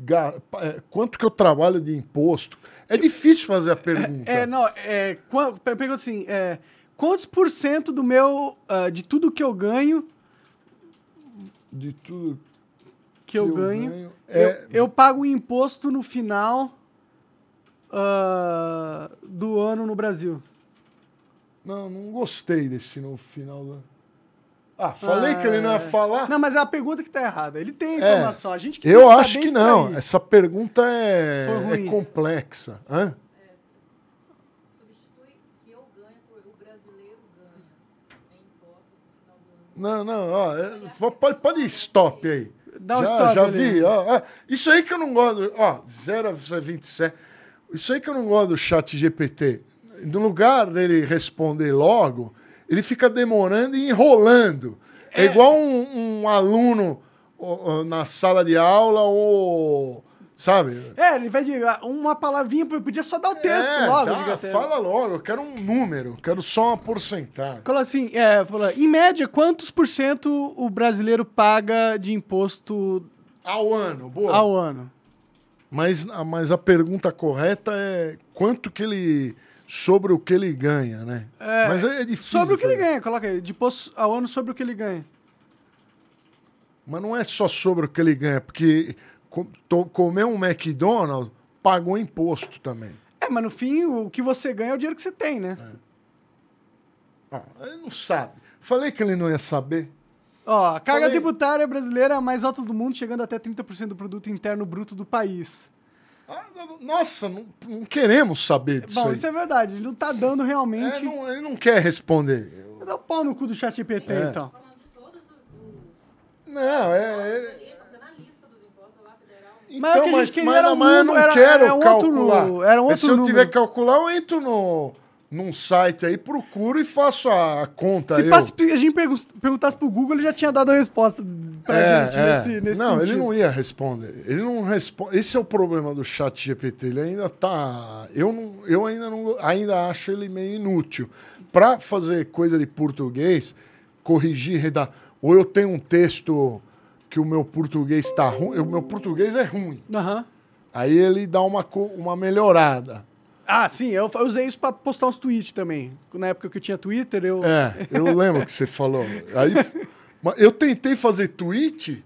Speaker 2: ga- pa- é, quanto que eu trabalho de imposto? É difícil fazer a pergunta.
Speaker 1: Tipo, É, não, é... qua- per- Pergunta assim, é... Quantos por cento do meu... ah, de tudo que eu ganho,
Speaker 2: De tudo
Speaker 1: que, eu, ganho,
Speaker 2: É,
Speaker 1: eu, eu pago imposto no final... ah, do ano no Brasil.
Speaker 2: Não, não gostei desse no final. do- Ah, falei que ele não ia
Speaker 1: Ah,
Speaker 2: falar.
Speaker 1: Não, mas é a pergunta que tá errada. Ele tem a informação. A gente que tem
Speaker 2: É. Eu
Speaker 1: saber
Speaker 2: acho que
Speaker 1: isso
Speaker 2: não.
Speaker 1: daí.
Speaker 2: Essa pergunta é,
Speaker 1: Foi
Speaker 2: é
Speaker 1: ruim.
Speaker 2: complexa. Hã?
Speaker 7: substitui que eu ganho por o brasileiro ganha em impostos no final do ano.
Speaker 2: Não, não, ó, é, po- pode, pode stop aí.
Speaker 1: Dá um
Speaker 2: já,
Speaker 1: stop
Speaker 2: já
Speaker 1: ali.
Speaker 2: vi, ó, ó, Isso aí que eu não gosto, ó, 0 a 27. Isso aí que eu não gosto do chat GPT. No lugar dele responder logo, ele fica demorando e enrolando. É, igual um, um aluno ó, ó, na sala de aula ou, sabe?
Speaker 1: É, ele vai de ah, uma palavrinha, pô, podia só dar o texto
Speaker 2: É,
Speaker 1: logo.
Speaker 2: dá,
Speaker 1: diga até.
Speaker 2: fala logo, eu quero um número, eu quero só uma porcentagem.
Speaker 1: Fala assim, é, fala, em média, quantos por cento o brasileiro paga de imposto
Speaker 2: Ao ano, boa.
Speaker 1: ao ano?
Speaker 2: Mas, mas a pergunta correta é quanto que ele. sobre o que ele ganha, né?
Speaker 1: É,
Speaker 2: mas é difícil.
Speaker 1: Sobre o que ele
Speaker 2: fazer.
Speaker 1: ganha, coloca aí. De imposto ao ano sobre o que ele ganha.
Speaker 2: Mas não é só sobre o que ele ganha, porque co- to- comer um McDonald's pagou imposto também.
Speaker 1: É, mas no fim, o que você ganha é o dinheiro que você tem, né?
Speaker 2: Ah, ele não sabe. Falei que ele não ia saber.
Speaker 1: Ó, a carga
Speaker 2: Falei.
Speaker 1: tributária brasileira é a mais alta do mundo, chegando até 30% do produto interno bruto do país.
Speaker 2: Ah, nossa, não, não queremos saber disso.
Speaker 1: Bom,
Speaker 2: aí.
Speaker 1: isso é verdade. Ele não tá dando realmente...
Speaker 2: É, não- ele não quer responder.
Speaker 1: Dá o um pau no cu do chat GPT,
Speaker 2: É.
Speaker 1: então.
Speaker 2: Não, é. Então, é-
Speaker 1: Mas o que a gente queria era um
Speaker 2: eu não
Speaker 1: número, era-
Speaker 2: quero
Speaker 1: era um outro-
Speaker 2: calcular.
Speaker 1: era um
Speaker 2: Mas
Speaker 1: outro
Speaker 2: se eu tiver
Speaker 1: número.
Speaker 2: que calcular, eu entro no, num site aí, procuro e faço a conta.
Speaker 1: Se
Speaker 2: eu.
Speaker 1: passe- a gente pergun- perguntasse pro Google, ele já tinha dado a resposta pra
Speaker 2: É,
Speaker 1: gente
Speaker 2: é.
Speaker 1: nesse, nesse
Speaker 2: não,
Speaker 1: sentido.
Speaker 2: ele não ia responder. Ele não responde. Esse é o problema do chat GPT. Ele ainda tá. Eu, não, eu ainda, não, ainda acho ele meio inútil. Para fazer coisa de português, corrigir, redar. Ou eu tenho um texto que o meu português está ruim. O meu português é ruim.
Speaker 1: Aham.
Speaker 2: Aí ele dá uma, co- uma melhorada.
Speaker 1: Ah, sim, eu, eu usei isso pra postar uns tweets também. Na época que eu tinha Twitter, eu...
Speaker 2: É, eu lembro que você falou. Aí, mas eu tentei fazer tweet,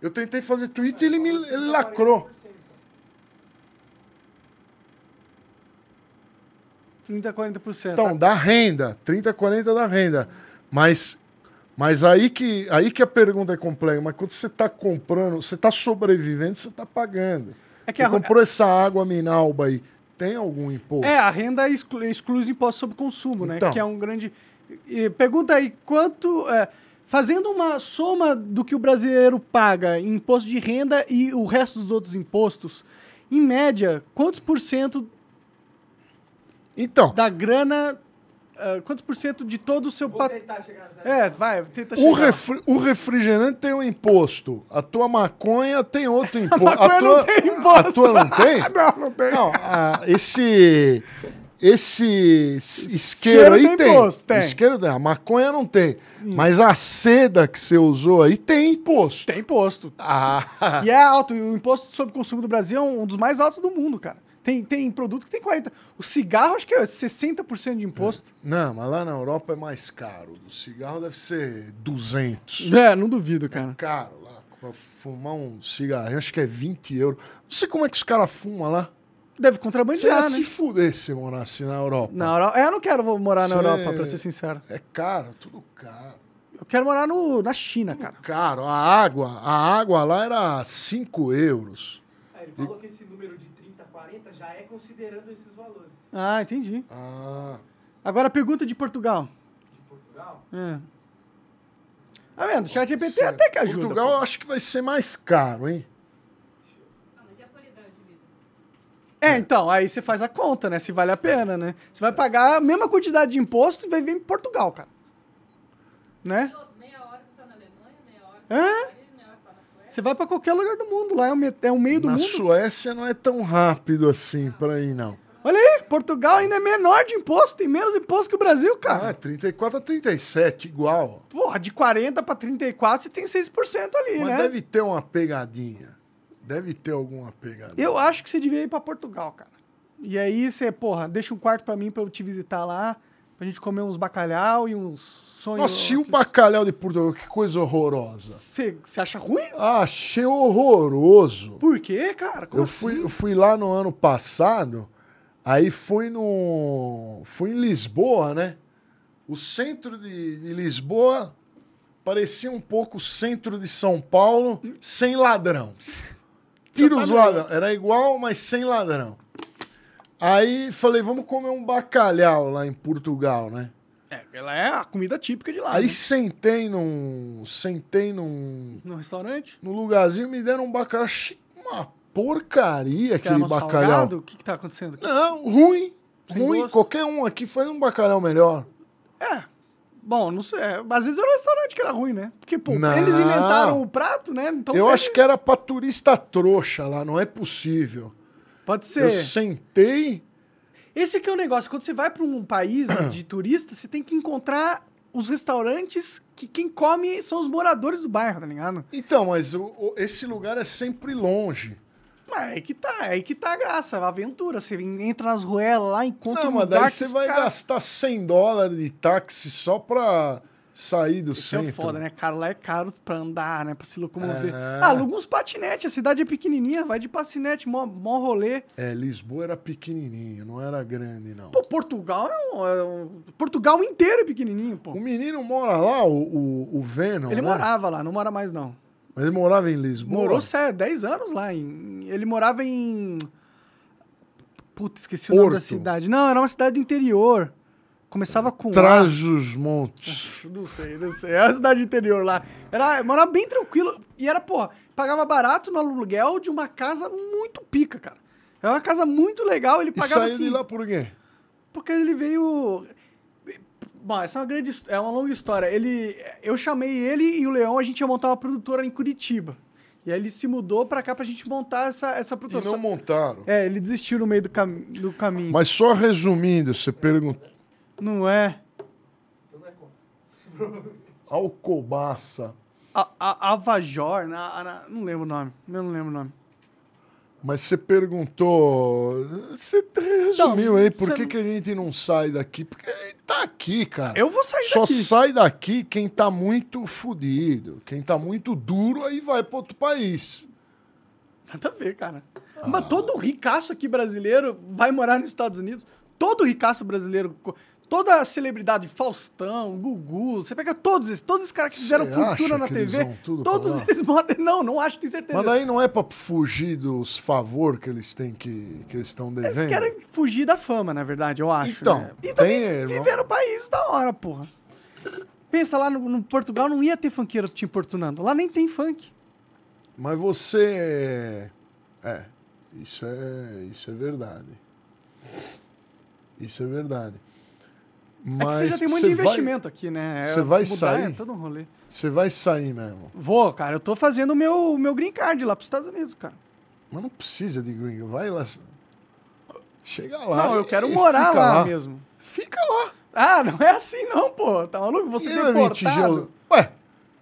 Speaker 2: eu tentei fazer tweet e ele me ele lacrou.
Speaker 1: 30, 40%.
Speaker 2: Então, dá renda, 30, 40 da renda. Mas Mas aí que, aí que a pergunta é complexa. Mas quando você está comprando, você está sobrevivendo, você está pagando.
Speaker 1: É que
Speaker 2: você
Speaker 1: a,
Speaker 2: comprou essa água Minalba aí, tem algum imposto?
Speaker 1: é, a renda exclui, exclui os impostos sobre consumo, né?
Speaker 2: Então.
Speaker 1: Que é um grande. e pergunta aí, quanto. é, fazendo uma soma do que o brasileiro paga em imposto de renda e o resto dos outros impostos, em média, quantos por cento
Speaker 2: Então,
Speaker 1: da grana. ah, quantos por cento de todo o seu. pat- É, vai, tenta
Speaker 2: o,
Speaker 1: chegar.
Speaker 2: refri- o refrigerante tem um imposto. A tua maconha tem
Speaker 1: [LAUGHS]
Speaker 2: outro imposto.
Speaker 1: maconha não
Speaker 2: tua...
Speaker 1: tem imposto.
Speaker 2: A tua
Speaker 1: [LAUGHS]
Speaker 2: não tem? não, não tem. esse... Esse s-
Speaker 1: Isqueiro
Speaker 2: isqueiro aí
Speaker 1: tem
Speaker 2: tem.
Speaker 1: imposto, tem.
Speaker 2: Isqueiro tem. A maconha não tem. Mas a seda que você usou aí tem imposto.
Speaker 1: Tem é imposto.
Speaker 2: Ah, [LAUGHS]
Speaker 1: E é alto. E o imposto sobre consumo do Brasil é um dos mais altos do mundo, cara. Tem, tem produto que tem 40%. O cigarro, acho que é 60% de imposto.
Speaker 2: não, mas lá na Europa é mais caro. O cigarro deve ser 200.
Speaker 1: É, não duvido, cara.
Speaker 2: Caro lá. Pra Fumar um cigarrinho, acho que é 20 euros. Não sei como é que os caras fumam lá.
Speaker 1: Deve
Speaker 2: Você ia
Speaker 1: contrabandear, né?
Speaker 2: se fuder se morasse na Europa.
Speaker 1: Na Europa. É, eu não quero morar na
Speaker 2: Cê-
Speaker 1: Europa, pra ser sincero.
Speaker 2: É caro, tudo caro.
Speaker 1: Eu quero morar no, na China, cara.
Speaker 2: Caro, a água, a água lá era 5 euros.
Speaker 8: Ah, ele falou que esse número de 30, 40 já é considerando esses valores.
Speaker 1: Ah, entendi.
Speaker 2: Ah,
Speaker 1: Agora, pergunta de Portugal.
Speaker 8: De Portugal,
Speaker 1: É. Tá vendo? O chat GPT até que ajuda.
Speaker 2: Portugal eu acho que vai ser mais caro, hein?
Speaker 7: Ah, mas e a qualidade de vida?
Speaker 1: É, então, aí você faz a conta, né? Se vale a pena, né? Você vai pagar a mesma quantidade de imposto e vai vir em Portugal, cara. Né?
Speaker 7: E outra, Meia hora você tá na Alemanha, meia hora você tá
Speaker 1: Hã?
Speaker 7: na Paris, meia hora você tá na Suécia.
Speaker 1: Você vai pra qualquer lugar do mundo, lá é o, me- é o meio do
Speaker 2: Na
Speaker 1: mundo. Ah.
Speaker 2: Suécia não é tão rápido assim pra ir, não.
Speaker 1: Olha aí, Portugal ainda é menor de imposto, tem menos imposto que o Brasil,
Speaker 2: Ah,
Speaker 1: cara.
Speaker 2: 34 a 37, igual.
Speaker 1: Porra, de 40 pra 34 você tem 6% ali,
Speaker 2: Mas
Speaker 1: né?
Speaker 2: deve ter uma pegadinha. Deve ter alguma pegadinha.
Speaker 1: Eu acho que você devia ir pra Portugal, cara. E aí você, porra, deixa um quarto pra mim pra eu te visitar lá, pra gente comer uns bacalhau e uns sonhos.
Speaker 2: Nossa, um e o bacalhau de Portugal? Que coisa horrorosa.
Speaker 1: Você você acha ruim?
Speaker 2: Ah, achei horroroso.
Speaker 1: Por quê, cara? Como
Speaker 2: eu,
Speaker 1: assim?
Speaker 2: fui, eu fui lá no ano passado, aí fui no. Fui em Lisboa, né? O centro de, de Lisboa parecia um pouco o centro de São Paulo
Speaker 1: [LAUGHS]
Speaker 2: sem ladrão. Tira os ladrão. Era igual, mas sem ladrão. Aí falei, vamos comer um bacalhau lá em Portugal, né?
Speaker 1: É, ela é a comida típica de lá.
Speaker 2: Aí
Speaker 1: né?
Speaker 2: sentei num. Sentei num
Speaker 1: No restaurante?
Speaker 2: no lugarzinho me deram um bacalhau. Achei uma porcaria
Speaker 1: Que era mal
Speaker 2: aquele bacalhau.
Speaker 1: salgado? O que, que tá acontecendo? aqui?
Speaker 2: Não, ruim.
Speaker 1: Sem
Speaker 2: ruim.
Speaker 1: gosto.
Speaker 2: Qualquer um aqui faz um bacalhau melhor.
Speaker 1: É. Bom, não sei. é, Às vezes era o restaurante que era ruim, né? Porque, pô,
Speaker 2: Não.
Speaker 1: eles inventaram o prato, né? Então
Speaker 2: eu
Speaker 1: pede-
Speaker 2: acho que era pra turista trouxa lá, não é possível.
Speaker 1: Pode ser.
Speaker 2: Eu sentei.
Speaker 1: Esse aqui é o negócio. Quando você vai pra um
Speaker 2: [CLEARS THROAT]
Speaker 1: país de turista, você tem que encontrar os restaurantes que quem come são os moradores do bairro, tá ligado?
Speaker 2: Então, mas o- o- esse lugar é sempre longe.
Speaker 1: Mas aí que tá, aí que tá a graça, a aventura. Você entra nas ruelas lá, encontra
Speaker 2: não,
Speaker 1: um
Speaker 2: mas
Speaker 1: lugar
Speaker 2: daí
Speaker 1: que
Speaker 2: você
Speaker 1: os
Speaker 2: vai
Speaker 1: caras-
Speaker 2: gastar 100 dólares de táxi só pra sair do
Speaker 1: Isso
Speaker 2: centro.
Speaker 1: é foda, né? Cara, lá é caro pra andar, né? Pra se locomover.
Speaker 2: então. É.
Speaker 1: Ah, aluga uns patinetes. A cidade é pequenininha, vai de patinete, mó, mó rolê.
Speaker 2: É, Lisboa era pequenininho, não era grande, não.
Speaker 1: Pô, Portugal é um, é um- Portugal inteiro é pequenininho,
Speaker 2: O
Speaker 1: pô.
Speaker 2: menino mora lá, o, o, o Venom,
Speaker 1: Ele
Speaker 2: né?
Speaker 1: morava lá, não mora mais, não.
Speaker 2: Mas ele morava em Lisboa?
Speaker 1: Morou, sério, 10 anos lá. em- Ele morava em... Puta, esqueci o nome da
Speaker 2: Porto.
Speaker 1: cidade. Não, era uma cidade do interior. Começava com... A.
Speaker 2: Traz os montes.
Speaker 1: Não sei, não sei. Era a cidade interior lá. Era, morava bem tranquilo. E era, porra, pagava barato no aluguel de uma casa muito pica, cara. Era uma casa muito legal, ele
Speaker 2: E
Speaker 1: pagava
Speaker 2: saiu
Speaker 1: assim.
Speaker 2: de lá por quê?
Speaker 1: Porque ele veio. Bom, essa é uma grande. his- É uma longa história. Ele, eu chamei ele e o Leão, a gente ia montar uma produtora em Curitiba. E aí ele se mudou pra cá pra gente montar essa, essa
Speaker 2: E
Speaker 1: produtora.
Speaker 2: não
Speaker 1: Só-
Speaker 2: montaram.
Speaker 1: É, ele desistiu no meio do, cam... do caminho.
Speaker 2: Mas só resumindo, você pergunta
Speaker 1: Não é.
Speaker 2: ao Cobaça,
Speaker 1: A, a, Avajor, na- na- não lembro o nome. Eu não lembro o nome.
Speaker 2: mas você perguntou. Você te- resumiu
Speaker 1: Não,
Speaker 2: aí, por
Speaker 1: Então, você
Speaker 2: que,
Speaker 1: não-
Speaker 2: que a gente não sai daqui? Porque a gente tá aqui, cara.
Speaker 1: Eu vou sair
Speaker 2: só
Speaker 1: daqui.
Speaker 2: sai daqui quem tá muito fudido, quem tá muito duro, aí vai pra outro país.
Speaker 1: Nada a ver, cara. Mas todo ricaço aqui brasileiro vai morar nos Estados Unidos. Todo ricaço brasileiro. co- Toda a celebridade, Faustão, Gugu, você pega todos esses, todos esses caras que fizeram
Speaker 2: Você
Speaker 1: cultura
Speaker 2: acha
Speaker 1: na
Speaker 2: que eles
Speaker 1: TV,
Speaker 2: vão tudo pra
Speaker 1: todos
Speaker 2: lá?
Speaker 1: eles moram. Não, não acho, tenho certeza.
Speaker 2: Mas daí não é pra fugir dos favor que eles têm que, que eles estão devendo.
Speaker 1: Eles querem fugir da fama, na verdade, eu acho.
Speaker 2: Então,
Speaker 1: né? E
Speaker 2: tem-
Speaker 1: também
Speaker 2: irmão.
Speaker 1: viveram o país da hora, porra. Pensa lá no, no Portugal, não ia ter funkeiro te importunando. Lá nem tem funk.
Speaker 2: Mas você. É, isso é, isso é verdade. Isso é verdade. Mas
Speaker 1: é que você já tem um monte de investimento aqui, né? É,
Speaker 2: você vai
Speaker 1: mudar
Speaker 2: sair?
Speaker 1: É todo um rolê.
Speaker 2: Vai, você vai sair mesmo.
Speaker 1: Vou, cara, eu tô fazendo o meu, meu green card lá pros Estados Unidos, cara.
Speaker 2: Mas não precisa de gringo. Vai lá. Chega lá.
Speaker 1: não, eu
Speaker 2: e-
Speaker 1: quero
Speaker 2: e
Speaker 1: morar
Speaker 2: fica
Speaker 1: lá, mesmo.
Speaker 2: Fica lá.
Speaker 1: Ah, [LAUGHS] não é assim não, pô. Tá maluco? Você
Speaker 2: Ninguém vai vir te
Speaker 1: deportado.
Speaker 2: geo- Ué,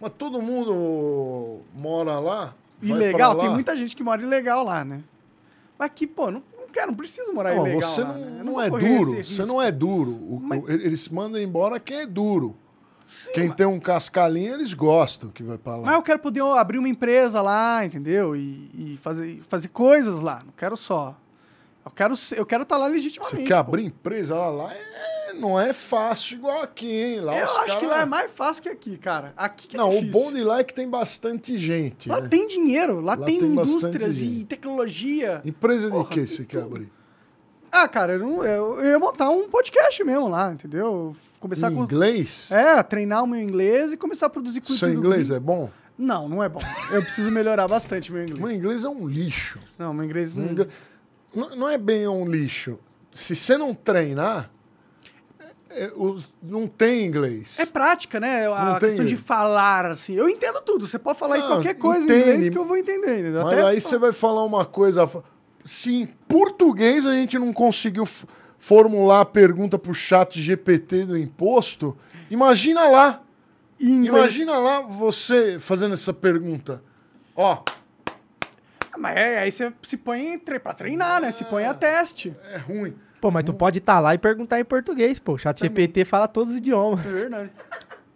Speaker 2: mas todo mundo mora lá. vai
Speaker 1: Ilegal,
Speaker 2: pra lá.
Speaker 1: tem muita gente que mora ilegal lá, né? Mas aqui, pô, não, não quero, não preciso morar
Speaker 2: Não,
Speaker 1: ilegal
Speaker 2: você
Speaker 1: lá,
Speaker 2: não,
Speaker 1: né? Eu
Speaker 2: não
Speaker 1: vou
Speaker 2: é
Speaker 1: correr
Speaker 2: duro.
Speaker 1: esse
Speaker 2: Você
Speaker 1: risco.
Speaker 2: não é duro. O- o- eles mandam embora quem é duro. quem tem um cascalinho, eles gostam que vai pra lá.
Speaker 1: Mas eu quero poder abrir uma empresa lá, entendeu? E, e fazer, fazer coisas lá. Não quero só. Eu quero ser- eu quero estar lá
Speaker 2: Você
Speaker 1: legitimamente.
Speaker 2: quer
Speaker 1: pô.
Speaker 2: abrir empresa lá? lá é- não é fácil igual aqui, hein? Lá
Speaker 1: Eu
Speaker 2: os
Speaker 1: acho
Speaker 2: cara-
Speaker 1: que lá é mais fácil que aqui, cara. Aqui que é
Speaker 2: Não, o
Speaker 1: difícil.
Speaker 2: bom de lá é que tem bastante gente.
Speaker 1: Lá
Speaker 2: né?
Speaker 1: tem dinheiro, lá,
Speaker 2: Lá
Speaker 1: tem,
Speaker 2: tem bastante
Speaker 1: indústrias e
Speaker 2: dinheiro.
Speaker 1: tecnologia.
Speaker 2: Empresa de
Speaker 1: Porra,
Speaker 2: que
Speaker 1: tem
Speaker 2: você quer abrir?
Speaker 1: Ah, cara, eu, não- eu- eu ia montar um podcast mesmo lá, entendeu? Começar
Speaker 2: Em
Speaker 1: com.
Speaker 2: inglês?
Speaker 1: É, treinar o meu inglês e começar a produzir conteúdo.
Speaker 2: Seu inglês é bom?
Speaker 1: Não, não é bom. Eu preciso melhorar bastante meu
Speaker 2: Meu
Speaker 1: inglês.
Speaker 2: inglês é um lixo.
Speaker 1: Não, meu inglês não.
Speaker 2: Meu inglês- Não, não é bem um lixo. Se você não treinar, é- é- o- não tem inglês.
Speaker 1: É prática, né? A
Speaker 2: Não tem
Speaker 1: questão de
Speaker 2: jeito.
Speaker 1: falar, assim. Eu entendo tudo. Você pode falar em
Speaker 2: Ah,
Speaker 1: qualquer coisa em
Speaker 2: entende.
Speaker 1: inglês que eu vou entender. entendeu?
Speaker 2: Mas
Speaker 1: Até
Speaker 2: aí
Speaker 1: se-
Speaker 2: você vai falar uma coisa. fa- Se em português a gente não conseguiu f- formular a pergunta pro chat GPT do imposto, imagina lá.
Speaker 1: em inglês.
Speaker 2: Imagina lá você fazendo essa pergunta. Ó,
Speaker 1: Ah, Mas é, aí você se põe tre- pra treinar, né? Se põe a teste.
Speaker 2: é ruim.
Speaker 4: [LAUGHS] Pô, mas tu pode estar lá e perguntar em português, pô. O chat GPT fala todos os idiomas.
Speaker 1: É verdade.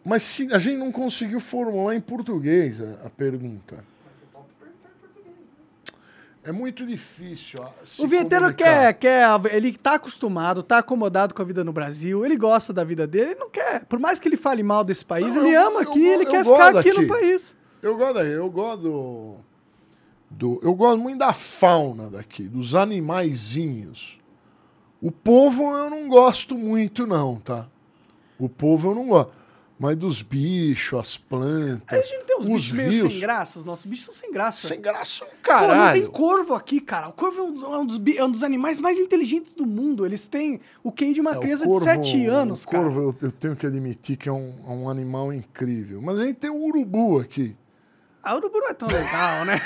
Speaker 2: Mas se a gente não conseguiu formular em português a, a pergunta. É muito difícil. a- se
Speaker 1: o vinheteiro
Speaker 2: comunicar.
Speaker 1: quer, quer. Ele tá acostumado, tá acomodado com a vida no Brasil, ele gosta da vida dele, ele não quer. Por mais que ele fale mal desse país,
Speaker 2: Não,
Speaker 1: ele
Speaker 2: eu-
Speaker 1: ama
Speaker 2: eu
Speaker 1: aqui,
Speaker 2: go-
Speaker 1: ele
Speaker 2: eu
Speaker 1: quer ficar
Speaker 2: gosto
Speaker 1: aqui no
Speaker 2: daqui.
Speaker 1: país.
Speaker 2: Eu gosto, da- eu gosto do, do- Eu gosto muito da fauna daqui, dos animaizinhos. O povo eu não gosto muito, não, tá? O povo eu não gosto. Mas dos bichos, as
Speaker 1: Aí a
Speaker 2: plantas.
Speaker 1: gente tem uns
Speaker 2: os
Speaker 1: bichos meio
Speaker 2: rios.
Speaker 1: sem graça, os nossos bichos são sem graça.
Speaker 2: Sem graça, um
Speaker 1: Pô, não tem
Speaker 2: caralho.
Speaker 1: corvo aqui, cara. O corvo é um, é um dos, bi- é um dos animais mais inteligentes do mundo. Eles têm o QI de uma
Speaker 2: É, o
Speaker 1: criança
Speaker 2: corvo-
Speaker 1: de 7 anos,
Speaker 2: o
Speaker 1: cara.
Speaker 2: corvo, eu, eu tenho que admitir que é um, é um animal incrível. Mas a gente tem o urubu aqui.
Speaker 1: A urubu não é tão legal,
Speaker 2: [LAUGHS]
Speaker 1: né?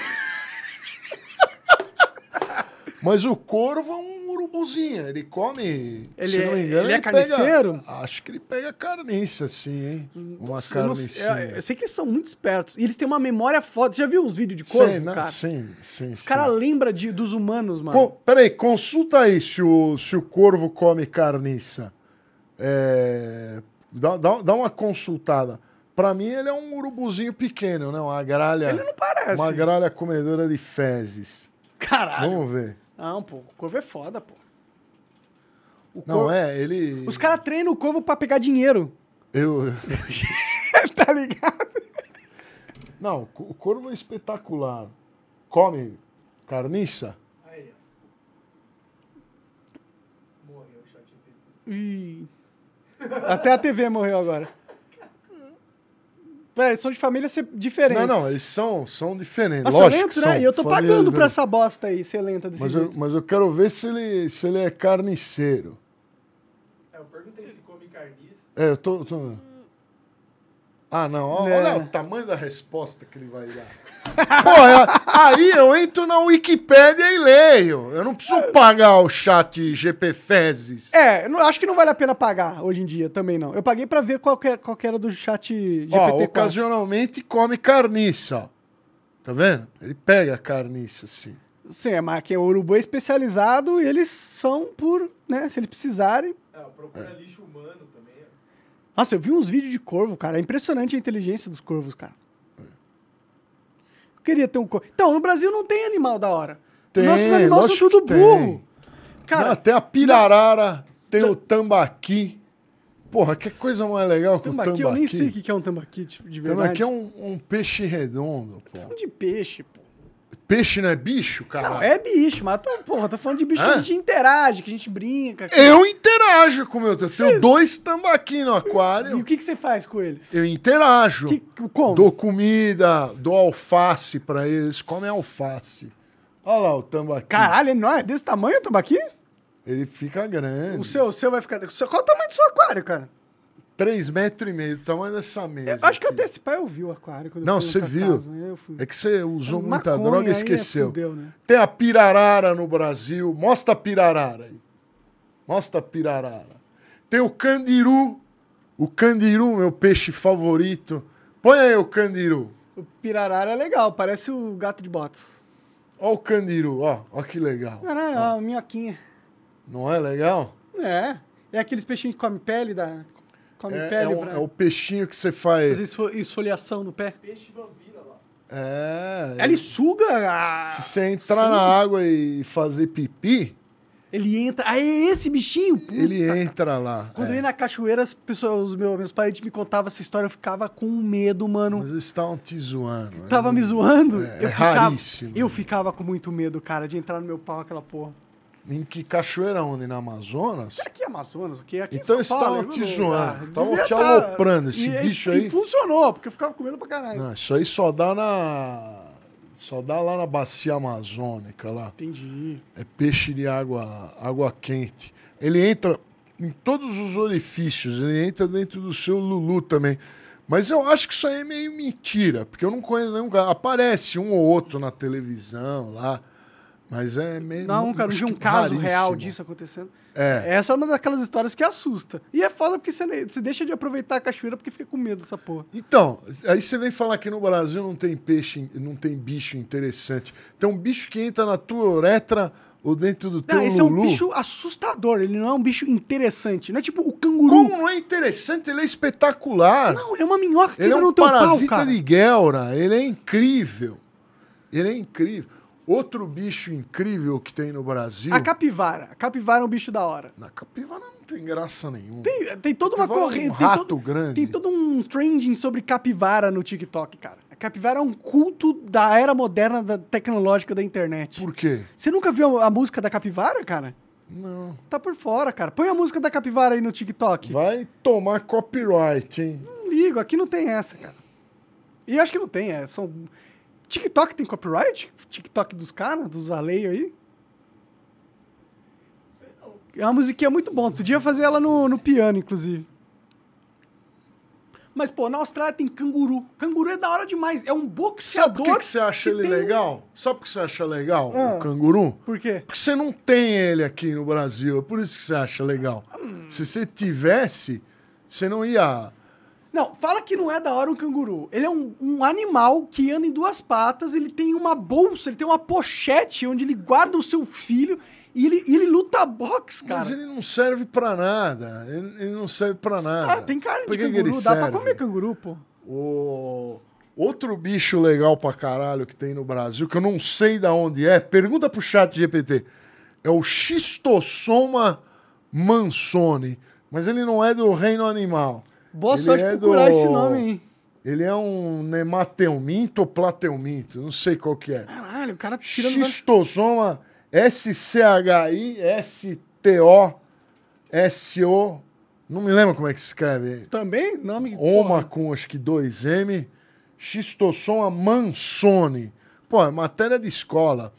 Speaker 2: Mas o corvo é um urubuzinho. Ele come.
Speaker 1: Ele
Speaker 2: se não
Speaker 1: é-
Speaker 2: me engano,
Speaker 1: ele é carniceiro? Hum,
Speaker 2: Pega, acho que ele pega carniça, assim, hein? Uma
Speaker 1: Eu, não sei- é,
Speaker 2: carnicinha.
Speaker 1: eu- eu sei que eles são muito espertos. E eles têm uma memória foda. Você já viu os vídeos de corvo,
Speaker 2: Sei, né?
Speaker 1: cara?
Speaker 2: Sim, sim.
Speaker 1: Os caras lembram de- dos humanos, mano.
Speaker 2: peraí, consulta aí se o, se o corvo come carniça. É, dá, dá, dá uma consultada. Pra mim, ele é um urubuzinho pequeno, né? Uma gralha.
Speaker 1: Ele não parece.
Speaker 2: Uma gralha comedora de fezes.
Speaker 1: Caralho.
Speaker 2: Vamos ver.
Speaker 1: Não, pô. O corvo é foda, pô. O
Speaker 2: Não,
Speaker 1: corvo-
Speaker 2: é, ele.
Speaker 1: Os caras treinam o corvo pra pegar dinheiro. [LAUGHS]
Speaker 2: Eu...
Speaker 1: tá ligado?
Speaker 2: Não, o co- o corvo é espetacular. Come carniça?
Speaker 8: Aí, ó. Morreu o chat GPT.
Speaker 1: Ih. Até a TV morreu agora. Peraí, eles são de famílias se- diferentes.
Speaker 2: Não, não, eles são, são diferentes.
Speaker 1: Nossa,
Speaker 2: Lógico que
Speaker 1: lento,
Speaker 2: são.
Speaker 1: né? E eu tô
Speaker 2: Família
Speaker 1: pagando pra
Speaker 2: diferente.
Speaker 1: essa bosta aí, ser lenta desse
Speaker 2: Mas eu,
Speaker 1: jeito.
Speaker 2: mas eu quero ver se ele, se ele é carniceiro.
Speaker 8: É, eu perguntei se come carniça.
Speaker 2: É, eu tô. eu tô- Ah, não. ó,
Speaker 1: Né.
Speaker 2: Olha o tamanho da resposta que ele vai dar. [LAUGHS] Porra, aí eu entro na Wikipédia e leio. Eu não
Speaker 8: É.
Speaker 2: preciso pagar o chat GP Fezes.
Speaker 1: É, eu não- acho que não vale a pena pagar hoje em dia também, não. Eu paguei pra ver qual que, é- qual que era do chat
Speaker 2: Ó,
Speaker 1: GPT-4.
Speaker 2: ocasionalmente come carniça, ó. Tá vendo? Ele pega a carniça, assim.
Speaker 1: Sim, é, mas que o urubu é especializado e eles são por, né, se eles precisarem.
Speaker 8: É, ó, procura lixo humano também, é. ó.
Speaker 1: Nossa, eu vi uns vídeos de corvo, cara. É impressionante a inteligência dos corvos, cara. Eu queria ter um corvo. Então, no Brasil não tem animal da hora.
Speaker 2: Tem,
Speaker 1: Nossos animais são
Speaker 2: lógico
Speaker 1: tudo
Speaker 2: que tem.
Speaker 1: burro.
Speaker 2: Não,
Speaker 1: Cara,
Speaker 2: tem a pirarara, tem o tambaqui. Porra, que coisa mais legal que
Speaker 1: Tambaqui,
Speaker 2: o tambaqui.
Speaker 1: eu nem sei o que que é um tambaqui, tipo, de verdade. Tá
Speaker 2: Tambaqui é um, um peixe redondo, pô.
Speaker 1: Falando de peixe, pô.
Speaker 2: Peixe não é bicho, cara?
Speaker 1: Não, é bicho, mas tô, porra, tô falando de bicho que
Speaker 2: Hã?
Speaker 1: a gente interage, que a gente brinca. que-
Speaker 2: Eu interajo com o meu. Tenho dois tambaqui
Speaker 1: E
Speaker 2: no
Speaker 1: o
Speaker 2: aquário.
Speaker 1: que, que você faz com eles?
Speaker 2: Eu interajo.
Speaker 1: Que, que- como?
Speaker 2: Dou comida, dou alface pra eles. Comem alface. Olha lá o tambaqui.
Speaker 1: Caralho, ele não é desse tamanho o tambaqui?
Speaker 2: Ele fica grande.
Speaker 1: O seu, o seu vai ficar. o seu- Qual o tamanho do seu aquário, cara?
Speaker 2: 3 metros e meio, do tamanho dessa mesa.
Speaker 1: Eu acho que eu
Speaker 2: aqui.
Speaker 1: tenho esse pai, eu vi o aquário. Quando eu
Speaker 2: Não,
Speaker 1: fui na
Speaker 2: você
Speaker 1: tua
Speaker 2: viu.
Speaker 1: casa, né? Eu fui.
Speaker 2: É que você usou
Speaker 1: É
Speaker 2: muita
Speaker 1: maconha,
Speaker 2: droga e
Speaker 1: aí
Speaker 2: esqueceu.
Speaker 1: fudeu, né?
Speaker 2: Tem a pirarara no Brasil. Mostra a pirarara aí. Mostra a pirarara. Tem o candiru. O candiru, meu peixe favorito. Põe aí o candiru.
Speaker 1: O pirarara é legal, parece o gato de botas.
Speaker 2: Ó o candiru, ó. Ó que legal.
Speaker 1: Caralho, ó, a minhoquinha.
Speaker 2: Não é legal?
Speaker 1: É. É aqueles peixinhos que comem pele da. Come
Speaker 2: É, é
Speaker 1: Tá pele
Speaker 2: um-
Speaker 1: pra
Speaker 2: é o peixinho que você faz.
Speaker 1: fazer esfo- esfoliação no pé.
Speaker 8: Peixe vampira lá.
Speaker 2: É.
Speaker 1: Ele suga a.
Speaker 2: Se você entrar na água e fazer pipi,
Speaker 1: Ele entra. Ah, é esse bichinho? Puta.
Speaker 2: ele entra lá.
Speaker 1: Quando eu
Speaker 2: é.
Speaker 1: ia na cachoeira, as pessoas, os meus, meus parentes me contavam essa história, eu ficava com medo, mano.
Speaker 2: Mas eles estavam te zoando. né?
Speaker 1: Tava me zoando.
Speaker 2: É,
Speaker 1: eu
Speaker 2: é
Speaker 1: ficava,
Speaker 2: raríssimo.
Speaker 1: Eu ficava com muito medo, cara, de entrar no meu pau aquela porra.
Speaker 2: Em que cachoeira onde? Na Amazonas?
Speaker 1: Aqui é Amazonas, o quê? Aqui em
Speaker 2: Então
Speaker 1: São
Speaker 2: eles
Speaker 1: Paulo,
Speaker 2: estavam te
Speaker 1: mano,
Speaker 2: zoando,
Speaker 1: ah,
Speaker 2: estavam
Speaker 1: devia
Speaker 2: te
Speaker 1: tá.
Speaker 2: aloprando, esse
Speaker 1: E-
Speaker 2: bicho
Speaker 1: e
Speaker 2: aí.
Speaker 1: funcionou, porque eu ficava com medo pra caralho.
Speaker 2: Não, isso aí só dá na. Só dá lá na bacia amazônica lá.
Speaker 1: Entendi.
Speaker 2: É peixe de água, água quente. Ele entra em todos os orifícios, ele entra dentro do seu Lulu também. Mas eu acho que isso aí é meio mentira, porque eu não conheço nenhum cara. Aparece um ou outro na televisão lá, mas é meio.
Speaker 1: Não, cara, não
Speaker 2: acho
Speaker 1: vi um
Speaker 2: que
Speaker 1: caso real
Speaker 2: raríssimo.
Speaker 1: disso acontecendo.
Speaker 2: É.
Speaker 1: Essa é uma daquelas histórias que assusta. E é foda porque você, você deixa de aproveitar a cachoeira porque fica com medo dessa porra.
Speaker 2: Então, aí você vem falar que no Brasil não tem peixe, não tem bicho interessante. Tem um bicho que entra na tua uretra ou dentro do teu
Speaker 1: Não, esse é
Speaker 2: lulu.
Speaker 1: um bicho assustador, ele não é um bicho interessante. Não é tipo o canguru.
Speaker 2: Como não é interessante? Ele é espetacular.
Speaker 1: Não, ele é uma minhoca que
Speaker 2: ele é
Speaker 1: entra no
Speaker 2: um
Speaker 1: teu pau,
Speaker 2: parasita
Speaker 1: cara.
Speaker 2: de guelra. Ele é incrível. Ele é incrível. Outro bicho incrível que tem no Brasil...
Speaker 1: A capivara. A capivara é um bicho da hora.
Speaker 2: Na capivara não tem graça nenhuma.
Speaker 1: Tem, tem toda uma
Speaker 2: Capivara é um
Speaker 1: corrente.
Speaker 2: rato
Speaker 1: tem todo,
Speaker 2: grande.
Speaker 1: Tem todo um trending sobre capivara no TikTok, cara. A capivara é um culto da era moderna da tecnológica da internet.
Speaker 2: Por quê?
Speaker 1: Você nunca viu a, a música da capivara, cara?
Speaker 2: Não.
Speaker 1: Tá por fora, cara. Põe a música da capivara aí no TikTok.
Speaker 2: Vai tomar copyright, hein?
Speaker 1: Não ligo, aqui não tem essa, cara. E acho que não tem, é. São... TikTok tem copyright? TikTok dos caras, dos aleios aí? É uma musiquinha muito bom. Tu podia fazer ela no, no piano, inclusive. Mas, pô, na Austrália tem canguru. Canguru é da hora demais. É um
Speaker 2: Sabe por
Speaker 1: boxeador.
Speaker 2: que, que você acha
Speaker 1: que
Speaker 2: ele
Speaker 1: tem um-
Speaker 2: legal? Sabe por que você acha legal
Speaker 1: Ah.
Speaker 2: o canguru?
Speaker 1: Por quê?
Speaker 2: Porque você não tem ele aqui no Brasil. É por isso que você acha legal. Se você tivesse, você não ia.
Speaker 1: Não, fala que não é da hora um canguru. Ele é um, um animal que anda em duas patas, ele tem uma bolsa, ele tem uma pochete onde ele guarda o seu filho e ele, e ele luta boxe, cara.
Speaker 2: Mas ele não serve pra nada. Ele, ele não serve pra nada.
Speaker 1: Ah, tem carne
Speaker 2: é. Por
Speaker 1: de
Speaker 2: que que
Speaker 1: canguru,
Speaker 2: ele
Speaker 1: dá
Speaker 2: serve?
Speaker 1: pra comer canguru, pô.
Speaker 2: O... Outro bicho legal pra caralho que tem no Brasil, que eu não sei da onde é, pergunta pro chat GPT. É o Xistossoma mansone. Mas ele não é do reino animal.
Speaker 1: Boa
Speaker 2: Ele
Speaker 1: sorte
Speaker 2: é
Speaker 1: procurar
Speaker 2: do-
Speaker 1: esse nome aí.
Speaker 2: Ele é um nemateuminto ou plateuminto, não sei qual que é.
Speaker 1: Caralho, o cara tá tirando...
Speaker 2: Xistosoma S-C-H-I-S-T-O-S-O. Não me lembro como é que se escreve.
Speaker 1: Também nome...
Speaker 2: Oma
Speaker 1: porra.
Speaker 2: com acho que 2M. Xistossoma mansone. Pô, é matéria de escola.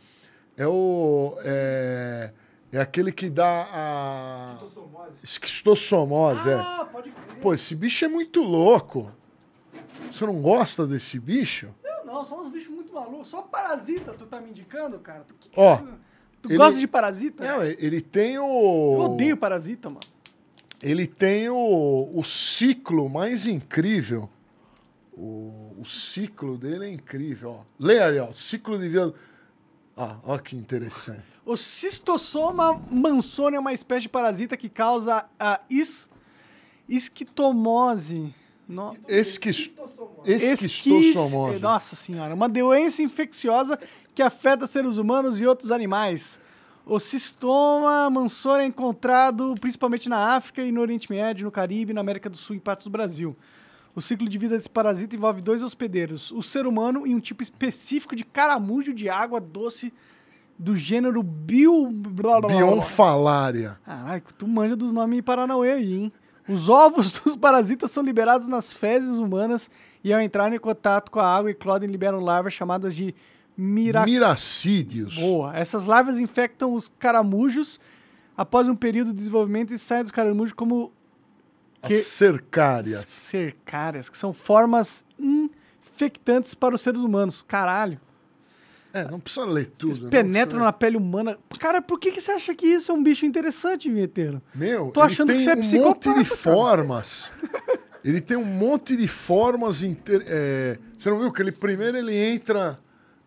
Speaker 2: É o. É, é aquele que dá a.
Speaker 8: Tossomose.
Speaker 2: Esquistossomose, é.
Speaker 1: Ah, pode crer.
Speaker 2: Pô, esse bicho é muito louco. Você não gosta desse bicho?
Speaker 1: Não, não, são uns bichos muito malucos. Só parasita tu tá me indicando, cara. Tu, que que
Speaker 2: Ó,
Speaker 1: é isso? tu
Speaker 2: ele-
Speaker 1: gosta de parasita?
Speaker 2: Não, ele tem o.
Speaker 1: Eu odeio parasita, mano.
Speaker 2: ele tem o, o ciclo mais incrível. O, o ciclo dele é incrível. Ó. Lê aí, ó. Ciclo de vida. Ah, ó que interessante.
Speaker 1: O Cistossoma mansone é uma espécie de parasita que causa a is... esquitomose. No...
Speaker 2: Esquis-
Speaker 1: Esquis-
Speaker 2: Esquistossomose.
Speaker 1: Nossa senhora, uma doença infecciosa que afeta seres humanos e outros animais. O cistoma mansor é encontrado principalmente na África e no Oriente Médio, no Caribe, na América do Sul e em partes do Brasil. O ciclo de vida desse parasita envolve dois hospedeiros, o ser humano e um tipo específico de caramujo de água doce do gênero bio... blá, blá, blá, blá.
Speaker 2: Bionfalária.
Speaker 1: Caraca, tu manja dos nomes Paranauê aí, hein? Os ovos [LAUGHS] dos parasitas são liberados nas fezes humanas e ao entrar em contato com a água, eclodem e liberam larvas chamadas de mirac...
Speaker 2: Miracídeos.
Speaker 1: Boa. Essas larvas infectam os caramujos após um período de desenvolvimento e saem dos caramujos como que-
Speaker 2: As cercárias.
Speaker 1: cercárias, que são formas infectantes para os seres humanos. Caralho.
Speaker 2: É, não precisa ler
Speaker 1: Eles
Speaker 2: tudo. não,
Speaker 1: penetram
Speaker 2: senão-
Speaker 1: na pele humana. Cara, por que, que você acha que isso é um bicho interessante, vinheteiro?
Speaker 2: Meu,
Speaker 1: Tô achando
Speaker 2: ele
Speaker 1: que
Speaker 2: tem
Speaker 1: você é
Speaker 2: um monte
Speaker 1: psicopata,
Speaker 2: de
Speaker 1: cara.
Speaker 2: formas. [LAUGHS] ele tem um monte de formas. Inter... é, Você não viu que ele primeiro ele entra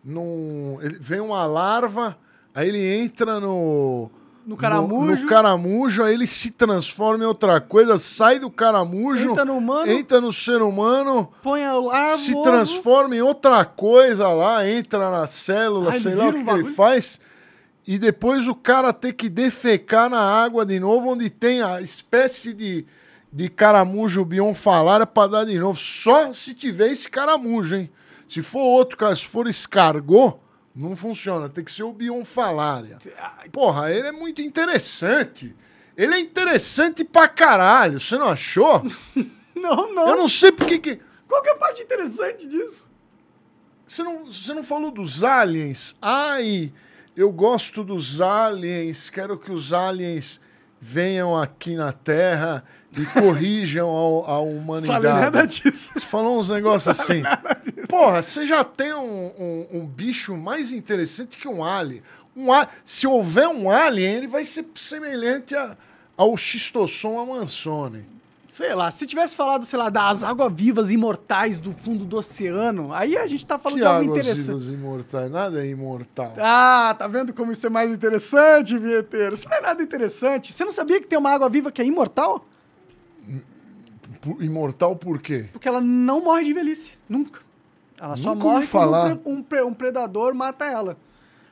Speaker 2: num. Ele vem uma larva, aí ele entra no.
Speaker 1: No caramujo.
Speaker 2: No, caramujo, aí ele se transforma em outra coisa, sai do caramujo.
Speaker 1: Entra no humano.
Speaker 2: Entra no ser humano.
Speaker 1: Põe a larva.
Speaker 2: se
Speaker 1: ovo.
Speaker 2: transforma em outra coisa lá, entra na
Speaker 1: Ah,
Speaker 2: célula,
Speaker 1: ele
Speaker 2: sei lá o
Speaker 1: vira
Speaker 2: que
Speaker 1: um
Speaker 2: ele
Speaker 1: bagulho?
Speaker 2: faz. E depois o cara tem que defecar na água de novo, onde tem a espécie de, de caramujo bionfalária para dar de novo. Só se tiver esse caramujo, hein? Se for outro, cara, se for escargot, não funciona. Tem que ser o bionfalária. Porra, ele é muito interessante. Ele é interessante pra caralho. Você não achou?
Speaker 1: [LAUGHS] Não,
Speaker 2: Eu
Speaker 1: não.
Speaker 2: não sei por que que...
Speaker 1: Qual que é a parte interessante disso?
Speaker 2: Você não, você não falou dos aliens? Ai, eu gosto dos aliens, quero que os aliens venham aqui na Terra
Speaker 1: [LAUGHS]
Speaker 2: e corrijam a, a humanidade.
Speaker 1: Falei nada disso. [LAUGHS]
Speaker 2: Você falou uns negócios assim. Porra, você já tem um, um- um bicho mais interessante que um alien. Um a- Se houver um alien, ele vai ser semelhante a- ao Xistossom Amansone.
Speaker 1: Sei lá, se tivesse falado, sei lá, das águas-vivas imortais do fundo do oceano, aí a gente tá falando
Speaker 2: Que
Speaker 1: de algo
Speaker 2: águas
Speaker 1: interessante.
Speaker 2: vivas imortais? Nada é imortal.
Speaker 1: Ah, tá vendo como isso é mais interessante, vinheteiro? Isso não é nada interessante. Você não sabia que tem uma água-viva que é imortal?
Speaker 2: Por- imortal por quê?
Speaker 1: Porque ela não morre de velhice. Nunca. Ela só
Speaker 2: Nunca ouvi
Speaker 1: morre
Speaker 2: falar.
Speaker 1: quando um, pre- um pre- um predador mata ela.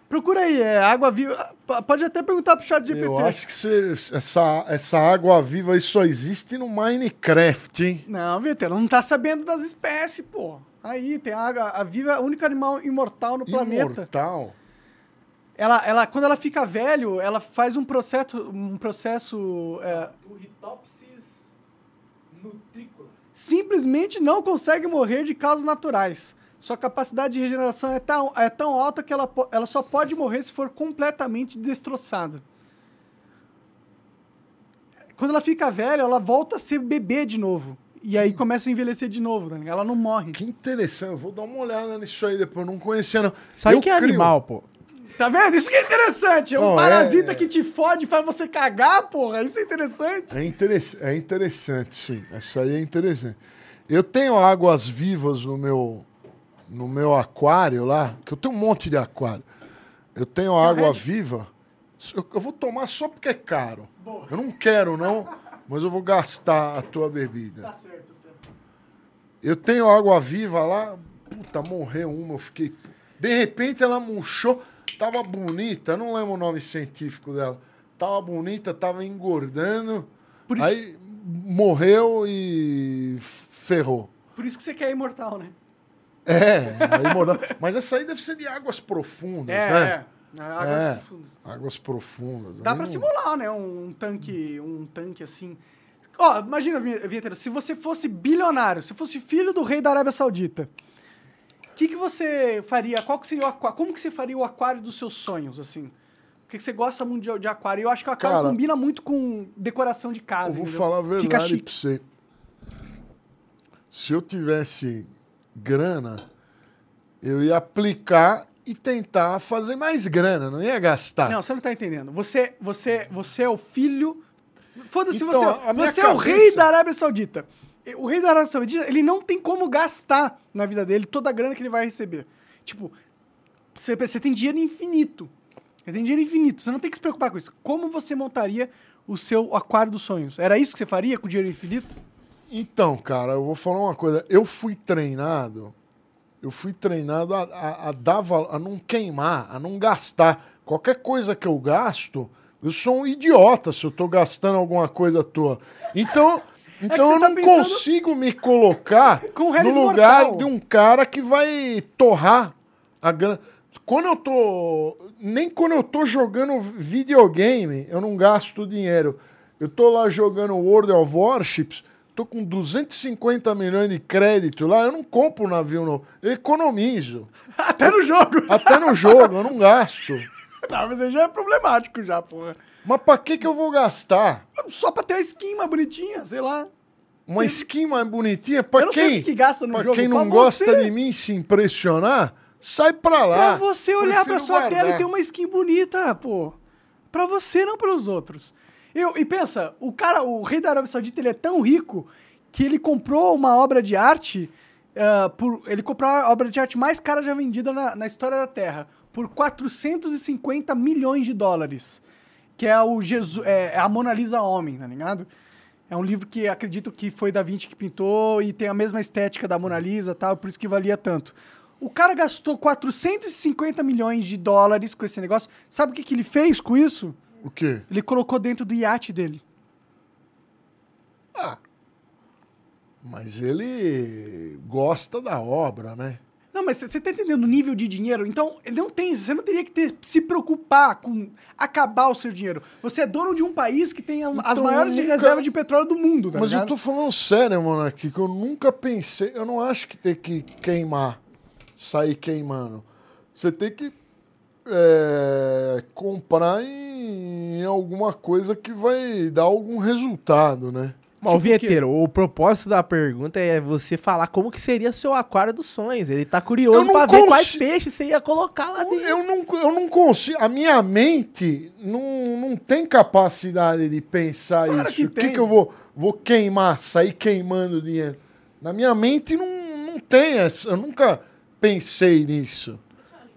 Speaker 1: Procura aí, é água viva. Ah, p- Pode até perguntar pro chat
Speaker 4: Tipo,
Speaker 1: GPT.
Speaker 2: Eu acho que cê- essa, essa água viva aí só existe no Minecraft, hein?
Speaker 1: Não, Vitor, não tá sabendo das espécies, pô. Aí, tem a água. A viva é o único animal imortal no planeta.
Speaker 2: Imortal.
Speaker 1: Ela, ela, quando ela fica velho, ela faz um processo. Um processo. é,
Speaker 8: Turritopsis nutricula.
Speaker 1: simplesmente não consegue morrer de causas naturais. Sua capacidade de regeneração é tão, é tão alta que ela, po- ela só pode morrer se for completamente destroçada. Quando ela fica velha, ela volta a ser bebê de novo. E aí começa a envelhecer de novo, né? ela não morre.
Speaker 2: Que interessante. Eu vou dar uma olhada nisso aí depois. Eu não conhecia, não.
Speaker 4: Isso aí
Speaker 2: Eu
Speaker 4: que é
Speaker 2: crio-
Speaker 4: animal, pô.
Speaker 1: Tá vendo? Isso que é interessante. É um
Speaker 2: Não, é-
Speaker 1: parasita
Speaker 2: é-
Speaker 1: que te fode, faz você cagar, porra. Isso é interessante.
Speaker 2: É, interess... é interessante, sim. Essa aí é interessante. Eu tenho águas vivas no meu, no meu aquário lá, que eu tenho um monte de aquário. Eu tenho
Speaker 4: um
Speaker 2: água viva. Eu, eu vou tomar só porque é caro. Eu não quero, não, mas eu vou gastar a tua
Speaker 4: Tá
Speaker 2: bebida.
Speaker 1: certo, certo.
Speaker 2: Eu tenho água viva lá. Puta, morreu uma, eu fiquei. De repente ela murchou, tava bonita, eu não lembro o nome científico dela. Tava bonita, tava engordando.
Speaker 1: Por isso-
Speaker 2: Aí morreu e ferrou.
Speaker 1: Por isso que você quer imortal, né?
Speaker 2: É, aí morreu. Mas essa aí deve ser de águas profundas, né?
Speaker 1: é. Águas
Speaker 2: É. Hum.
Speaker 1: profundas.
Speaker 2: Águas profundas.
Speaker 1: Dá
Speaker 2: Aí
Speaker 1: pra
Speaker 2: não-
Speaker 1: simular, né? Um tanque, um tanque assim. Ó, imagina, vinhe- Vinheteiro, se você fosse bilionário, se fosse filho do rei da Arábia Saudita, o que, que você faria? Qual que seria o aquário? Como que você faria o aquário dos seus sonhos, assim? Porque você gosta muito de, de aquário. Eu acho que o aquário
Speaker 2: Cara,
Speaker 1: combina muito com decoração de casa.
Speaker 2: Eu vou
Speaker 1: entendeu?
Speaker 2: falar a
Speaker 1: Fica
Speaker 2: verdade pra
Speaker 1: chique.
Speaker 2: você. Se eu tivesse grana, eu ia aplicar e tentar fazer mais grana, não ia gastar.
Speaker 1: Não, você não tá entendendo. Você, você, você é o filho. Foda-se
Speaker 2: Então,
Speaker 1: você.
Speaker 2: a minha
Speaker 1: Você é o rei
Speaker 2: cabeça-
Speaker 1: da Arábia Saudita. E O rei da Arábia Saudita, ele não tem como gastar na vida dele toda a grana que ele vai receber. Tipo, você, você tem dinheiro infinito. Você tem dinheiro infinito. Você não tem que se preocupar com isso. Como você montaria o seu aquário dos sonhos? Era isso que você faria com dinheiro infinito? [LAUGHS]
Speaker 2: Então, cara, eu vou falar uma coisa. Eu fui treinado, eu fui treinado a, a- a dar valor, a não queimar, a não gastar. Qualquer coisa que eu gasto, eu sou um idiota se eu tô gastando alguma coisa à toa. Então, então
Speaker 1: você
Speaker 2: eu
Speaker 1: tá
Speaker 2: não
Speaker 1: pensando-
Speaker 2: consigo me colocar
Speaker 1: Com o Harris
Speaker 2: no lugar
Speaker 1: Mortal.
Speaker 2: de um cara que vai torrar a grana. Quando eu tô. Nem quando eu tô jogando videogame, eu não gasto dinheiro. Eu tô lá jogando World of Warships, tô com 250 milhões de crédito lá, eu não compro um navio novo. Eu economizo.
Speaker 1: Até no jogo. [LAUGHS]
Speaker 2: Até no jogo, eu não gasto.
Speaker 1: Não, mas aí já é problemático já, porra.
Speaker 2: Mas pra que, que eu vou gastar?
Speaker 1: Só pra ter a skin mais bonitinha, sei lá.
Speaker 2: Uma skin mais bonitinha pra
Speaker 1: Eu não sei
Speaker 2: quem.
Speaker 1: o que que gasta no
Speaker 2: pra
Speaker 1: jogo,
Speaker 2: quem
Speaker 1: pra
Speaker 2: não gosta
Speaker 1: você.
Speaker 2: de mim e se impressionar, sai pra lá.
Speaker 1: Pra você olhar pra
Speaker 2: Prefiro
Speaker 1: sua tela e
Speaker 2: guardar.
Speaker 1: ter uma skin bonita, pô. Pra você, não pros outros. Eu, e pensa, o cara, o rei da Arábia Saudita, ele é tão rico que ele comprou uma obra de arte. ah, por, ele comprou a obra de arte mais cara já vendida na, na história da Terra por 450 milhões de dólares. Que é o Jesus, é, é a Mona Lisa Homem, tá ligado? É um livro que acredito que foi Da Vinci que pintou e tem a mesma estética da Mona Lisa e tal, por isso que valia tanto. O cara gastou 450 milhões de dólares com esse negócio. Sabe o que, que ele fez com isso?
Speaker 2: O quê?
Speaker 1: Ele colocou dentro do iate dele.
Speaker 2: Ah, Mas ele gosta da obra, né?
Speaker 1: Não, mas você tá entendendo o nível de dinheiro? Então, ele não tem, você não teria que ter, se preocupar com acabar o seu dinheiro. Você é dono de um país que tem a- as
Speaker 2: Então,
Speaker 1: maiores
Speaker 2: eu nunca-
Speaker 1: reservas de petróleo do mundo, tá
Speaker 2: Mas eu
Speaker 1: ligado?
Speaker 2: tô falando sério, mano, aqui, que eu nunca pensei. Eu não acho que tem que queimar, sair queimando. Você tem que é, comprar em, em alguma coisa que vai dar algum resultado, né?
Speaker 4: [LAUGHS] Mas, Tipo o vinheteiro, o propósito da pergunta é você falar como que seria seu aquário dos sonhos. Ele tá
Speaker 2: Eu
Speaker 4: curioso
Speaker 2: não
Speaker 4: pra ver quais
Speaker 2: consi-
Speaker 4: peixes você ia colocar lá dentro.
Speaker 2: Eu não, eu não consigo. A minha mente não, não tem capacidade de pensar
Speaker 1: Claro
Speaker 2: isso.
Speaker 1: que
Speaker 2: o que,
Speaker 1: tem.
Speaker 2: que eu vou, vou queimar, sair queimando dinheiro? Na minha mente não, não tem essa. Eu nunca pensei nisso.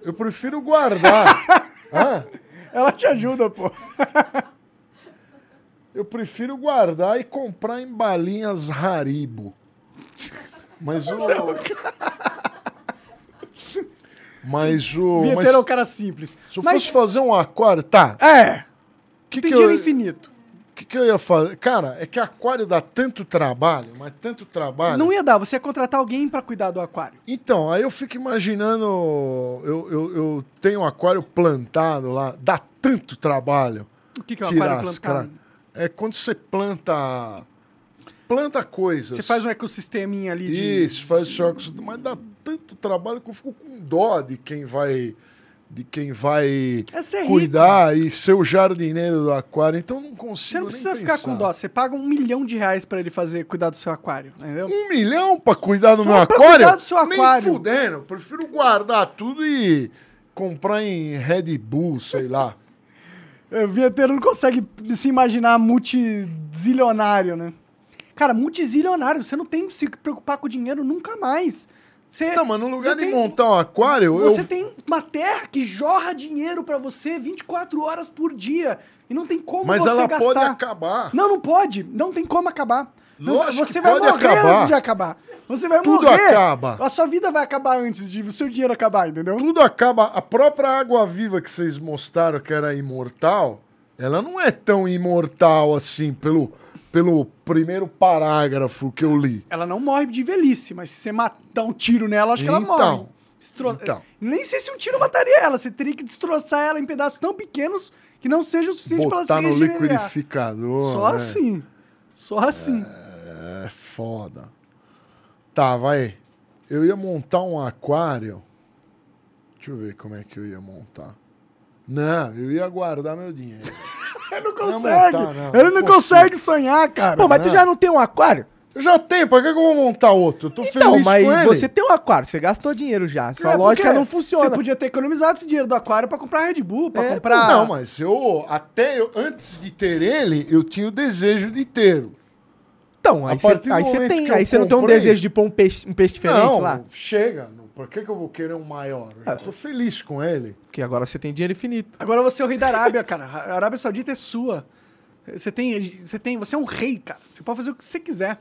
Speaker 2: Eu prefiro guardar.
Speaker 1: [LAUGHS]
Speaker 2: Hã?
Speaker 1: Ela te ajuda, pô.
Speaker 2: eu prefiro guardar e comprar em balinhas Haribo. Mas o. Mas o.
Speaker 1: O
Speaker 2: mas
Speaker 1: vinheteiro é um cara simples.
Speaker 2: se eu
Speaker 1: Mas-
Speaker 2: fosse fazer um aquário, tá.
Speaker 1: É,
Speaker 2: Que
Speaker 1: tem
Speaker 2: que
Speaker 1: dinheiro
Speaker 2: eu-
Speaker 1: infinito.
Speaker 2: O que, que eu ia fazer? Cara, é que aquário dá tanto trabalho, mas tanto trabalho.
Speaker 1: Não ia dar, você ia contratar alguém pra cuidar do aquário.
Speaker 2: Então, aí eu fico imaginando. Eu, eu, eu tenho um aquário plantado lá, dá tanto trabalho
Speaker 1: O que, que é um
Speaker 2: tirar
Speaker 1: aquário
Speaker 2: as cra...
Speaker 1: plantado?
Speaker 2: É quando você planta. Planta coisas.
Speaker 1: Você faz um ecossisteminha ali de.
Speaker 2: Isso, faz choque. Mas dá tanto trabalho que eu fico com dó de quem vai. De quem vai
Speaker 1: É ser rico.
Speaker 2: cuidar e ser o jardineiro do aquário. Então eu não consigo.
Speaker 1: Você não
Speaker 2: nem
Speaker 1: precisa ficar com
Speaker 2: pensar.
Speaker 1: dó. Você paga um milhão de reais pra ele fazer cuidar do seu aquário, entendeu?
Speaker 2: Um milhão pra cuidar do
Speaker 1: Só
Speaker 2: meu
Speaker 1: pra
Speaker 2: aquário?
Speaker 1: cuidar do seu aquário.
Speaker 2: Nem fudendo. Prefiro guardar tudo e comprar em Red Bull, sei lá.
Speaker 1: O vinheteiro não consegue se imaginar multizilionário, né? Cara, multizilionário, você não tem que se preocupar com dinheiro nunca mais. Você,
Speaker 2: Então, mas no lugar
Speaker 1: você
Speaker 2: de
Speaker 1: tem-
Speaker 2: montar um aquário,
Speaker 1: Você
Speaker 2: eu...
Speaker 1: tem uma terra que jorra dinheiro pra você 24 horas por dia. E não tem como
Speaker 2: Mas
Speaker 1: você
Speaker 2: ela
Speaker 1: gastar.
Speaker 2: pode acabar.
Speaker 1: Não, não pode. Não tem como acabar. Não-
Speaker 2: Lógico que
Speaker 1: você vai
Speaker 2: pode
Speaker 1: morrer
Speaker 2: acabar.
Speaker 1: antes de acabar. Você vai
Speaker 2: Tudo
Speaker 1: morrer.
Speaker 2: acaba.
Speaker 1: A sua vida vai acabar antes de o seu dinheiro acabar, entendeu?
Speaker 2: Tudo acaba. A própria água viva que vocês mostraram que era imortal, ela não é tão imortal assim, pelo, pelo primeiro parágrafo que eu li.
Speaker 1: Ela não morre de velhice, mas se você matar um tiro nela, acho que ela
Speaker 2: Então,
Speaker 1: morre. Estro-
Speaker 2: então.
Speaker 1: Nem sei se um tiro mataria ela. Você teria que destroçar ela em pedaços tão pequenos que não seja o suficiente para ela se
Speaker 2: Botar no
Speaker 1: regenerar.
Speaker 2: liquidificador.
Speaker 1: assim, Só
Speaker 2: né?
Speaker 1: assim. Só assim.
Speaker 2: É foda. Tá, vai. Eu ia montar um aquário. Deixa eu ver como é que eu ia montar. Não, eu ia guardar meu dinheiro.
Speaker 1: Ele não
Speaker 2: Não,
Speaker 1: consegue.
Speaker 2: não, não,
Speaker 1: Ele não
Speaker 2: não
Speaker 1: consegue sonhar, cara.
Speaker 4: Pô, mas tu já não tem um aquário?
Speaker 2: Eu já tenho, pra que que eu vou montar outro? Eu tô
Speaker 4: Então,
Speaker 2: feliz
Speaker 4: mas
Speaker 2: com ele.
Speaker 4: você tem um aquário, você gastou dinheiro já. Sua
Speaker 1: É,
Speaker 4: lógica
Speaker 1: porque
Speaker 4: não funciona.
Speaker 1: Você podia ter economizado esse dinheiro do aquário pra comprar Red Bull, pra
Speaker 4: É,
Speaker 1: comprar.
Speaker 2: Não, mas eu, até eu- antes de ter ele, eu tinha o desejo de tê-lo.
Speaker 4: Então,
Speaker 2: A
Speaker 4: aí você
Speaker 2: partir do
Speaker 4: aí você
Speaker 2: momento
Speaker 4: tem,
Speaker 2: que eu
Speaker 4: aí você não tem um
Speaker 2: comprei-
Speaker 4: desejo de pôr um peixe, um peixe diferente
Speaker 2: Não,
Speaker 4: lá? Ah,
Speaker 2: chega. não- Pra que que eu vou querer um maior? Eu já tô feliz com ele.
Speaker 4: Porque agora você tem dinheiro infinito.
Speaker 1: Agora você é o rei da Arábia, cara. A Arábia Saudita é sua. Você tem, você tem, você é um rei, cara. Você pode fazer o que você quiser.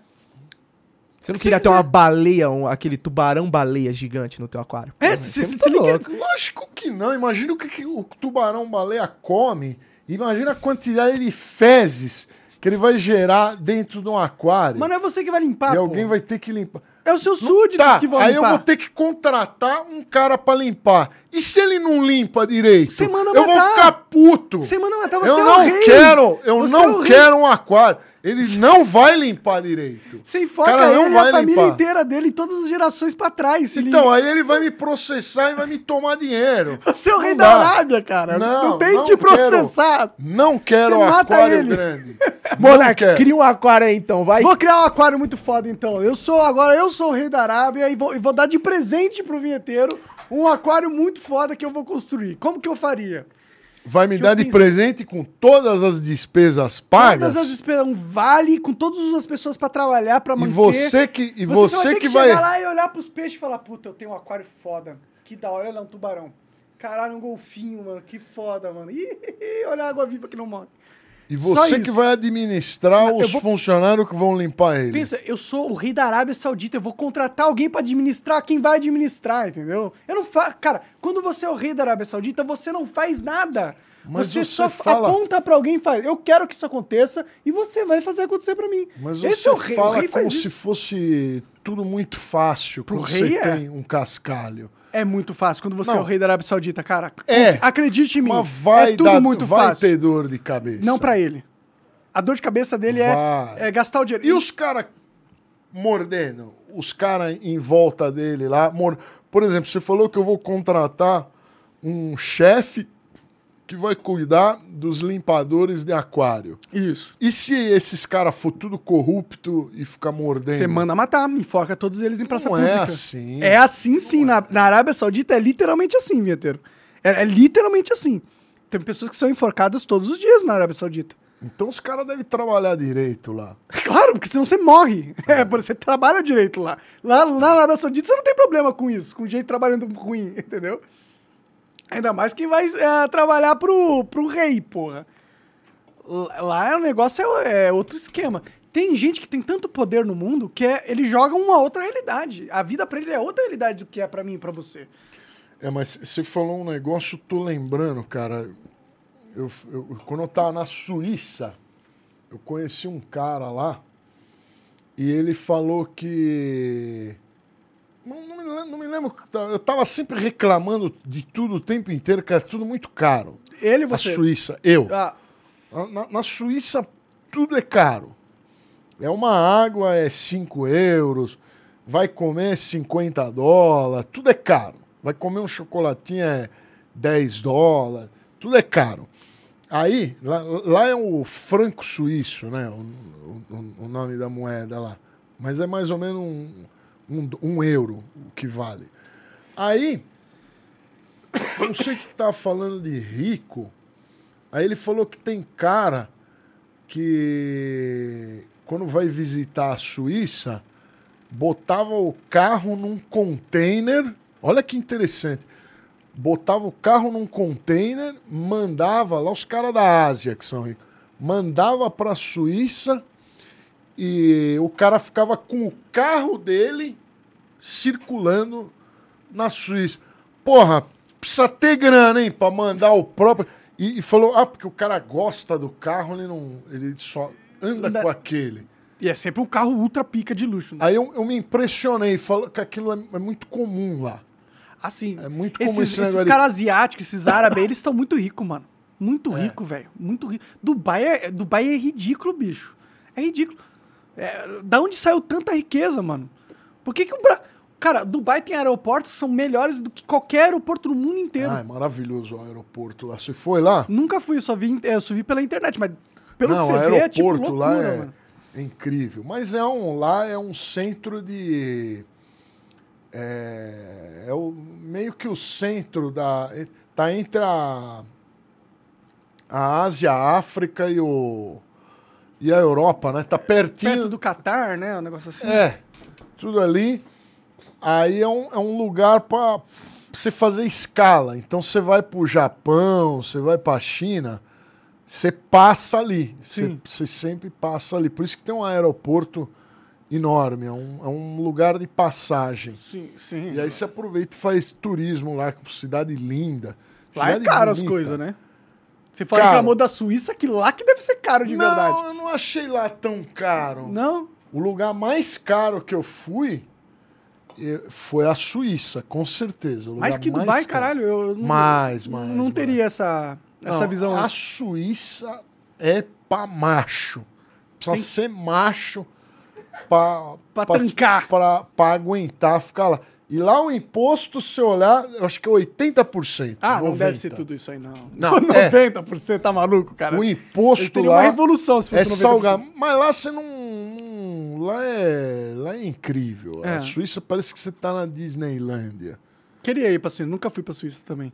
Speaker 4: Você Você não
Speaker 1: que
Speaker 4: queria
Speaker 1: você
Speaker 4: ter uma
Speaker 1: quiser.
Speaker 4: baleia, um- aquele tubarão-baleia gigante no teu aquário?
Speaker 1: É,
Speaker 4: Porra,
Speaker 1: se-
Speaker 4: é
Speaker 1: se-
Speaker 4: muito
Speaker 2: tá
Speaker 1: se liga-
Speaker 4: louco.
Speaker 2: Lógico que não. Imagina o que, que o tubarão-baleia come. Imagina a quantidade de fezes que ele vai gerar dentro de um aquário.
Speaker 1: Mas não é você que vai limpar,
Speaker 2: e
Speaker 1: pô.
Speaker 2: alguém vai ter que limpar.
Speaker 1: É os seus
Speaker 2: Não-
Speaker 1: súditos
Speaker 2: tá,
Speaker 1: que vão
Speaker 2: aí
Speaker 1: limpar.
Speaker 2: eu vou ter que contratar um cara pra limpar. E se ele não limpa direito?
Speaker 1: Você manda
Speaker 2: eu vou
Speaker 1: matar.
Speaker 2: ficar puto.
Speaker 1: Você manda matar, você
Speaker 2: eu
Speaker 1: é o
Speaker 2: não
Speaker 1: rei.
Speaker 2: quero, eu
Speaker 1: Você é o
Speaker 2: não
Speaker 1: rei.
Speaker 2: quero um aquário. Ele não vai limpar direito.
Speaker 1: Você enfoca
Speaker 2: Cara, não
Speaker 1: ele e
Speaker 2: vai
Speaker 1: a família
Speaker 2: limpar.
Speaker 1: inteira dele e todas as gerações pra trás. se
Speaker 2: Então,
Speaker 1: liga.
Speaker 2: aí ele vai me processar e vai me tomar dinheiro.
Speaker 1: Você é o rei
Speaker 2: não
Speaker 1: da
Speaker 2: dá.
Speaker 1: Arábia, cara.
Speaker 2: Não,
Speaker 1: Não, tem
Speaker 2: não
Speaker 1: te
Speaker 2: quero.
Speaker 1: processar.
Speaker 2: Não quero
Speaker 1: Você
Speaker 2: um
Speaker 1: mata
Speaker 2: aquário
Speaker 1: ele. [LAUGHS]
Speaker 2: grande. Não
Speaker 4: Monark,
Speaker 2: quero.
Speaker 4: cria um aquário aí então, vai.
Speaker 1: Vou criar um aquário muito foda, então. Eu sou agora, eu sou o rei da Arábia e vou, e vou dar de presente pro vinheteiro um aquário muito foda que eu vou construir. Como que eu faria?
Speaker 2: Vai me
Speaker 1: que
Speaker 2: dar
Speaker 1: eu
Speaker 2: de
Speaker 1: fiz.
Speaker 2: presente com todas as despesas pagas.
Speaker 1: Todas as despesas, um vale com todas as pessoas pra trabalhar, pra
Speaker 2: E
Speaker 1: manter.
Speaker 2: você que,
Speaker 1: Você,
Speaker 2: e você
Speaker 1: só vai ter
Speaker 2: que,
Speaker 1: que,
Speaker 2: vai.
Speaker 1: chegar lá e olhar pros peixes e falar, puta, eu tenho um aquário foda. Que da hora, olha lá um tubarão. Caralho, um golfinho, mano. Que foda, mano. Ih, olha a água viva que não morre.
Speaker 2: E
Speaker 1: Só
Speaker 2: você que
Speaker 1: isso.
Speaker 2: vai administrar
Speaker 1: Eu
Speaker 2: os
Speaker 1: vou-
Speaker 2: funcionários que vão limpar ele.
Speaker 1: Pensa, eu sou o rei da Arábia Saudita, eu vou contratar alguém pra administrar quem vai administrar, entendeu? Eu não faço. Cara, quando você é o rei da Arábia Saudita, você não faz nada.
Speaker 2: Mas
Speaker 1: você,
Speaker 2: você
Speaker 1: só
Speaker 2: fala-
Speaker 1: aponta pra alguém e faz. Eu quero que isso aconteça e você vai fazer acontecer pra mim.
Speaker 2: Mas
Speaker 1: Esse
Speaker 2: você
Speaker 1: é o rei,
Speaker 2: fala
Speaker 1: o rei faz
Speaker 2: como
Speaker 1: isso.
Speaker 2: se fosse tudo muito fácil
Speaker 1: Pro
Speaker 2: quando
Speaker 1: rei
Speaker 2: você
Speaker 1: é.
Speaker 2: tem um cascalho.
Speaker 1: É muito fácil quando você
Speaker 2: Não.
Speaker 1: é o rei da Arábia Saudita, cara.
Speaker 2: É.
Speaker 1: Confi- Acredite em mim.
Speaker 2: Mas vai
Speaker 1: é tudo
Speaker 2: dar,
Speaker 1: muito
Speaker 2: vai
Speaker 1: fácil.
Speaker 2: ter dor de cabeça.
Speaker 1: Não pra ele. A dor de cabeça dele é,
Speaker 2: Vai.
Speaker 1: é gastar o dinheiro.
Speaker 2: E os caras mordendo, os caras em volta dele lá. mor- Por exemplo, você falou que eu vou contratar um chefe que vai cuidar dos limpadores de aquário.
Speaker 1: Isso.
Speaker 2: E se esses caras for tudo corrupto e ficar mordendo?
Speaker 1: Você manda matar, enforca todos eles em praça
Speaker 2: Não
Speaker 1: pública.
Speaker 2: é assim.
Speaker 1: É assim sim. Na, na Arábia Saudita é literalmente assim, vinheteiro. É, é literalmente assim. Tem pessoas que são enforcadas todos os dias na Arábia Saudita. [LAUGHS]
Speaker 2: Então os caras devem trabalhar direito lá.
Speaker 1: Claro, porque senão você morre. É, porque você trabalha direito lá. Lá, lá na Arábia Saudita você não tem problema com isso, com gente trabalhando ruim, [LAUGHS] entendeu? Ainda mais quem vai é, trabalhar pro, pro rei, porra. Lá- Lá o negócio é, é outro esquema. Tem gente que tem tanto poder no mundo que é, ele joga uma outra realidade. A vida pra ele é outra realidade do que é pra mim e pra você.
Speaker 2: É, mas você falou um negócio, eu tô lembrando, cara. Eu, eu- quando eu tava na Suíça, eu conheci um cara lá e ele falou que. Não, não me, lem- não me lembro. que tá- Eu tava sempre reclamando de tudo o tempo inteiro, que era tudo muito caro.
Speaker 1: Ele e
Speaker 2: A
Speaker 1: você.
Speaker 2: Suíça, eu.
Speaker 1: Ah,
Speaker 2: Na- Na, na Suíça, tudo é caro. É uma água, é 5 euros. Vai comer 50 dólares, tudo é caro. Vai comer um chocolatinho é 10 dólares, tudo é caro. Aí, lá, lá é o franco suíço, né? O, o- o nome da moeda lá. Mas é mais ou menos um, um, um euro o que vale. Aí, [COUGHS] eu não sei o que que tava falando de rico. Aí ele falou que tem cara que quando vai visitar a Suíça, botava o carro num container. Olha que interessante. Botava o carro num container, mandava lá os caras da Ásia que são ricos, mandava para a Suíça e o cara ficava com o carro dele circulando na Suíça. Porra, precisa ter grana, hein, pra mandar o próprio. E, e falou, ah, porque o cara gosta do carro, ele não. Ele só anda
Speaker 1: Anda-
Speaker 2: com aquele.
Speaker 1: e é sempre um carro ultra pica de luxo. Né?
Speaker 2: Aí eu, eu me impressionei, falou que aquilo é, é muito comum lá.
Speaker 1: Assim,
Speaker 2: É muito comum
Speaker 1: esses,
Speaker 2: esse
Speaker 1: esses
Speaker 2: negócio de-
Speaker 1: caras asiáticos, esses árabes,
Speaker 2: [LAUGHS]
Speaker 1: eles estão muito ricos, mano. Muito
Speaker 2: É.
Speaker 1: rico, velho. Muito rico. Dubai é, Dubai é ridículo, bicho. É ridículo. É, da onde saiu tanta riqueza, mano? Por que, que o Bra... Cara, Dubai tem aeroportos que são melhores do que qualquer aeroporto do mundo inteiro.
Speaker 2: Ah, é maravilhoso o aeroporto lá. Você foi lá?
Speaker 1: Nunca fui, eu só vi, eu só vi pela internet, mas pelo
Speaker 2: não,
Speaker 1: que
Speaker 2: o
Speaker 1: você vê, é
Speaker 2: aeroporto
Speaker 1: tipo loucura,
Speaker 2: lá é,
Speaker 1: mano.
Speaker 2: é incrível. Mas é um, lá é um centro de. É, é o, meio que o centro da. Tá entre a, a Ásia, a África e o. E a Europa, né? Tá pertinho.
Speaker 1: Perto do Catar, né? Um negócio assim.
Speaker 2: É, tudo ali. Aí é um, é um lugar para você fazer escala. Então você vai pro Japão, você vai pra China, você passa ali. Você,
Speaker 1: Sim.
Speaker 2: você sempre passa ali. Por isso que tem um aeroporto enorme, é um, é um lugar de passagem.
Speaker 1: Sim, sim.
Speaker 2: E aí você aproveita e faz turismo lá, com cidade linda.
Speaker 1: lá é
Speaker 2: cidade
Speaker 1: caro as
Speaker 2: bonita.
Speaker 1: coisas, né? Você fala que
Speaker 2: Caro.
Speaker 1: amor da Suíça, que lá que deve ser caro de
Speaker 2: não,
Speaker 1: verdade.
Speaker 2: eu não achei lá tão caro.
Speaker 1: Não?
Speaker 2: O lugar mais caro que eu fui eh, foi a Suíça, com certeza. o
Speaker 1: Mais
Speaker 2: lugar
Speaker 1: que Dubai,
Speaker 2: mais caro.
Speaker 1: caralho. Eu não,
Speaker 2: Mais, mais,
Speaker 1: Não
Speaker 2: mais.
Speaker 1: teria essa, essa
Speaker 2: Não,
Speaker 1: visão. né?
Speaker 2: A Suíça é pra macho. Precisa
Speaker 1: Tem-
Speaker 2: ser macho pra,
Speaker 1: Pra trancar.
Speaker 2: Pra, pra aguentar ficar lá. E lá o imposto, se olhar, eu acho que é 80%.
Speaker 1: Ah, não
Speaker 2: 90%.
Speaker 1: deve ser tudo isso aí, não. [LAUGHS]
Speaker 2: Não, é.
Speaker 1: 90%, tá maluco, cara?
Speaker 2: O
Speaker 1: Eles
Speaker 2: imposto
Speaker 1: teriam uma
Speaker 2: lá
Speaker 1: revolução se fosse
Speaker 2: é
Speaker 1: 90%.
Speaker 2: salgado. Mas lá você não. não- Lá é, lá é incrível.
Speaker 1: É.
Speaker 2: A Suíça parece que você tá na Disneylândia.
Speaker 1: Queria ir pra Suíça, nunca fui pra Suíça também.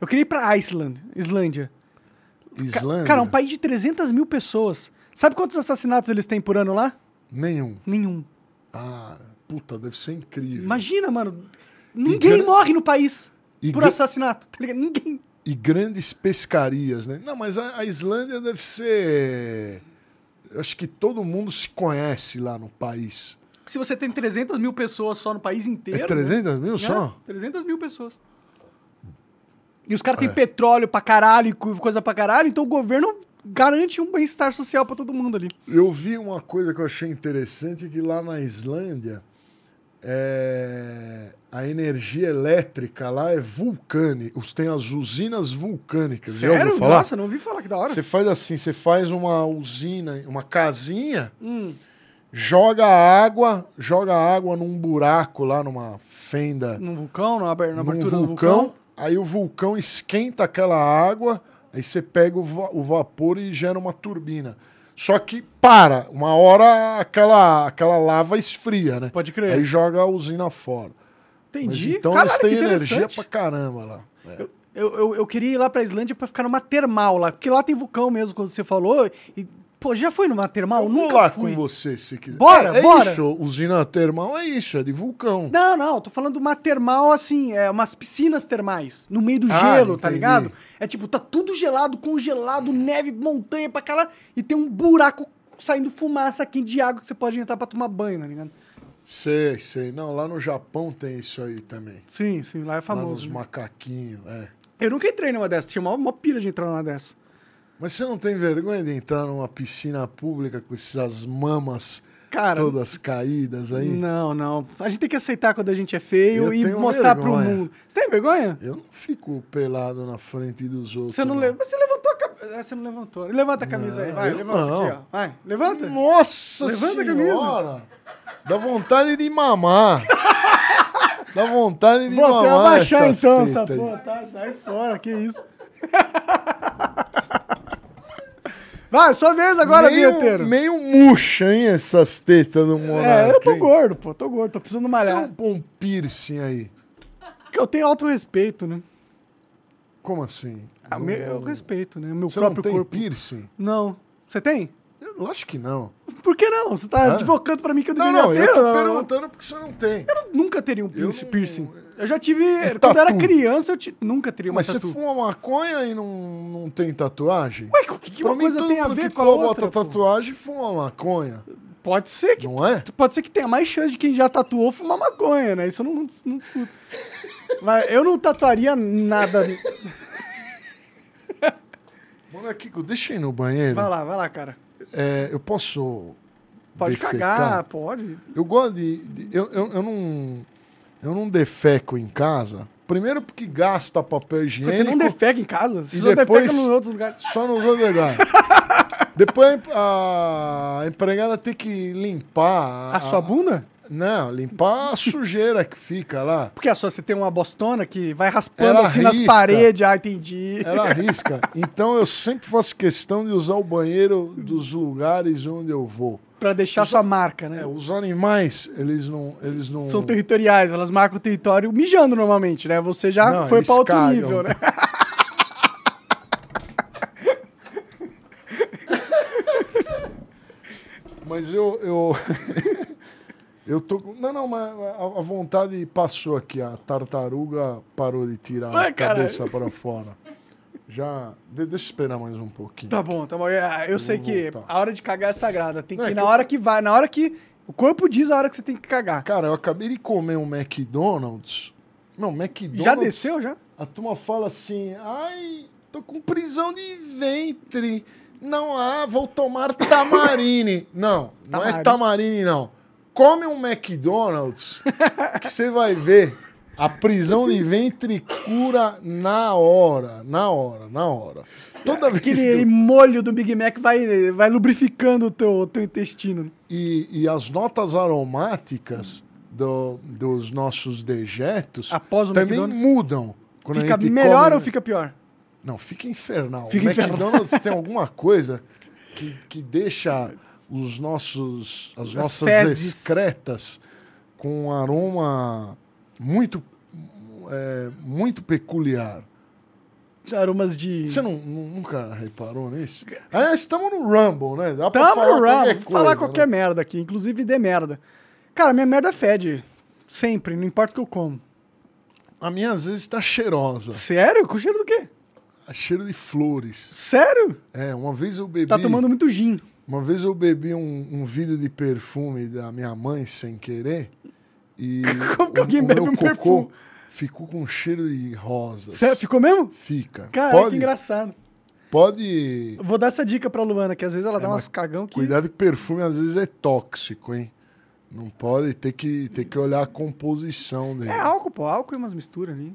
Speaker 1: Eu queria ir pra Iceland, Islândia. Ca-
Speaker 2: Islândia?
Speaker 1: Cara, um país de 300 mil pessoas. Sabe quantos assassinatos eles têm por ano lá?
Speaker 2: Nenhum.
Speaker 1: Nenhum.
Speaker 2: Ah, puta, deve ser incrível.
Speaker 1: Imagina, mano. Ninguém
Speaker 2: gran-
Speaker 1: morre no país
Speaker 2: E
Speaker 1: por
Speaker 2: gran-
Speaker 1: assassinato, tá ligado? Ninguém.
Speaker 2: e grandes pescarias, né? Não, mas a, a Islândia deve ser. Eu acho que todo mundo se conhece lá no país.
Speaker 1: Se você tem 300 mil pessoas só no país inteiro...
Speaker 2: é 300 mil
Speaker 1: né?
Speaker 2: só?
Speaker 1: 300 mil pessoas. E os
Speaker 2: É.
Speaker 1: caras têm petróleo pra caralho e co- coisa pra caralho, então o governo garante um bem-estar social pra todo mundo ali.
Speaker 2: Eu vi uma coisa que eu achei interessante: que lá na Islândia, é, a energia elétrica lá é vulcânica. Os- Tem as usinas vulcânicas. Já ouviu falar?
Speaker 1: Nossa, não ouvi falar que da hora.
Speaker 2: Você faz assim: você faz uma usina, uma casinha.
Speaker 1: Hum,
Speaker 2: joga água, joga água num buraco lá numa fenda,
Speaker 1: num vulcão, na abertura
Speaker 2: num
Speaker 1: do
Speaker 2: Um vulcão,
Speaker 1: vulcão.
Speaker 2: Aí o vulcão esquenta aquela água, aí você pega o, va- o vapor e gera uma turbina. Só que para, uma hora aquela aquela lava esfria, né?
Speaker 1: Pode crer.
Speaker 2: Aí joga a usina fora. Mas
Speaker 1: Entendi.
Speaker 2: então
Speaker 1: Caralho, que
Speaker 2: eles têm energia
Speaker 1: interessante.
Speaker 2: pra caramba lá. É.
Speaker 1: Eu, eu, eu queria ir lá pra Islândia pra ficar numa termal lá. Porque lá tem vulcão mesmo, quando você falou. E, pô, já foi numa termal?
Speaker 2: Eu vou
Speaker 1: Nunca
Speaker 2: lá
Speaker 1: fui.
Speaker 2: com você se quiser.
Speaker 1: Bora,
Speaker 2: é, é
Speaker 1: bora.
Speaker 2: isso, usina termal é isso, é de vulcão.
Speaker 1: Não, não, tô falando de uma termal assim, é umas piscinas termais, no meio do
Speaker 2: Ah,
Speaker 1: gelo, tá
Speaker 2: entendi.
Speaker 1: ligado? É tipo, tá tudo gelado, congelado, neve, montanha pra caralho, e tem um buraco saindo fumaça aqui de água que você pode entrar pra tomar banho, tá ligado?
Speaker 2: Sei, sei. Não, lá no Japão tem isso aí também.
Speaker 1: Sim, sim, lá é
Speaker 2: Lá nos
Speaker 1: famoso. né?
Speaker 2: macaquinhos, é.
Speaker 1: Eu nunca entrei numa dessas, tinha uma, uma pira de entrar numa dessas.
Speaker 2: Mas você não tem vergonha de entrar numa piscina pública com essas mamas
Speaker 1: Cara,
Speaker 2: todas caídas aí?
Speaker 1: não, não. A gente tem que aceitar quando a gente é feio
Speaker 2: Eu
Speaker 1: e
Speaker 2: tenho
Speaker 1: mostrar pro
Speaker 2: vergonha.
Speaker 1: mundo. Você tem vergonha?
Speaker 2: Eu não fico pelado na frente dos outros.
Speaker 1: Você não, le- Você levantou a cabeça. Você não levantou. Levanta a camisa aí,
Speaker 2: Não,
Speaker 1: vai,
Speaker 2: eu
Speaker 1: levanta
Speaker 2: não.
Speaker 1: aqui, ó. Vai, levanta.
Speaker 2: Nossa
Speaker 1: Levanta a camisa.
Speaker 2: senhora! Dá vontade de
Speaker 1: [LAUGHS]
Speaker 2: mamar. Dá vontade de
Speaker 1: Vou até
Speaker 2: mamar
Speaker 1: abaixar
Speaker 2: essas
Speaker 1: então essa
Speaker 2: tetas aí.
Speaker 1: porra, tá? Sai fora, que isso. [LAUGHS] Vai, sua vez agora,
Speaker 2: meio,
Speaker 1: bilheteiro.
Speaker 2: meio murcha, hein, essas tetas do monarca.
Speaker 1: É, eu tô
Speaker 2: hein?
Speaker 1: gordo, pô, tô gordo, tô precisando
Speaker 2: Você
Speaker 1: malhar.
Speaker 2: não põe um piercing aí?
Speaker 1: Porque eu tenho autorrespeito, né?
Speaker 2: Como assim?
Speaker 1: Ah,
Speaker 2: Não-
Speaker 1: meu- eu respeito, né? Meu
Speaker 2: Você não
Speaker 1: próprio
Speaker 2: tem
Speaker 1: corpo.
Speaker 2: piercing?
Speaker 1: Não. Você tem?
Speaker 2: Eu acho que não.
Speaker 1: Por que não? Você tá
Speaker 2: Hã?
Speaker 1: advocando pra mim que eu
Speaker 2: Não,
Speaker 1: deveria
Speaker 2: não,
Speaker 1: ter?
Speaker 2: eu tô
Speaker 1: Eu-
Speaker 2: perguntando porque você não tem.
Speaker 1: eu nunca teria um piercing.
Speaker 2: não- É
Speaker 1: piercing. Eu já tive. quando eu
Speaker 2: tatu.
Speaker 1: era criança, eu ti- nunca teria uma
Speaker 2: Mas você
Speaker 1: tatu.
Speaker 2: fuma maconha e não, não tem tatuagem?
Speaker 1: Ué, o que, que
Speaker 2: Pra
Speaker 1: uma
Speaker 2: mim,
Speaker 1: coisa
Speaker 2: todo
Speaker 1: tem a
Speaker 2: mundo
Speaker 1: ver
Speaker 2: que
Speaker 1: com a
Speaker 2: pula,
Speaker 1: outra?
Speaker 2: bota
Speaker 1: pô?
Speaker 2: tatuagem e fuma maconha,
Speaker 1: Pode ser que
Speaker 2: não é?
Speaker 1: Pode ser que tenha mais chance de quem já tatuou fumar maconha, né? Isso eu não, não discuto. Mas eu não tatuaria nada.
Speaker 2: Molequico, deixa eu ir no banheiro.
Speaker 1: Vai lá, vai lá, cara.
Speaker 2: É, eu posso
Speaker 1: Pode
Speaker 2: defecar?
Speaker 1: cagar, pode.
Speaker 2: Eu gosto de... de- eu, eu, eu não... Eu não defeco em casa. Primeiro porque gasta papel higiênico.
Speaker 1: Você não defeca em casa? Você
Speaker 2: E
Speaker 1: só
Speaker 2: depois-
Speaker 1: defeca nos outros lugares.
Speaker 2: Só nos
Speaker 1: [LAUGHS]
Speaker 2: outros lugares. Depois a em- a empregada tem que limpar...
Speaker 1: A, sua bunda?
Speaker 2: Não, limpar a sujeira que fica lá.
Speaker 1: Porque a sua, você tem uma bostona que vai raspando
Speaker 2: Ela
Speaker 1: assim nas
Speaker 2: risca.
Speaker 1: paredes. Ah, entendi.
Speaker 2: Ela arrisca. Então eu sempre faço questão de usar o banheiro dos lugares onde eu vou.
Speaker 1: Pra deixar sua marca, né?
Speaker 2: É, os animais, eles não. Eles não
Speaker 1: São territoriais, elas marcam o território mijando normalmente, né? Você já
Speaker 2: Não,
Speaker 1: foi
Speaker 2: eles
Speaker 1: pra outro
Speaker 2: cagam.
Speaker 1: nível, né?
Speaker 2: Mas eu. Eu, [LAUGHS] eu tô. com- Não, não, mas a, a vontade passou aqui. A tartaruga parou de tirar
Speaker 1: Ué,
Speaker 2: a
Speaker 1: caralho.
Speaker 2: cabeça para fora. Já. de- deixa eu esperar mais um pouquinho.
Speaker 1: Tá bom, tá bom. Eu, eu sei
Speaker 2: vou
Speaker 1: que
Speaker 2: voltar.
Speaker 1: a hora de cagar é sagrada. Tem que
Speaker 2: Não, é
Speaker 1: ir
Speaker 2: que
Speaker 1: na
Speaker 2: eu-
Speaker 1: hora que vai, na hora que O corpo diz a hora que você tem que cagar.
Speaker 2: Cara, eu acabei de comer um McDonald's. Não, McDonald's.
Speaker 1: Já desceu, já?
Speaker 2: A turma fala assim: ai, tô com prisão de ventre. Não, ah, vou tomar tamarine. [LAUGHS] Não, não
Speaker 1: Tamarine.
Speaker 2: é tamarine, não. Come um McDonald's que você vai ver. A prisão de ventre cura na hora, na hora, na hora. Toda vez [LAUGHS]
Speaker 1: Aquele molho do Big Mac vai, vai lubrificando o teu, teu intestino.
Speaker 2: e, e as notas aromáticas do- dos nossos dejetos
Speaker 1: Após o
Speaker 2: também
Speaker 1: McDonald's?
Speaker 2: mudam. Quando a
Speaker 1: Fica
Speaker 2: gente
Speaker 1: melhor
Speaker 2: come- um
Speaker 1: ou fica pior?
Speaker 2: Não, fica infernal.
Speaker 1: Fica
Speaker 2: o
Speaker 1: infernal. [LAUGHS]
Speaker 2: McDonald's tem alguma coisa que, que deixa os nossos, as, nossas
Speaker 1: fezes.
Speaker 2: excretas com um aroma muito, é, muito peculiar.
Speaker 1: Aromas de.
Speaker 2: Você não- nu- nunca reparou nisso? Ah, estamos no Rumble, né? Dá pra
Speaker 1: Tamo
Speaker 2: falar
Speaker 1: no
Speaker 2: qualquer
Speaker 1: Rumble, falar
Speaker 2: coisa,
Speaker 1: qualquer
Speaker 2: né?
Speaker 1: merda aqui, inclusive dê merda. Cara, minha merda fede. Sempre, não importa o que eu como.
Speaker 2: A minha às vezes está cheirosa. Tá
Speaker 1: Sério? Com cheiro do quê?
Speaker 2: Cheiro de flores.
Speaker 1: Sério?
Speaker 2: É, uma vez eu bebi.
Speaker 1: Tá tomando muito gin.
Speaker 2: Uma vez eu bebi um, um vidro de perfume da minha mãe sem querer e
Speaker 1: [LAUGHS] Como que
Speaker 2: o-
Speaker 1: alguém
Speaker 2: o
Speaker 1: bebe
Speaker 2: meu
Speaker 1: um perfume?
Speaker 2: ficou com cheiro de rosa.
Speaker 1: Sério? Ficou mesmo?
Speaker 2: Fica.
Speaker 1: Cara, que
Speaker 2: pode,
Speaker 1: engraçado.
Speaker 2: pode
Speaker 1: Vou dar essa dica pra Luana, que às vezes ela dá
Speaker 2: É,
Speaker 1: umas
Speaker 2: mas
Speaker 1: cagão que.
Speaker 2: cuidado que perfume às vezes é tóxico, hein? Não pode ter que ter que olhar a composição dele.
Speaker 1: É álcool, pô, álcool e umas misturas ali.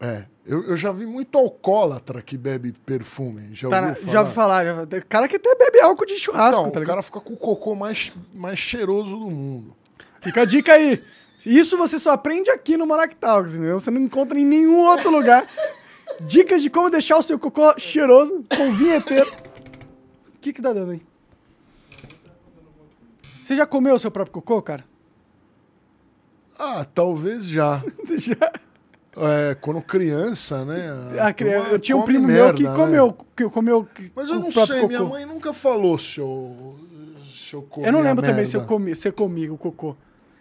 Speaker 2: É, eu, eu já vi muito alcoólatra que bebe perfume. Já
Speaker 1: Tá na-
Speaker 2: ouviu falar?
Speaker 1: já ouvi falar, já... tem cara que até bebe álcool de churrasco,
Speaker 2: Então,
Speaker 1: tá
Speaker 2: o
Speaker 1: ligado?
Speaker 2: cara fica com o cocô mais, mais cheiroso do mundo.
Speaker 1: Fica a dica aí. Isso você só aprende aqui no Monarch Talks, entendeu? Você não encontra em nenhum outro lugar. Dicas de como deixar o seu cocô cheiroso com vinheteiro. O que que tá dando aí? Você já comeu o seu próprio cocô, cara?
Speaker 2: Ah, talvez [LAUGHS] já.
Speaker 1: Já.
Speaker 2: É, quando criança, né?
Speaker 1: Ah,
Speaker 2: turma
Speaker 1: cria- eu tinha um
Speaker 2: come
Speaker 1: primo meu
Speaker 2: merda,
Speaker 1: que
Speaker 2: né?
Speaker 1: comeu, que comeu que-
Speaker 2: Mas eu
Speaker 1: o
Speaker 2: não
Speaker 1: próprio
Speaker 2: sei, minha
Speaker 1: cocô.
Speaker 2: mãe nunca falou se eu, se eu comi
Speaker 1: Eu não lembro também se eu,
Speaker 2: merda.
Speaker 1: comi, se eu comi o cocô.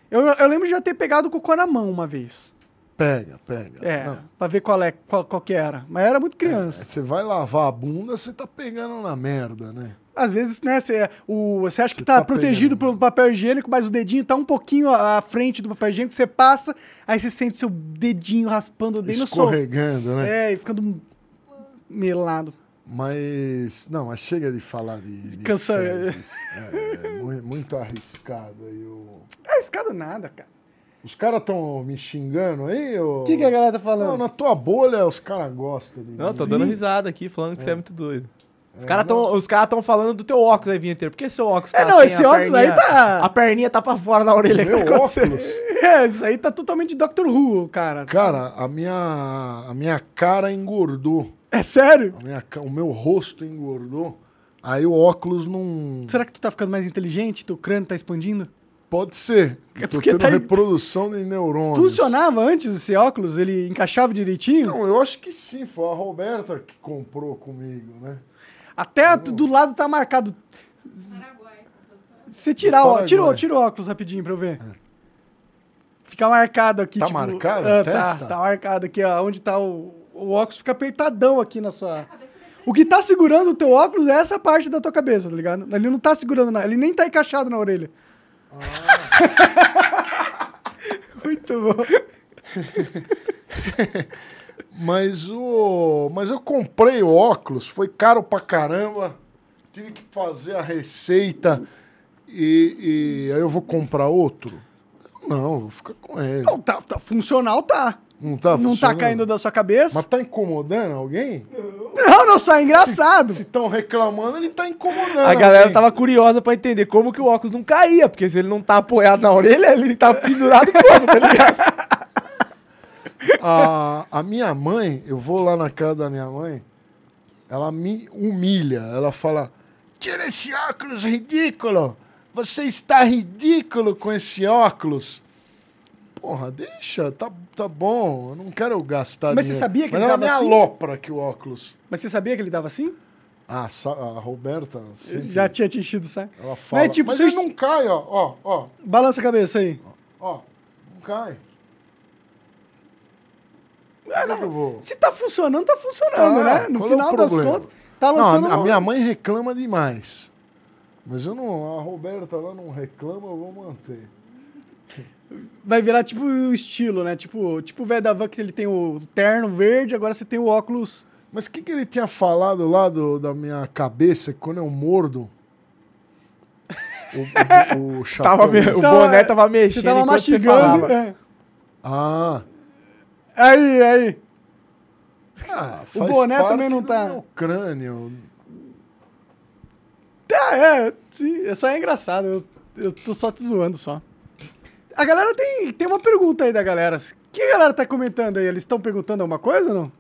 Speaker 1: Eu, eu lembro de já ter pegado o cocô na mão uma vez.
Speaker 2: Pega, pega.
Speaker 1: É,
Speaker 2: Tá, Não. É,
Speaker 1: pra ver qual, é, qual, qual que era. Mas era muito criança.
Speaker 2: Você vai lavar a bunda, você tá pegando na merda, né?
Speaker 1: Às vezes, né, você o- você acha que tá,
Speaker 2: tá
Speaker 1: protegido
Speaker 2: pegando.
Speaker 1: pelo papel higiênico, mas o dedinho tá um pouquinho à à frente do papel higiênico, você passa, aí você sente seu dedinho raspando bem no sol.
Speaker 2: Escorregando, né?
Speaker 1: É, e ficando melado.
Speaker 2: Mas. Não, mas chega de falar de. de
Speaker 1: Cansa-
Speaker 2: fezes. É, é mu- muito arriscado aí. ô.
Speaker 1: É escada nada, cara.
Speaker 2: Os caras estão me xingando aí?
Speaker 1: O que, que a galera tá falando?
Speaker 2: Não, na tua bolha os caras gostam de mim.
Speaker 4: Não, tô dando risada aqui, falando que você é muito doido. Os caras
Speaker 2: não.
Speaker 4: tão, os cara tão falando do teu óculos aí, Vinheteiro. Por que seu óculos tá
Speaker 1: É, não,
Speaker 4: sem
Speaker 1: esse
Speaker 4: a
Speaker 1: óculos
Speaker 4: perninha-
Speaker 1: aí tá-
Speaker 4: A perninha tá pra fora da orelha. [LAUGHS]
Speaker 2: Meu
Speaker 4: que tá acontecendo?
Speaker 2: óculos.
Speaker 1: É, isso aí tá totalmente Dr. Who, cara.
Speaker 2: Cara, a minha, a minha cara engordou.
Speaker 1: É sério?
Speaker 2: A minha, ca- o meu rosto engordou. Aí o óculos não.
Speaker 1: Será que tu tá ficando mais inteligente? Teu crânio tá expandindo?
Speaker 2: Pode ser.
Speaker 1: É
Speaker 2: Eu tô
Speaker 1: porque
Speaker 2: tendo
Speaker 1: tá-
Speaker 2: reprodução de neurônios.
Speaker 1: Funcionava antes esse óculos? Ele encaixava direitinho?
Speaker 2: Não, eu acho que sim. Foi a Roberta que comprou comigo, né?
Speaker 1: Até a- do lado tá marcado. Você tirar o
Speaker 2: Paraguai. É.
Speaker 1: tirou, tirou o óculos rapidinho pra eu ver. Fica marcado aqui.
Speaker 2: Tá
Speaker 1: tipo,
Speaker 2: marcado a
Speaker 1: ah, Tá,
Speaker 2: testa?
Speaker 1: tá marcado aqui, ó. Onde tá o, o óculos fica apertadão aqui na sua. O que tá segurando o teu óculos é essa parte da tua cabeça, tá ligado? Ele não tá segurando nada, ele nem tá encaixado na orelha.
Speaker 2: Ah.
Speaker 1: [LAUGHS] Muito bom.
Speaker 2: Mas o. Mas eu comprei o óculos, foi caro pra caramba. Tive que fazer a receita e, e aí eu vou comprar outro? Não, vou ficar com ele.
Speaker 1: Não, tá, tá funcional, tá.
Speaker 2: Não tá
Speaker 1: não tá
Speaker 2: funcionando?
Speaker 1: caindo da sua cabeça.
Speaker 2: Mas tá incomodando alguém?
Speaker 1: Não, não, só é engraçado.
Speaker 2: Se estão reclamando, ele tá incomodando.
Speaker 4: A galera
Speaker 2: alguém.
Speaker 4: tava curiosa pra entender como que o óculos não caía, porque se ele não tá apoiado na orelha, ele tá pendurado como, tá ligado?
Speaker 2: A, a minha mãe, eu vou lá na casa da minha mãe, ela me humilha. Ela fala: Tira esse óculos ridículo! Você está ridículo com esse óculos! Porra, deixa, tá, tá bom, eu não quero gastar
Speaker 1: Mas você
Speaker 2: dinheiro.
Speaker 1: sabia que
Speaker 2: Mas
Speaker 1: ele
Speaker 2: ela
Speaker 1: tava
Speaker 2: me
Speaker 1: assim?
Speaker 2: alopra que o óculos.
Speaker 1: [LAUGHS] Mas você sabia que ele dava assim?
Speaker 2: Ah, sa- a Roberta sempre-
Speaker 1: Já tinha te enchido o saco.
Speaker 2: ela fala.
Speaker 1: Mas, tipo,
Speaker 2: Mas
Speaker 1: você-
Speaker 2: ele não cai, ó, ó, ó,
Speaker 1: Balança a cabeça aí.
Speaker 2: ó, não cai.
Speaker 1: Ah,
Speaker 2: Como é que eu vou?
Speaker 1: Se tá funcionando, tá funcionando,
Speaker 2: Tá,
Speaker 1: né? No
Speaker 2: qual é o
Speaker 1: final das
Speaker 2: problema?
Speaker 1: contas, tá
Speaker 2: Não, a
Speaker 1: lançando.
Speaker 2: mi- a minha mãe reclama demais. Mas eu não. A Roberta lá não reclama, eu vou manter.
Speaker 1: Vai virar tipo o estilo, né? Tipo, tipo o velho da van que ele tem o terno verde, agora você tem o óculos.
Speaker 2: Mas o que, que ele tinha falado lá do, da minha cabeça que quando eu mordo? O, o,
Speaker 1: [LAUGHS]
Speaker 2: o chapéu.
Speaker 4: Tava me- O
Speaker 1: Tava-
Speaker 4: boné tava
Speaker 1: Então,
Speaker 4: mexendo
Speaker 1: é, Você tava
Speaker 4: enquanto você
Speaker 1: mastigando.
Speaker 4: falava.
Speaker 1: é.
Speaker 2: Ah,
Speaker 1: Aí, aí.
Speaker 2: ah,
Speaker 1: O
Speaker 2: faz
Speaker 1: boné
Speaker 2: parte
Speaker 1: também não
Speaker 2: do
Speaker 1: tá.
Speaker 2: meu crânio.
Speaker 1: Tá, é, sim, é só engraçado. Eu, eu tô só te zoando só. A galera tem, tem uma pergunta aí da galera. O que a galera tá comentando aí? Eles estão perguntando alguma coisa ou não?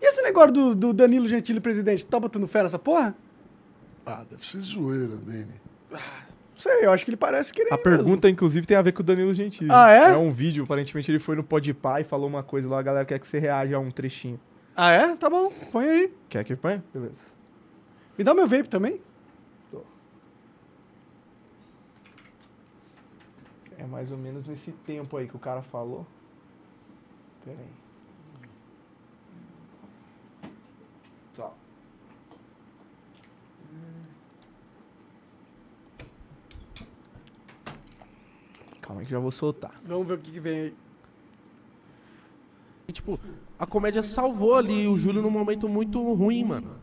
Speaker 1: E esse negócio do, do Danilo Gentili presidente, tá botando fé nessa porra?
Speaker 2: Ah, deve ser zoeira dele.
Speaker 1: Não sei, eu acho que ele parece que ele.
Speaker 9: A pergunta, inclusive, tem a ver com o Danilo Gentili.
Speaker 1: Ah, é?
Speaker 9: É um vídeo, aparentemente ele foi no Podpah e falou uma coisa lá, a galera quer que você reaja a um trechinho.
Speaker 1: Ah, é? Tá bom, põe aí.
Speaker 9: Quer que põe? Beleza.
Speaker 1: Me dá meu vape também.
Speaker 9: É mais ou menos nesse tempo aí que o cara falou. Pera aí. Tá.
Speaker 4: Calma aí que eu já vou soltar.
Speaker 1: Vamos ver o que, que vem aí.
Speaker 10: E, tipo, a comédia salvou ali o Júlio num momento muito ruim, mano.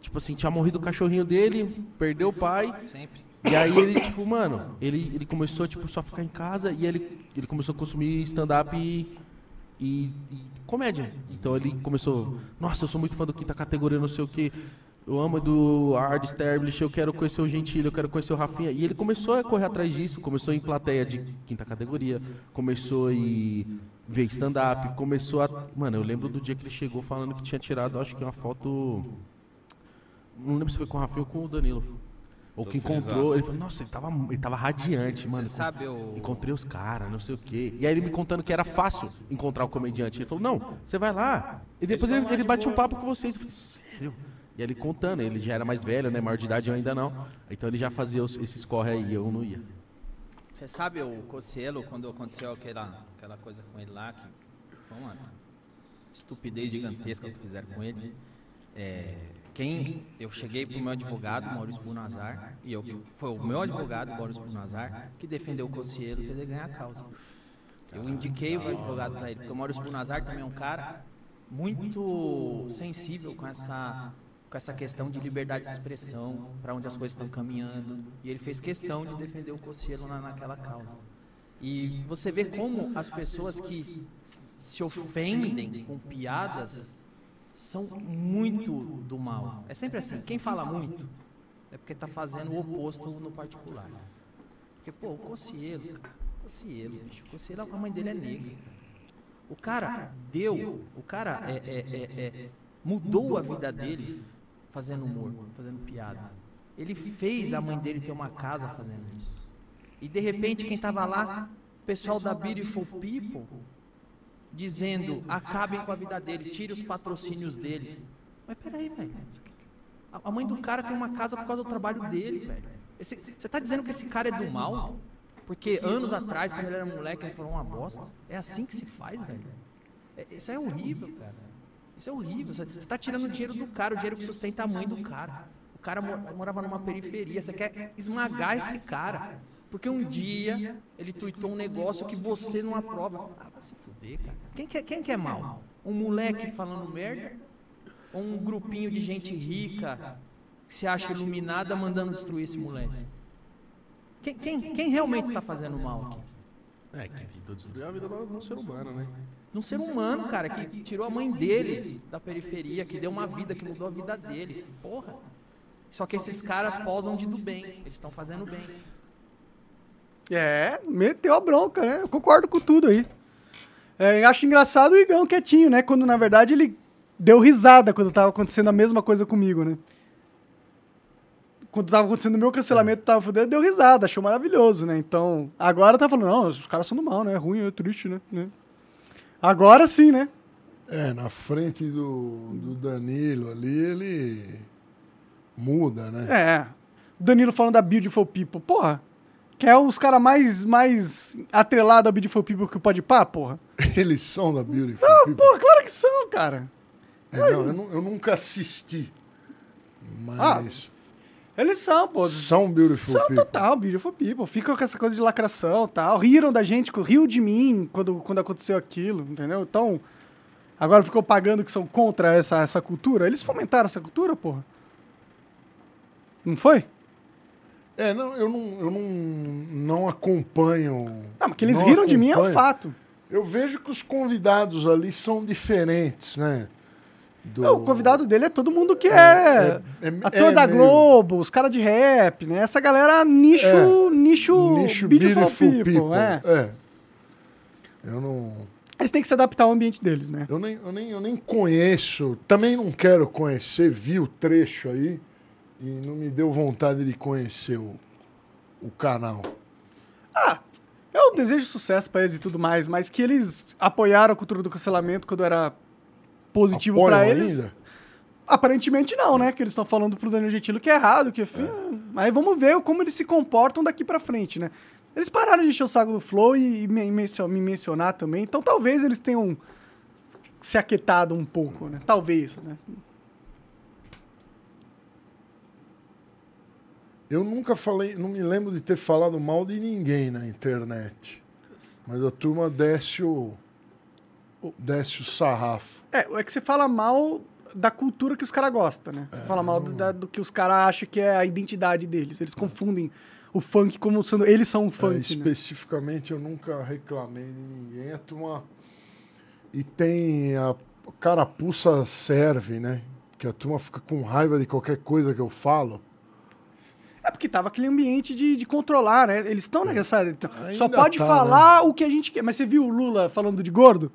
Speaker 10: Tipo assim, tinha morrido o cachorrinho dele, perdeu o pai. Sempre. E aí ele, tipo, mano, ele, ele começou, tipo, só ficar em casa e ele, ele começou a consumir stand-up e, e- e comédia. Então ele começou, nossa, eu sou muito fã do quinta categoria, não sei o quê. Eu amo do Hard Establish, eu quero conhecer o Gentili, eu quero conhecer o Rafinha. E ele começou a correr atrás disso, começou em plateia de quinta categoria, começou e ver stand-up, começou a. Mano, eu lembro do dia que ele chegou falando que tinha tirado, acho que uma foto. Não lembro se foi com o Rafinha ou com o Danilo. Ou que encontrou, ele falou, nossa, ele tava, ele tava radiante, mano. sabe, Encontrei os caras, não sei o quê. E aí ele me contando que era fácil encontrar o comediante. Ele falou, não, você vai lá. E depois ele, ele bate um papo com vocês. Eu falei, sério? E ele contando, ele já era mais velho, né? Maior de idade eu ainda não. Então ele já fazia os- esses corre aí, eu não ia.
Speaker 11: Você sabe o Cocielo, quando aconteceu aquela, aquela coisa com ele lá, que foi uma estupidez gigantesca que fizeram com ele. É, quem eu cheguei pro meu advogado, Maurício Bunazar, e eu, foi o meu advogado, Maurício Bunazar, que defendeu o Cocielo e fez ele ganhar a causa. Eu indiquei o meu advogado para ele, porque o Maurício Bunazar também é um cara muito sensível com essa com essa questão de liberdade de expressão, para onde as coisas estão caminhando, e ele fez questão de defender o Cossielo na, naquela causa. E você vê como as pessoas que se ofendem com piadas são muito do mal. É sempre assim, quem fala muito é porque está fazendo o oposto no particular. Porque, pô, o Cossielo, cara, Cossielo, bicho, o Cossielo, a mãe dele é negra. cara. O cara deu, o cara é- é- é- é- mudou a vida dele fazendo humor, fazendo piada. Ele fez a mãe dele ter uma casa fazendo isso. E de repente quem estava lá, o pessoal da Beautiful People, dizendo, acabem com a vida dele, tire os patrocínios dele. Mas peraí, velho. A a mãe do cara tem uma casa por causa do trabalho dele, velho. Esse- Você está dizendo que esse cara é do mal? Porque anos atrás, quando ele era moleque, ele falou uma bosta. É assim que se faz, velho. É- Isso é horrível, cara. Isso é horrível. Você você tá tirando o dinheiro do cara, o dinheiro que sustenta a mãe do cara. O cara mo- morava numa periferia. Você quer esmagar esse cara. Porque um dia ele tuitou um negócio que você não aprova. Ah, vai se fuder, cara. Quem que é, quem que é mal? Um moleque falando merda? Ou um grupinho de gente rica que se acha iluminada mandando destruir esse moleque? Quem, quem, quem realmente está fazendo mal aqui?
Speaker 10: É, que tentou destruir a vida do, do ser humano, né?
Speaker 11: Num um ser humano, cara, que tirou a mãe dele da periferia, que deu uma vida, que mudou a vida dele. Porra. Só que esses caras posam de do bem. Eles estão fazendo bem.
Speaker 1: É, meteu a bronca, né? Eu concordo com tudo aí. É, eu acho engraçado o Igão quietinho, né? Quando na verdade ele deu risada quando tava acontecendo a mesma coisa comigo, né? Quando tava acontecendo o meu cancelamento, tava fudendo, deu risada, achou maravilhoso, né? Então, agora tá falando, não, os caras são do mal, né? É ruim, é triste, né? né? Agora sim, né?
Speaker 2: É, na frente do, do Danilo ali, ele muda, né?
Speaker 1: É. O Danilo falando da Beautiful People, porra. Que é os caras mais, mais atrelados à Beautiful People que o Podpah, porra.
Speaker 2: [LAUGHS] Eles são da Beautiful People.
Speaker 1: Porra, claro que são, cara.
Speaker 2: É, não, eu, nu- eu nunca assisti. Mas
Speaker 1: Eles são, Ah, pô.
Speaker 2: São beautiful
Speaker 1: São
Speaker 2: people.
Speaker 1: total beautiful people. Ficam com essa coisa de lacração e tal. Riram da gente, riu de mim quando, quando aconteceu aquilo, entendeu? Então, agora ficou pagando que são contra essa, essa cultura. Eles fomentaram essa cultura, porra. Não foi?
Speaker 2: É, não, eu não, eu não, não acompanho.
Speaker 1: Não, mas que eles riram de mim é um
Speaker 2: acompanho.
Speaker 1: fato.
Speaker 2: Eu vejo que os convidados ali são diferentes, né? Do-
Speaker 1: Não, o convidado dele é todo mundo que é,
Speaker 2: é- é-
Speaker 1: ator
Speaker 2: é
Speaker 1: da
Speaker 2: meio-
Speaker 1: Globo, os caras de rap, né? Essa galera nicho,
Speaker 2: É.
Speaker 1: nicho,
Speaker 2: Nicho
Speaker 1: beautiful,
Speaker 2: beautiful
Speaker 1: people,
Speaker 2: people,
Speaker 1: é.
Speaker 2: é. Eu não.
Speaker 1: Eles têm que se adaptar ao ambiente deles, né?
Speaker 2: Eu nem, eu nem, eu nem conheço, também não quero conhecer, vi o trecho aí e não me deu vontade de conhecer o, o canal.
Speaker 1: Eu Ah, é um desejo sucesso pra eles e tudo mais, mas que eles apoiaram a cultura do cancelamento quando era positivo
Speaker 2: Apoiam
Speaker 1: pra eles.
Speaker 2: ainda?
Speaker 1: Aparentemente não, né? Que eles estão falando pro Danilo Gentili que é errado, que enfim, Aí vamos ver como eles se comportam daqui pra frente, né? Eles pararam de encher o saco do Flow e, e me, mencio- me mencionar também, então talvez eles tenham se aquietado um pouco, né? Talvez, né?
Speaker 2: Eu nunca falei, não me lembro de ter falado mal de ninguém na internet. Mas a turma desce o. desce o sarrafo.
Speaker 1: É, é que você fala mal da cultura que os caras gostam, né? Você fala mal do, da- do que os caras acham que é a identidade deles. Eles confundem o funk como sendo. Eles são um
Speaker 2: É,
Speaker 1: funk, né?
Speaker 2: especificamente, eu nunca reclamei de ninguém. A turma. E tem a carapuça serve, né? Que a turma fica com raiva de qualquer coisa que eu falo.
Speaker 1: É porque tava aquele ambiente de, de controlar, né? Eles estão nessa. Só
Speaker 2: É. Ainda
Speaker 1: pode
Speaker 2: tá,
Speaker 1: falar o que a gente quer. Mas você viu o Lula falando de gordo?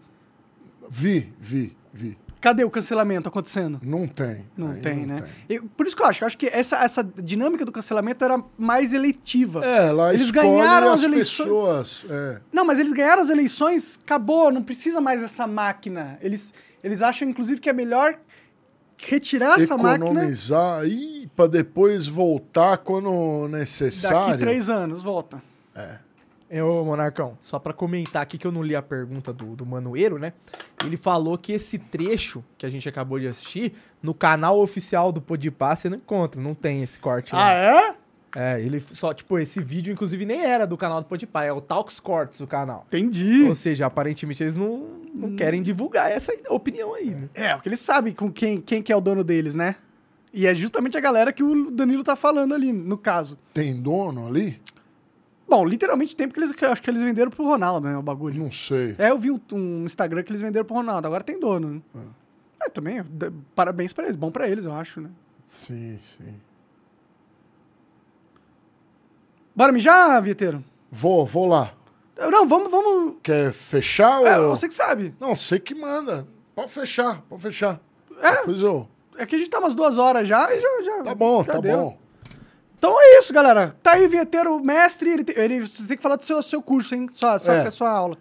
Speaker 2: Vi, vi, vi.
Speaker 1: Cadê o cancelamento acontecendo?
Speaker 2: Não tem.
Speaker 1: Não
Speaker 2: Aí
Speaker 1: tem,
Speaker 2: não
Speaker 1: né? Eu- por isso que eu acho. Eu acho que essa, essa dinâmica do cancelamento era mais eletiva.
Speaker 2: É, lá
Speaker 1: Eles
Speaker 2: escolhe
Speaker 1: ganharam
Speaker 2: as
Speaker 1: as eleições.
Speaker 2: pessoas. É.
Speaker 1: Não, mas eles ganharam as eleições, acabou, não precisa mais essa máquina. Eles, eles acham, inclusive, que é melhor retirar essa máquina.
Speaker 2: economizar e para depois voltar quando necessário.
Speaker 1: Daqui três anos, volta.
Speaker 9: É, ô Monarcão, só pra comentar aqui que eu não li a pergunta do, do Manoeiro, né? Ele falou que esse trecho que a gente acabou de assistir, no canal oficial do Podpah, você não encontra, não tem esse corte lá.
Speaker 1: é?
Speaker 9: É, ele f- só, tipo, esse vídeo, inclusive, nem era do canal do Podpah, é o Talks Cortes, o canal.
Speaker 1: Entendi.
Speaker 9: Ou seja, aparentemente eles não, não querem divulgar essa opinião aí, né?
Speaker 1: É, porque eles sabem com quem, quem que é o dono deles, né? E é justamente a galera que o Danilo tá falando ali, no caso.
Speaker 2: Tem dono ali?
Speaker 1: Bom, literalmente tem, porque eles, eu acho que eles venderam pro Ronaldo, né, o bagulho.
Speaker 2: Não sei.
Speaker 1: É, eu vi um, um Instagram que eles venderam pro Ronaldo, agora tem dono, né? É, também, d- parabéns pra eles, bom pra eles, eu acho, né?
Speaker 2: Sim, sim.
Speaker 1: Bora mijar, Vieteiro?
Speaker 2: Vou, vou lá.
Speaker 1: Não, vamos, vamos...
Speaker 2: Quer fechar ou...
Speaker 1: É, você que sabe.
Speaker 2: Não, você que manda. Pode fechar, pode fechar. Pois eu.
Speaker 1: É que a gente tá umas duas horas já e já. já
Speaker 2: Tá bom,
Speaker 1: já
Speaker 2: tá
Speaker 1: deu.
Speaker 2: bom.
Speaker 1: Então é isso, galera. Tá aí, vinheteiro, mestre. Ele, tem- ele- você tem que falar do seu, seu curso, hein? Sua, sua,
Speaker 2: É.
Speaker 1: sua aula.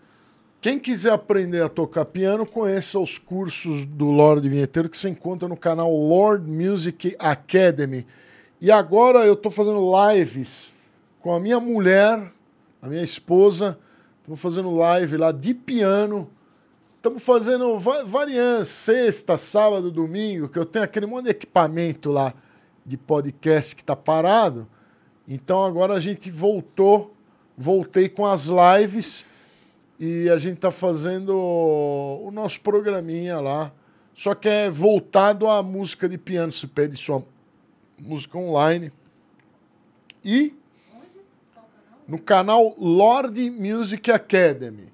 Speaker 2: Quem quiser aprender a tocar piano, conheça os cursos do Lorde Vinheteiro que você encontra no canal Lord Music Academy. E agora eu estou fazendo lives com a minha mulher, a minha esposa. Estamos fazendo live lá de piano. Estamos fazendo va- variantes, sexta, sábado, domingo, que eu tenho aquele monte de equipamento lá de podcast que está parado. Então agora a gente voltou, voltei com as lives e a gente tá fazendo o nosso programinha lá. Só que é voltado à música de piano. Você pede sua música online. E no canal Lorde Music Academy.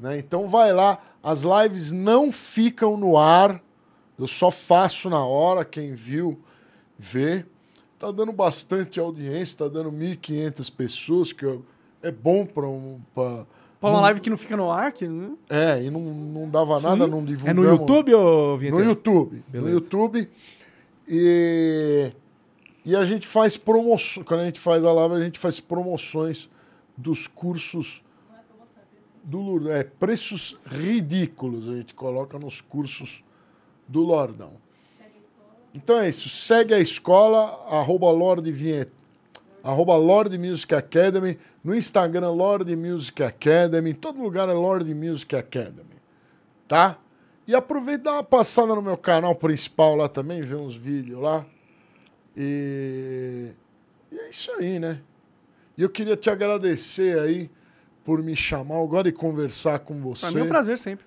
Speaker 2: né? Então vai lá. As lives não ficam no ar. Eu só faço na hora. Quem viu, vê. Tá dando bastante audiência. Tá dando 1.500 pessoas, que eu- é bom para um... pra-
Speaker 1: Pra uma
Speaker 2: não-
Speaker 1: live que não fica no ar, que, né?
Speaker 2: é, e não, não dava nada, não
Speaker 9: É
Speaker 2: divulgamos.
Speaker 9: no YouTube, ô Vinheteiro?
Speaker 2: No YouTube.
Speaker 9: Beleza.
Speaker 2: No YouTube. E, e a gente faz promoções. Quando a gente faz a live, a gente faz promoções dos cursos do Lourdão. É, preços ridículos a gente coloca nos cursos do Lordão. Então é isso. Segue a escola, arroba Lorde Vinhe- arroba Lorde Music Academy. No Instagram, Lorde Music Academy. Em todo lugar é Lorde Music Academy. Tá? E aproveita e dá uma passada no meu canal principal lá também, vê uns vídeos lá. E E é isso aí, né? E eu queria te agradecer aí por me chamar agora e conversar com você.
Speaker 1: Pra mim é um prazer sempre.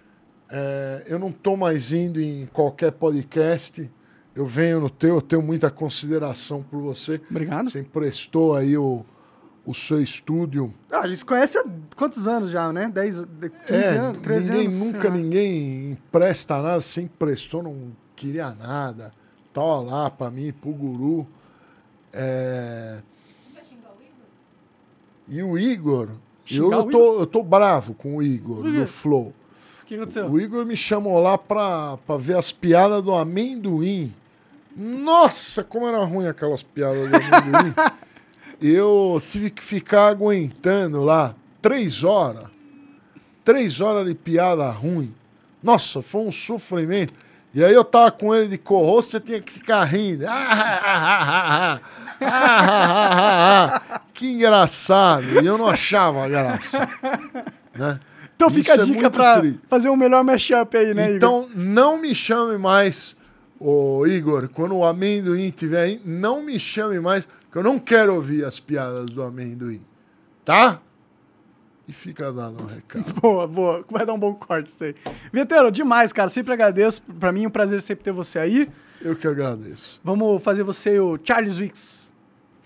Speaker 2: É, eu não estou mais indo em qualquer podcast. Eu venho no teu, eu tenho muita consideração por você.
Speaker 1: Obrigado.
Speaker 2: Você emprestou aí o, o seu estúdio.
Speaker 1: Ah, eles conhecem há quantos anos já, né? 10, 15
Speaker 2: É,
Speaker 1: anos, 13
Speaker 2: ninguém
Speaker 1: anos. é. sei
Speaker 2: nunca
Speaker 1: lá.
Speaker 2: ninguém empresta nada, se emprestou, não queria nada. Tá lá pra mim, pro guru. É... E o Igor, eu,
Speaker 1: Xingar
Speaker 2: eu
Speaker 1: o
Speaker 2: tô, eu tô bravo com o Igor,
Speaker 1: Por quê?
Speaker 2: do Flow.
Speaker 1: O que aconteceu?
Speaker 2: O Igor me chamou lá pra, pra ver as piadas do amendoim. Nossa, como era ruim aquelas piadas do amendoim.
Speaker 1: [LAUGHS]
Speaker 2: Eu tive que ficar aguentando lá três horas. Três horas de piada ruim. Nossa, foi um sofrimento. E aí eu tava com ele de co-host, eu tinha que ficar rindo. Ah, ah, ah, ah, ah, ah, ah, ah, ah. Que engraçado. E eu não achava graça. Né?
Speaker 1: Então fica
Speaker 2: Isso
Speaker 1: a
Speaker 2: é
Speaker 1: dica
Speaker 2: muito
Speaker 1: pra
Speaker 2: triste.
Speaker 1: fazer o melhor mashup aí, né, Igor?
Speaker 2: Então, não me chame mais, ô Igor, quando o amendoim estiver aí, não me chame mais, que eu não quero ouvir as piadas do amendoim. Tá? E fica dando um recado.
Speaker 1: [LAUGHS] Boa, boa. Vai dar um bom corte isso aí. Vieteiro, demais, cara. Sempre agradeço. Pra mim é um prazer sempre ter você aí.
Speaker 2: Eu que agradeço.
Speaker 1: Vamos fazer você e o Charles Wicks.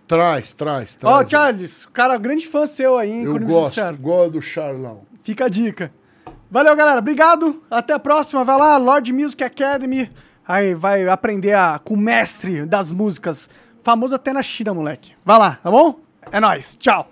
Speaker 2: Traz, traz,
Speaker 1: Ó,
Speaker 2: traz.
Speaker 1: Charles, cara, grande fã seu aí, hein?
Speaker 2: eu
Speaker 1: Economista
Speaker 2: gosto,
Speaker 1: Sincero.
Speaker 2: gosto do Charlão.
Speaker 1: Fica a dica. Valeu, galera. Obrigado. Até a próxima. Vai lá, Lord Music Academy. Aí vai aprender a, com o mestre das músicas. Famoso até na China, moleque. Vai lá, tá bom? É nóis. Tchau.